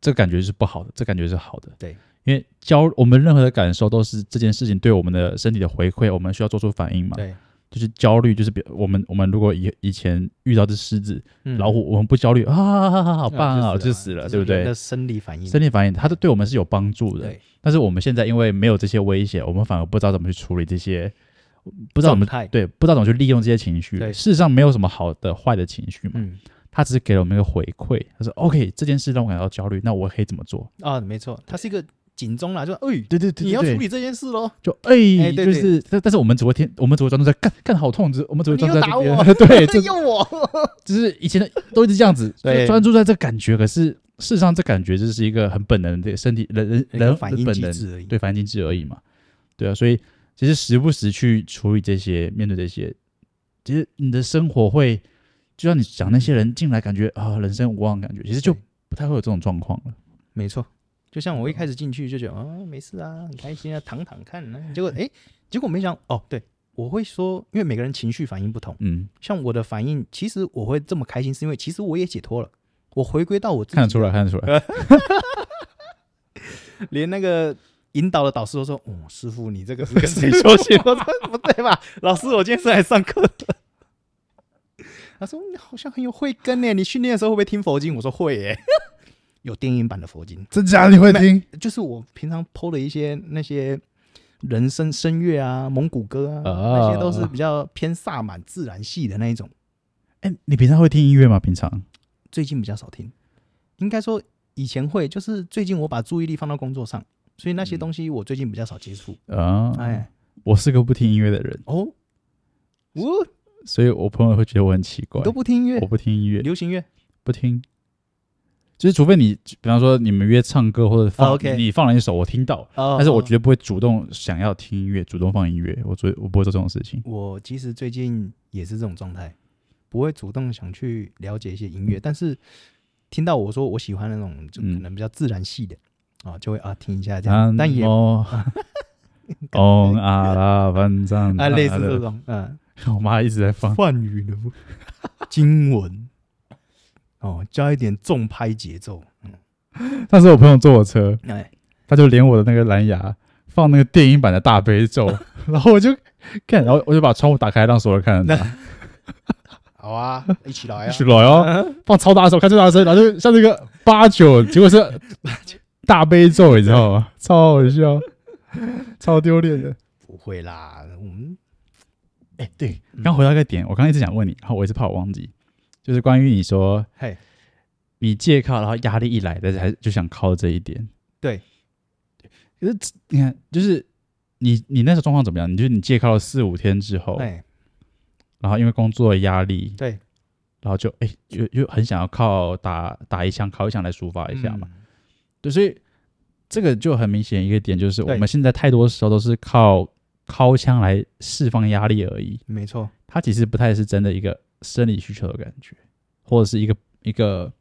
A: 这感觉是不好的，这感觉是好的。
B: 对，
A: 因为交我们任何的感受都是这件事情对我们的身体的回馈，我们需要做出反应嘛。
B: 对，
A: 就是焦虑，就是比我们我们如果以以前遇到这狮子、
B: 嗯
A: 老虎，我们不焦虑啊，好
B: 好
A: 棒啊，
B: 就
A: 就
B: 死
A: 死
B: 了
A: 了，
B: 这
A: 对
B: 是
A: 不
B: 人
A: 对
B: 的？生理反应，
A: 生理反应，它都对我们是有帮助的。
B: 对，
A: 但是我们现在因为没有这些威胁，我们反而不知道怎么去处理这些，不知道怎么
B: 状态
A: 对，不知道怎么去利用这些情绪。
B: 对
A: 事实上，没有什么好的坏的情绪嘛。
B: 嗯，
A: 他只是给了我们一个回馈，他说 OK，这件事让我感到焦虑，那我可以怎么做？
B: 啊，没错，它是一个警钟啦，就哎，
A: 对对
B: 你要处理这件事喽，
A: 就哎、
B: 哎对
A: 就是，但但是我们只会天，我们只会专注在干干好痛，只我们只会
B: 你
A: 专注
B: 又
A: 在
B: 打
A: 这
B: 我
A: 边， 对，
B: 这
A: 这
B: 又我，
A: 就是以前的都一直这样子，
B: 对
A: 就专注在这感觉，可是事实上这感觉就是一个很本能的身体人人
B: 一个
A: 人
B: 反应
A: 本
B: 机
A: 能
B: 制而已
A: 对反应机制而已嘛，对啊，所以其实时不时去处理这些，面对这些，其实你的生活会，就像你讲那些人进来感觉啊、人生无望的感觉，其实就
B: 对
A: 不太会有这种状况了。
B: 没错，就像我一开始进去就觉得啊、没事啊，很开心啊，躺躺看、啊。结果哎，结果没想哦，对我会说，因为每个人情绪反应不同，
A: 嗯，
B: 像我的反应，其实我会这么开心，是因为其实我也解脱了，我回归到我自己，
A: 看得出来，看得出来。
B: 连那个。引导的导师都说：“哦，师傅，你这个是跟谁修行？”我说：“不对吧，老师，我今天是来上课的。” 他说：“你好像很有慧根呢，你训练的时候会不会听佛经？”我说：“会耶， 有电影版的佛经。”
A: 真假？你会 听？
B: 就是我平常剖的一些那些人声声乐啊、蒙古歌啊，
A: 哦
B: 那些都是比较偏萨满自然系的那一种，
A: 哎、你平常会听音乐吗？平常
B: 最近比较少听。应该说以前会，就是最近我把注意力放到工作上，所以那些东西我最近比较少接触。
A: 啊，
B: 哎，
A: 我是个不听音乐的人，
B: 哦，我
A: 所以我朋友会觉得我很奇怪
B: 你都。不听音乐
A: 我，不听音乐，
B: 流行乐
A: 不听，就是除非你，比方说你们约唱歌或者放、
B: 啊，OK
A: 你放了一首我听到，
B: 哦
A: 但是我
B: 哦
A: 绝对不会主动想要听音乐，主动放音乐，我做我不会做这种事情。
B: 哦我其实最近也是这种状态，不会主动想去了解一些音乐，但是听到我说我喜欢那种就可
A: 嗯
B: 能比较自然系的、啊，就会啊听一下这样，
A: 啊，
B: 但也
A: 哦，哦啊啦，反正
B: 啊类似这，种嗯
A: 我妈一直在放，
B: 梵语的 经文哦，加一点重拍节奏，
A: 那时候我朋友坐我车，
B: 哎，
A: 他就连我的那个蓝牙放那个电音版的大悲 咒，然后我就看，然后我就把窗户打开，让所有人看得到。
B: 好啊，一起 来啊
A: 许来 哦，放超大声，开最大声，然后就像那个八九，结 果是大悲咒，你知道吗？超好笑，超丢脸的。
B: 不会啦，我们
A: 哎，对，
B: 嗯
A: 刚回到一个点，我刚刚一直想问你，然后我一直怕我忘记，就是关于你说
B: 嘿，
A: 你借靠，然后压力一来，但是还是就想靠这一点。
B: 对，
A: 可是你看，就是你你那时候状况怎么样？你就是你借靠了四五天之后，
B: 哎
A: 然后因为工作的压力，
B: 对，
A: 然后就哎、就就很想要靠打打一枪、靠一枪来抒发一下嘛。
B: 嗯，
A: 对，所以这个就很明显一个点，就是我
B: 对
A: 们现在太多时候都是靠靠枪来释放压力而已，
B: 没错，
A: 它其实不太是真的一个生理需求的感觉，或者是一个一个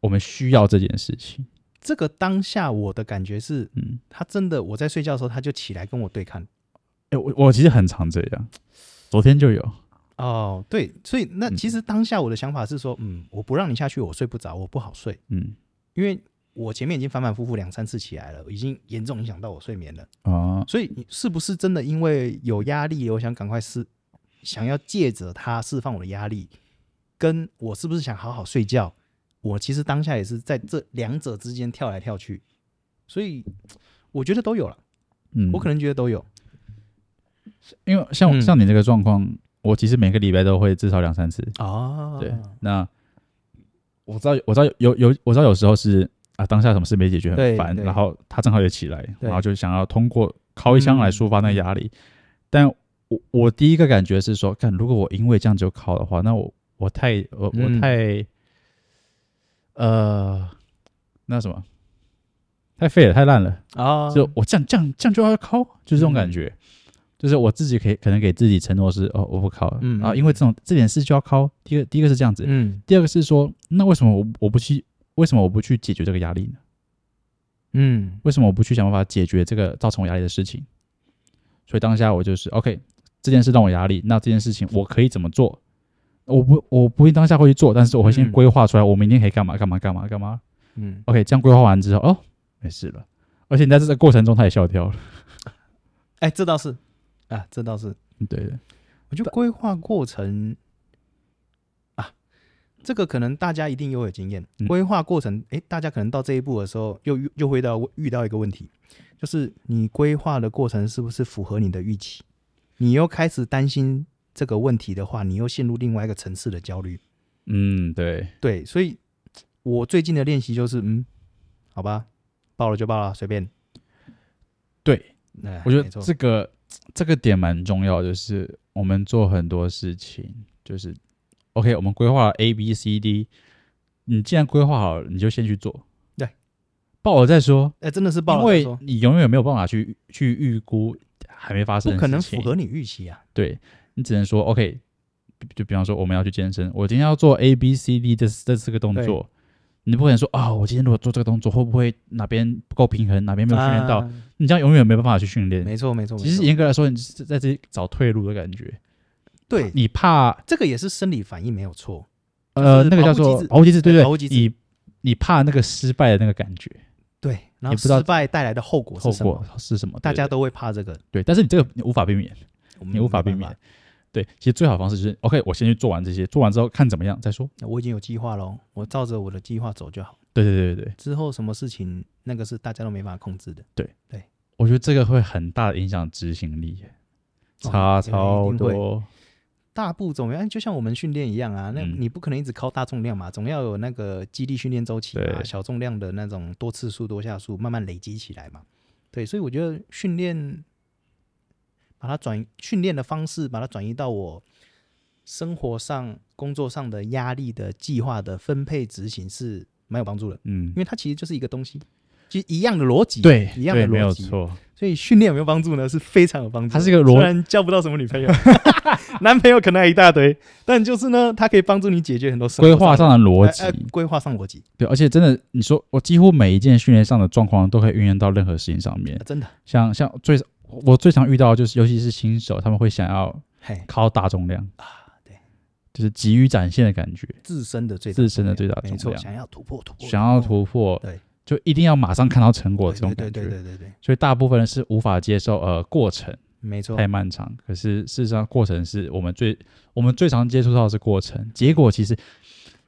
A: 我们需要这件事情。
B: 这个当下我的感觉是，
A: 嗯，
B: 他真的我在睡觉的时候他就起来跟我对看。
A: 哎、我我其实很常这样，昨天就有，
B: 哦，对，所以那
A: 嗯
B: 其实当下我的想法是说，嗯，我不让你下去，我睡不着，我不好睡，
A: 嗯
B: 因为我前面已经反反复复两三次起来了，已经严重影响到我睡眠了。
A: 啊，
B: 所以你是不是真的因为有压力，我想赶快释，想要借着它释放我的压力，跟我是不是想好好睡觉，我其实当下也是在这两者之间跳来跳去，所以我觉得都有了，
A: 嗯，
B: 我可能觉得都有。
A: 因为像、
B: 嗯
A: 像你这个状况，我其实每个礼拜都会至少两三次。
B: 哦
A: 对，那我知道，我知道有有，我知道有时候是啊，当下什么事没解决
B: 对
A: 很烦，
B: 对
A: 然后他正好也起来，
B: 对嗯
A: 然后就想要通过敲一枪来抒发那个压力。但我我第一个感觉是说，看如果我因为这样就敲的话，那我我太我
B: 嗯
A: 我太、呃那什么太废了，太烂了。
B: 啊，
A: 就我这样这样这样就要考，就是这种感
B: 嗯
A: 觉。就是我自己可以可能给自己承诺是哦，我不考，
B: 嗯
A: 然后因为这种这点事就要考。第一个第一个是这样子，
B: 嗯
A: 第二个是说，那为什么我我不去？为什么我不去解决这个压力呢？
B: 嗯，
A: 为什么我不去想办法解决这个造成我压力的事情？所以当下我就是 OK，这件事让我压力，那这件事情我可以怎么做？我不我不一定当下会去做，但是我会先
B: 嗯
A: 规划出来，我明天可以干嘛干嘛干嘛干嘛。
B: 嗯，
A: OK，这样规划完之后，哦，没事了。而且你在这个过程中，他也笑掉了。
B: 哎、这倒是啊，这倒是，
A: 对的，
B: 我觉得规划过程啊，这个可能大家一定又有经验。
A: 嗯
B: 规划过程，哎、大家可能到这一步的时候，又遇又会到遇到一个问题，就是你规划的过程是不是符合你的预期？你又开始担心这个问题的话，你又陷入另外一个层次的焦虑。
A: 嗯，对，
B: 对，所以我最近的练习就是，嗯，好吧，报了就报了，随便。
A: 对，
B: 哎
A: 我觉
B: 没
A: 得
B: 错
A: 这个这个点蛮重要，就是我们做很多事情，就是 OK，我们规划了 A、B、C、D，你既然规划好了，你就先去做，
B: 对，
A: 报了再说，
B: 哎、真的是报
A: 因
B: 了再
A: 为
B: 说，
A: 你永远没有办法去去预估还没发生
B: 不
A: 的
B: 可能
A: 事情
B: 符合你预期啊。
A: 对你只能说 OK，比就比方说我们要去健身，我今天要做 A B C D 这这四个动作，你不可能说啊、我今天如果做这个动作，会不会哪边不够平衡，哪边没有训练到？
B: 啊
A: 你这样永远没办法去训练。
B: 没错，没错。
A: 其
B: 没
A: 实
B: 错
A: 严格来说，你是在这里找退路的感觉。
B: 对，
A: 你怕
B: 这个也是生理反应没有错。
A: 呃
B: 就
A: 那
B: 是
A: 个叫
B: 保护机
A: 做保护机制，
B: 制
A: 对
B: 对
A: 对，
B: 保护机制
A: 你你怕那个失败的那个感觉，
B: 对，然
A: 也
B: 后
A: 不知道
B: 失败带来的后果
A: 后
B: 是什
A: 果
B: 么？
A: 是什么？
B: 大家
A: 对
B: 都会怕这个，
A: 对，但是你这个你无法避免，
B: 我们
A: 你无法避
B: 没办
A: 免。对，其实最好的方式就是 OK，我先去做完这些，做完之后看怎么样再说。
B: 我已经有计划喽，我照着我的计划走就好。
A: 对对对对对。
B: 之后什么事情，那个是大家都没办法控制的。
A: 我觉得这个会很大的影响执行力耶，
B: 哦
A: 差
B: 这个一
A: 超
B: 定会
A: 多。
B: 大步走，哎就像我们训练一样啊，那
A: 嗯
B: 你不可能一直靠大重量嘛，总要有那个肌力训练周期嘛，
A: 对
B: 小重量的那种多次数、多下数，慢慢累积起来嘛。对，所以我觉得训练，把它转训练的方式，把它转移到我生活上、工作上的压力的计划的分配执行是蛮有帮助的，
A: 嗯
B: 因，为它其实就是一个东西，其实一样的逻辑，
A: 对，
B: 一样的
A: 对，没有
B: 逻辑，
A: 错，
B: 所以训练有没有帮助呢？是非常有帮助的。
A: 它是一个逻
B: 虽然交不到什么女朋友， 男朋友可能还一大堆，但就是呢，它可以帮助你解决很多生活
A: 规划上的逻
B: 呃呃
A: 辑，
B: 规划上逻辑、
A: 对，而且真的，你说我几乎每一件训练上的状况都可以运用到任何事情上面
B: 呃，真的。
A: 像像最我最常遇到的就是，尤其是新手，他们会想要
B: 嘿，
A: 靠大重量
B: 啊对，
A: 就是急于展现的感觉，
B: 自身的最大
A: 自身的
B: 重
A: 最
B: 量
A: 大重
B: 没错，
A: 量
B: 想要突破突破，
A: 想要突破，
B: 对，
A: 就一定要马上看到成果
B: 破
A: 这种
B: 对
A: 感
B: 对
A: 觉，
B: 对对对对，
A: 所以大部分人是无法接受呃过程
B: 没错
A: 太，漫长，可是事实上过程是我们最我们最常接触到的是过程，结果其实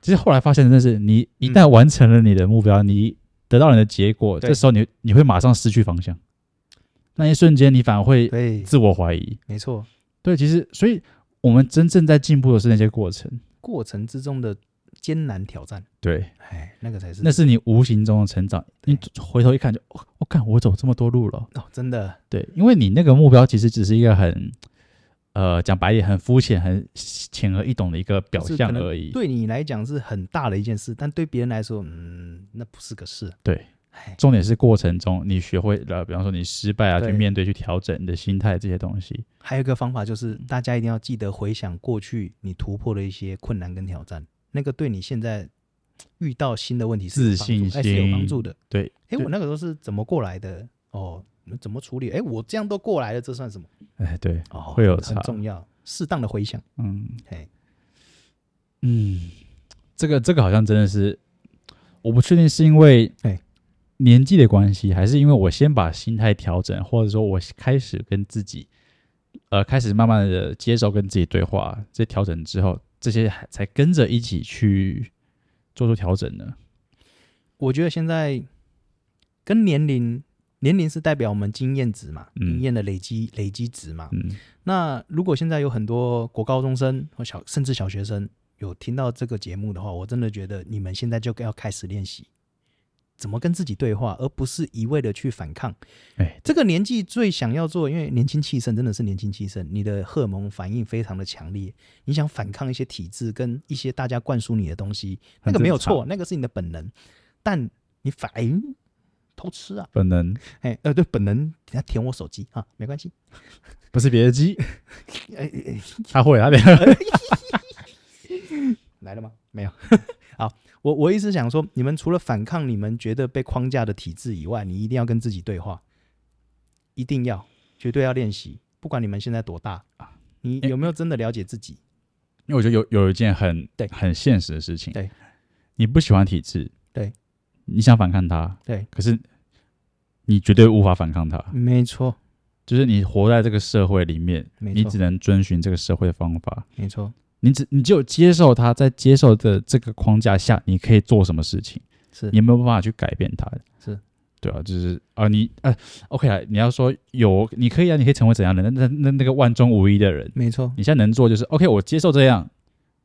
A: 其实后来发现，真的是你一旦完成了你的目标，你得到你的结果，
B: 对
A: 这时候你你会马上失去方向，那一瞬间你反而会
B: 对，
A: 自我怀疑，
B: 没错，
A: 对，其实所以我们真正在进步的是那些过程，
B: 过程之中的艰难挑战，
A: 对，
B: 哎，那个才是
A: 那是你无形中的成长。
B: 对
A: 你回头一看就，我、我看我走这么多路了，
B: 哦，真的
A: 对，因为你那个目标其实只是一个很，呃，讲白一点，很肤浅、很浅而易懂的一个表
B: 就是
A: 象
B: 可能
A: 而已。
B: 对你来讲是很大的一件事，但对别人来说，嗯，那不是个事，
A: 对
B: 哎，
A: 重点是过程中你学会了，比方说你失败啊，
B: 对
A: 去面对、去调整你的心态这些东西。
B: 还有一个方法就是，大家一定要记得回想过去你突破的一些困难跟挑战，那个对你现在遇到新的问题是有
A: 自
B: 帮助
A: 信
B: 哎是有帮
A: 心
B: 助的。
A: 对，
B: 哎，
A: 对
B: 我那个时候是怎么过来的？哦，你怎么处理？哎，我这样都过来了，这算什么？
A: 哎，对，
B: 哦，
A: 会有
B: 很
A: 差
B: 重要，适当的回想。
A: 嗯
B: 哎，
A: 嗯，这个这个好像真的是，我不确定是因为
B: 哎
A: 年纪的关系，还是因为我先把心态调整，或者说我开始跟自己，呃，开始慢慢的接受跟自己对话，这些调整之后，这些还才跟着一起去做出调整呢。
B: 我觉得现在跟年龄，年龄是代表我们经验值嘛，
A: 嗯
B: 经验的累积累积值嘛。
A: 嗯，
B: 那如果现在有很多国高中生或小甚至小学生有听到这个节目的话，我真的觉得你们现在就要开始练习怎么跟自己对话，而不是一味的去反抗。
A: 哎，
B: 这个年纪最想要做，因为年轻气盛真的是年轻气盛，你的荷尔蒙反应非常的强烈，你想反抗一些体制跟一些大家灌输你的东西，
A: 很
B: 那个没有
A: 正常
B: 错，那个是你的本能，但你反应偷吃啊，
A: 本能
B: 哎呃对，本能等下舔我手机啊，没关系，
A: 不是别的鸡，
B: 哎哎哎
A: 他会他没有
B: 来了吗？没有。 好，我我意思想说，你们除了反抗你们觉得被框架的体制以外，你一定要跟自己对话，一定要，绝对要练习。不管你们现在多大，你有没有真的了解自己？
A: 因为我觉得有有一件很
B: 对
A: 很现实的事情，
B: 对，
A: 你不喜欢体制，
B: 对，
A: 你想反抗它，
B: 对，
A: 可是你绝对无法反抗它，
B: 没错，
A: 就是你活在这个社会里面，
B: 没
A: 你
B: 错
A: 只能遵循这个社会的方法，
B: 没错，
A: 你只你只有接受它，在接受的这个框架下，你可以做什么事情，
B: 是
A: 你有没有办法去改变它？
B: 是，
A: 对啊，就是啊，你啊，OK 啊，你要说有，你可以啊，你可以成为怎样的人？那那那那个万中无一的人，
B: 没错，
A: 你现在能做就是 OK，我接受这样，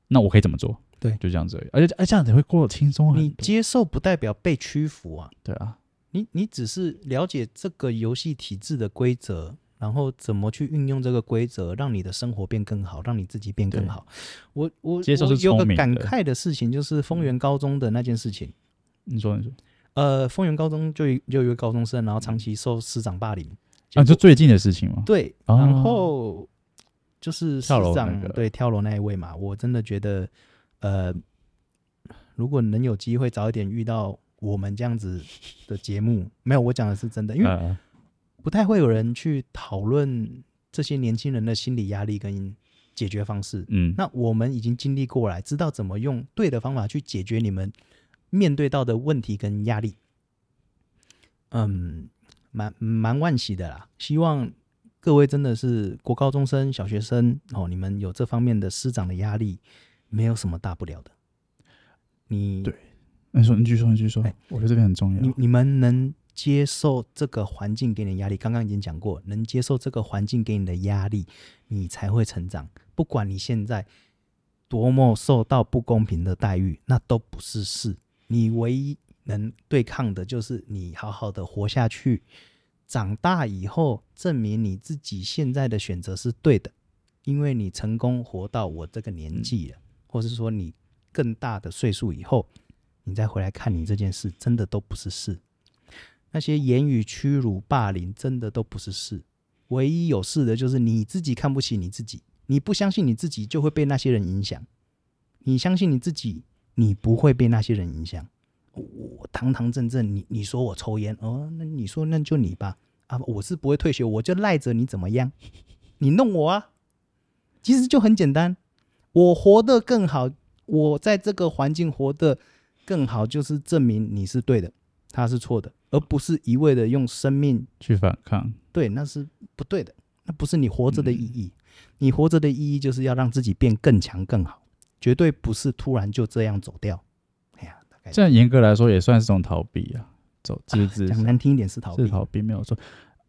A: 那我可以怎么做？
B: 对
A: 就这样子而已。而且哎，这样子会过得轻松很
B: 你
A: 多。
B: 接受不代表被屈服啊，
A: 对啊，
B: 你你只是了解这个游戏体制的规则，然后怎么去运用这个规则，让你的生活变更好，让你自己变更
A: 对
B: 好。我我
A: 接受
B: 我
A: 是
B: 有个
A: 聪明
B: 感
A: 的嗯
B: 慨的事情，就是丰原高中的那件事情。
A: 你说你说
B: 呃，丰原高中就有就有一个高中生，然后长期受师长霸凌。
A: 啊，就最近的事情吗？
B: 对，
A: 哦
B: 然后就是师
A: 跳楼
B: 长、
A: 那个
B: 对跳楼那一位嘛，我真的觉得，呃，如果能有机会早一点遇到我们这样子的节目，没有，我讲的是真的，因为
A: 呃
B: 不太会有人去讨论这些年轻人的心理压力跟解决方式。
A: 嗯，
B: 那我们已经经历过来，知道怎么用对的方法去解决你们面对到的问题跟压力。嗯，蛮蛮惋惜的啦。希望各位真的是国高中生、小学生哦，你们有这方面的师长的压力，没有什么大不了的。你
A: 对你说，你继续说，你继续说
B: 哎，
A: 我觉得这边很重要
B: 你。你们能接受这个环境给你的压力，刚刚已经讲过，能接受这个环境给你的压力，你才会成长。不管你现在多么受到不公平的待遇，那都不是事。你唯一能对抗的就是你好好的活下去，长大以后证明你自己现在的选择是对的，因为你成功活到我这个年纪了，或是说你更大的岁数以后，你再回来看你这件事，真的都不是事。那些言语屈辱、霸凌，真的都不是事。唯一有事的就是你自己看不起你自己，你不相信你自己，就会被那些人影响。你相信你自己，你不会被那些人影响。我我堂堂正正，你你说我抽烟哦，那你说那就你吧啊，我是不会退学，我就赖着你怎么样？你弄我啊！其实就很简单，我活得更好，我在这个环境活得更好，就是证明你是对的，他是错的，而不是一味的用生命
A: 去反抗，
B: 对，那是不对的，那不是你活着的意义。你活着的意义就是要让自己变更强更好，绝对不是突然就这样走掉。哎呀，大概
A: 这样严格来说也算是种逃避啊，走自自
B: 讲难听一点是逃避
A: 是，逃避没有错。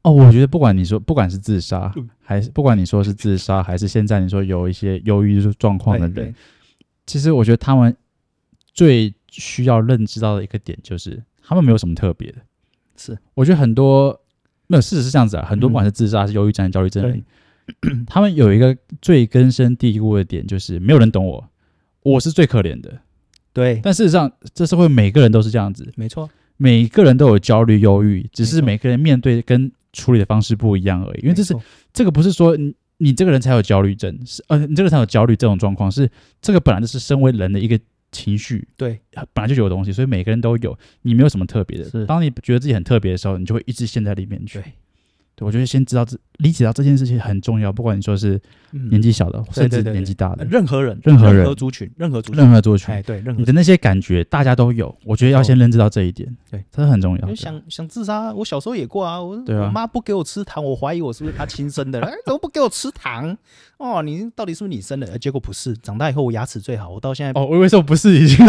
A: 哦，我觉得不管你说，不管是自杀
B: 嗯，
A: 还是不管你说是自 杀，还是现在你说有一些忧郁状况的
B: 对
A: 人，其实我觉得他们最需要认知到的一个点就是，他们没有什么特别的。
B: 对是
A: 我觉得很多没有事实是这样子啊，很多
B: 嗯
A: 不管是自杀、还是忧郁症、焦虑症的人， 他们有一个最根深蒂固的点，就是没有人懂我，我是最可怜的。
B: 对，
A: 但事实上，这社会每个人都是这样子，
B: 没错，
A: 每个人都有焦虑、忧郁，只
B: 没
A: 是
B: 错
A: 每个人面对跟处理的方式不一样而已。因为这是
B: 没错
A: 这个不是说你你这个人才有焦虑症，是呃你这个才有焦虑这种状况，是这个本来就是身为人的一个情绪，
B: 对
A: 本来就有的东西，所以每个人都有，你没有什么特别
B: 是
A: 的。当你觉得自己很特别的时候，你就会一直陷在里面去。
B: 对，
A: 对我觉得先知道这理解到这件事情很重要，不管你说是年
B: 年
A: 纪小的，
B: 嗯对
A: 甚
B: 对
A: 至
B: 对
A: 年纪大的，
B: 任何人，
A: 任何人
B: 何族群，任何族群，
A: 任何族群，
B: 哎，对，任何
A: 你的那些感觉大家都有，我觉得要先认知到这一点，
B: 对，
A: 这很重要
B: 因为
A: 的。
B: 想想自杀，我小时候也过啊，我
A: 啊对啊
B: 我妈不给我吃糖，我怀疑我是不是她亲生的，哎， 怎么不给我吃糖？哦，呃
A: 哦
B: 你到底是不是你生的？哎结果不是，长大以后我牙齿最好，我到现在
A: 哦，我以为说不是已经，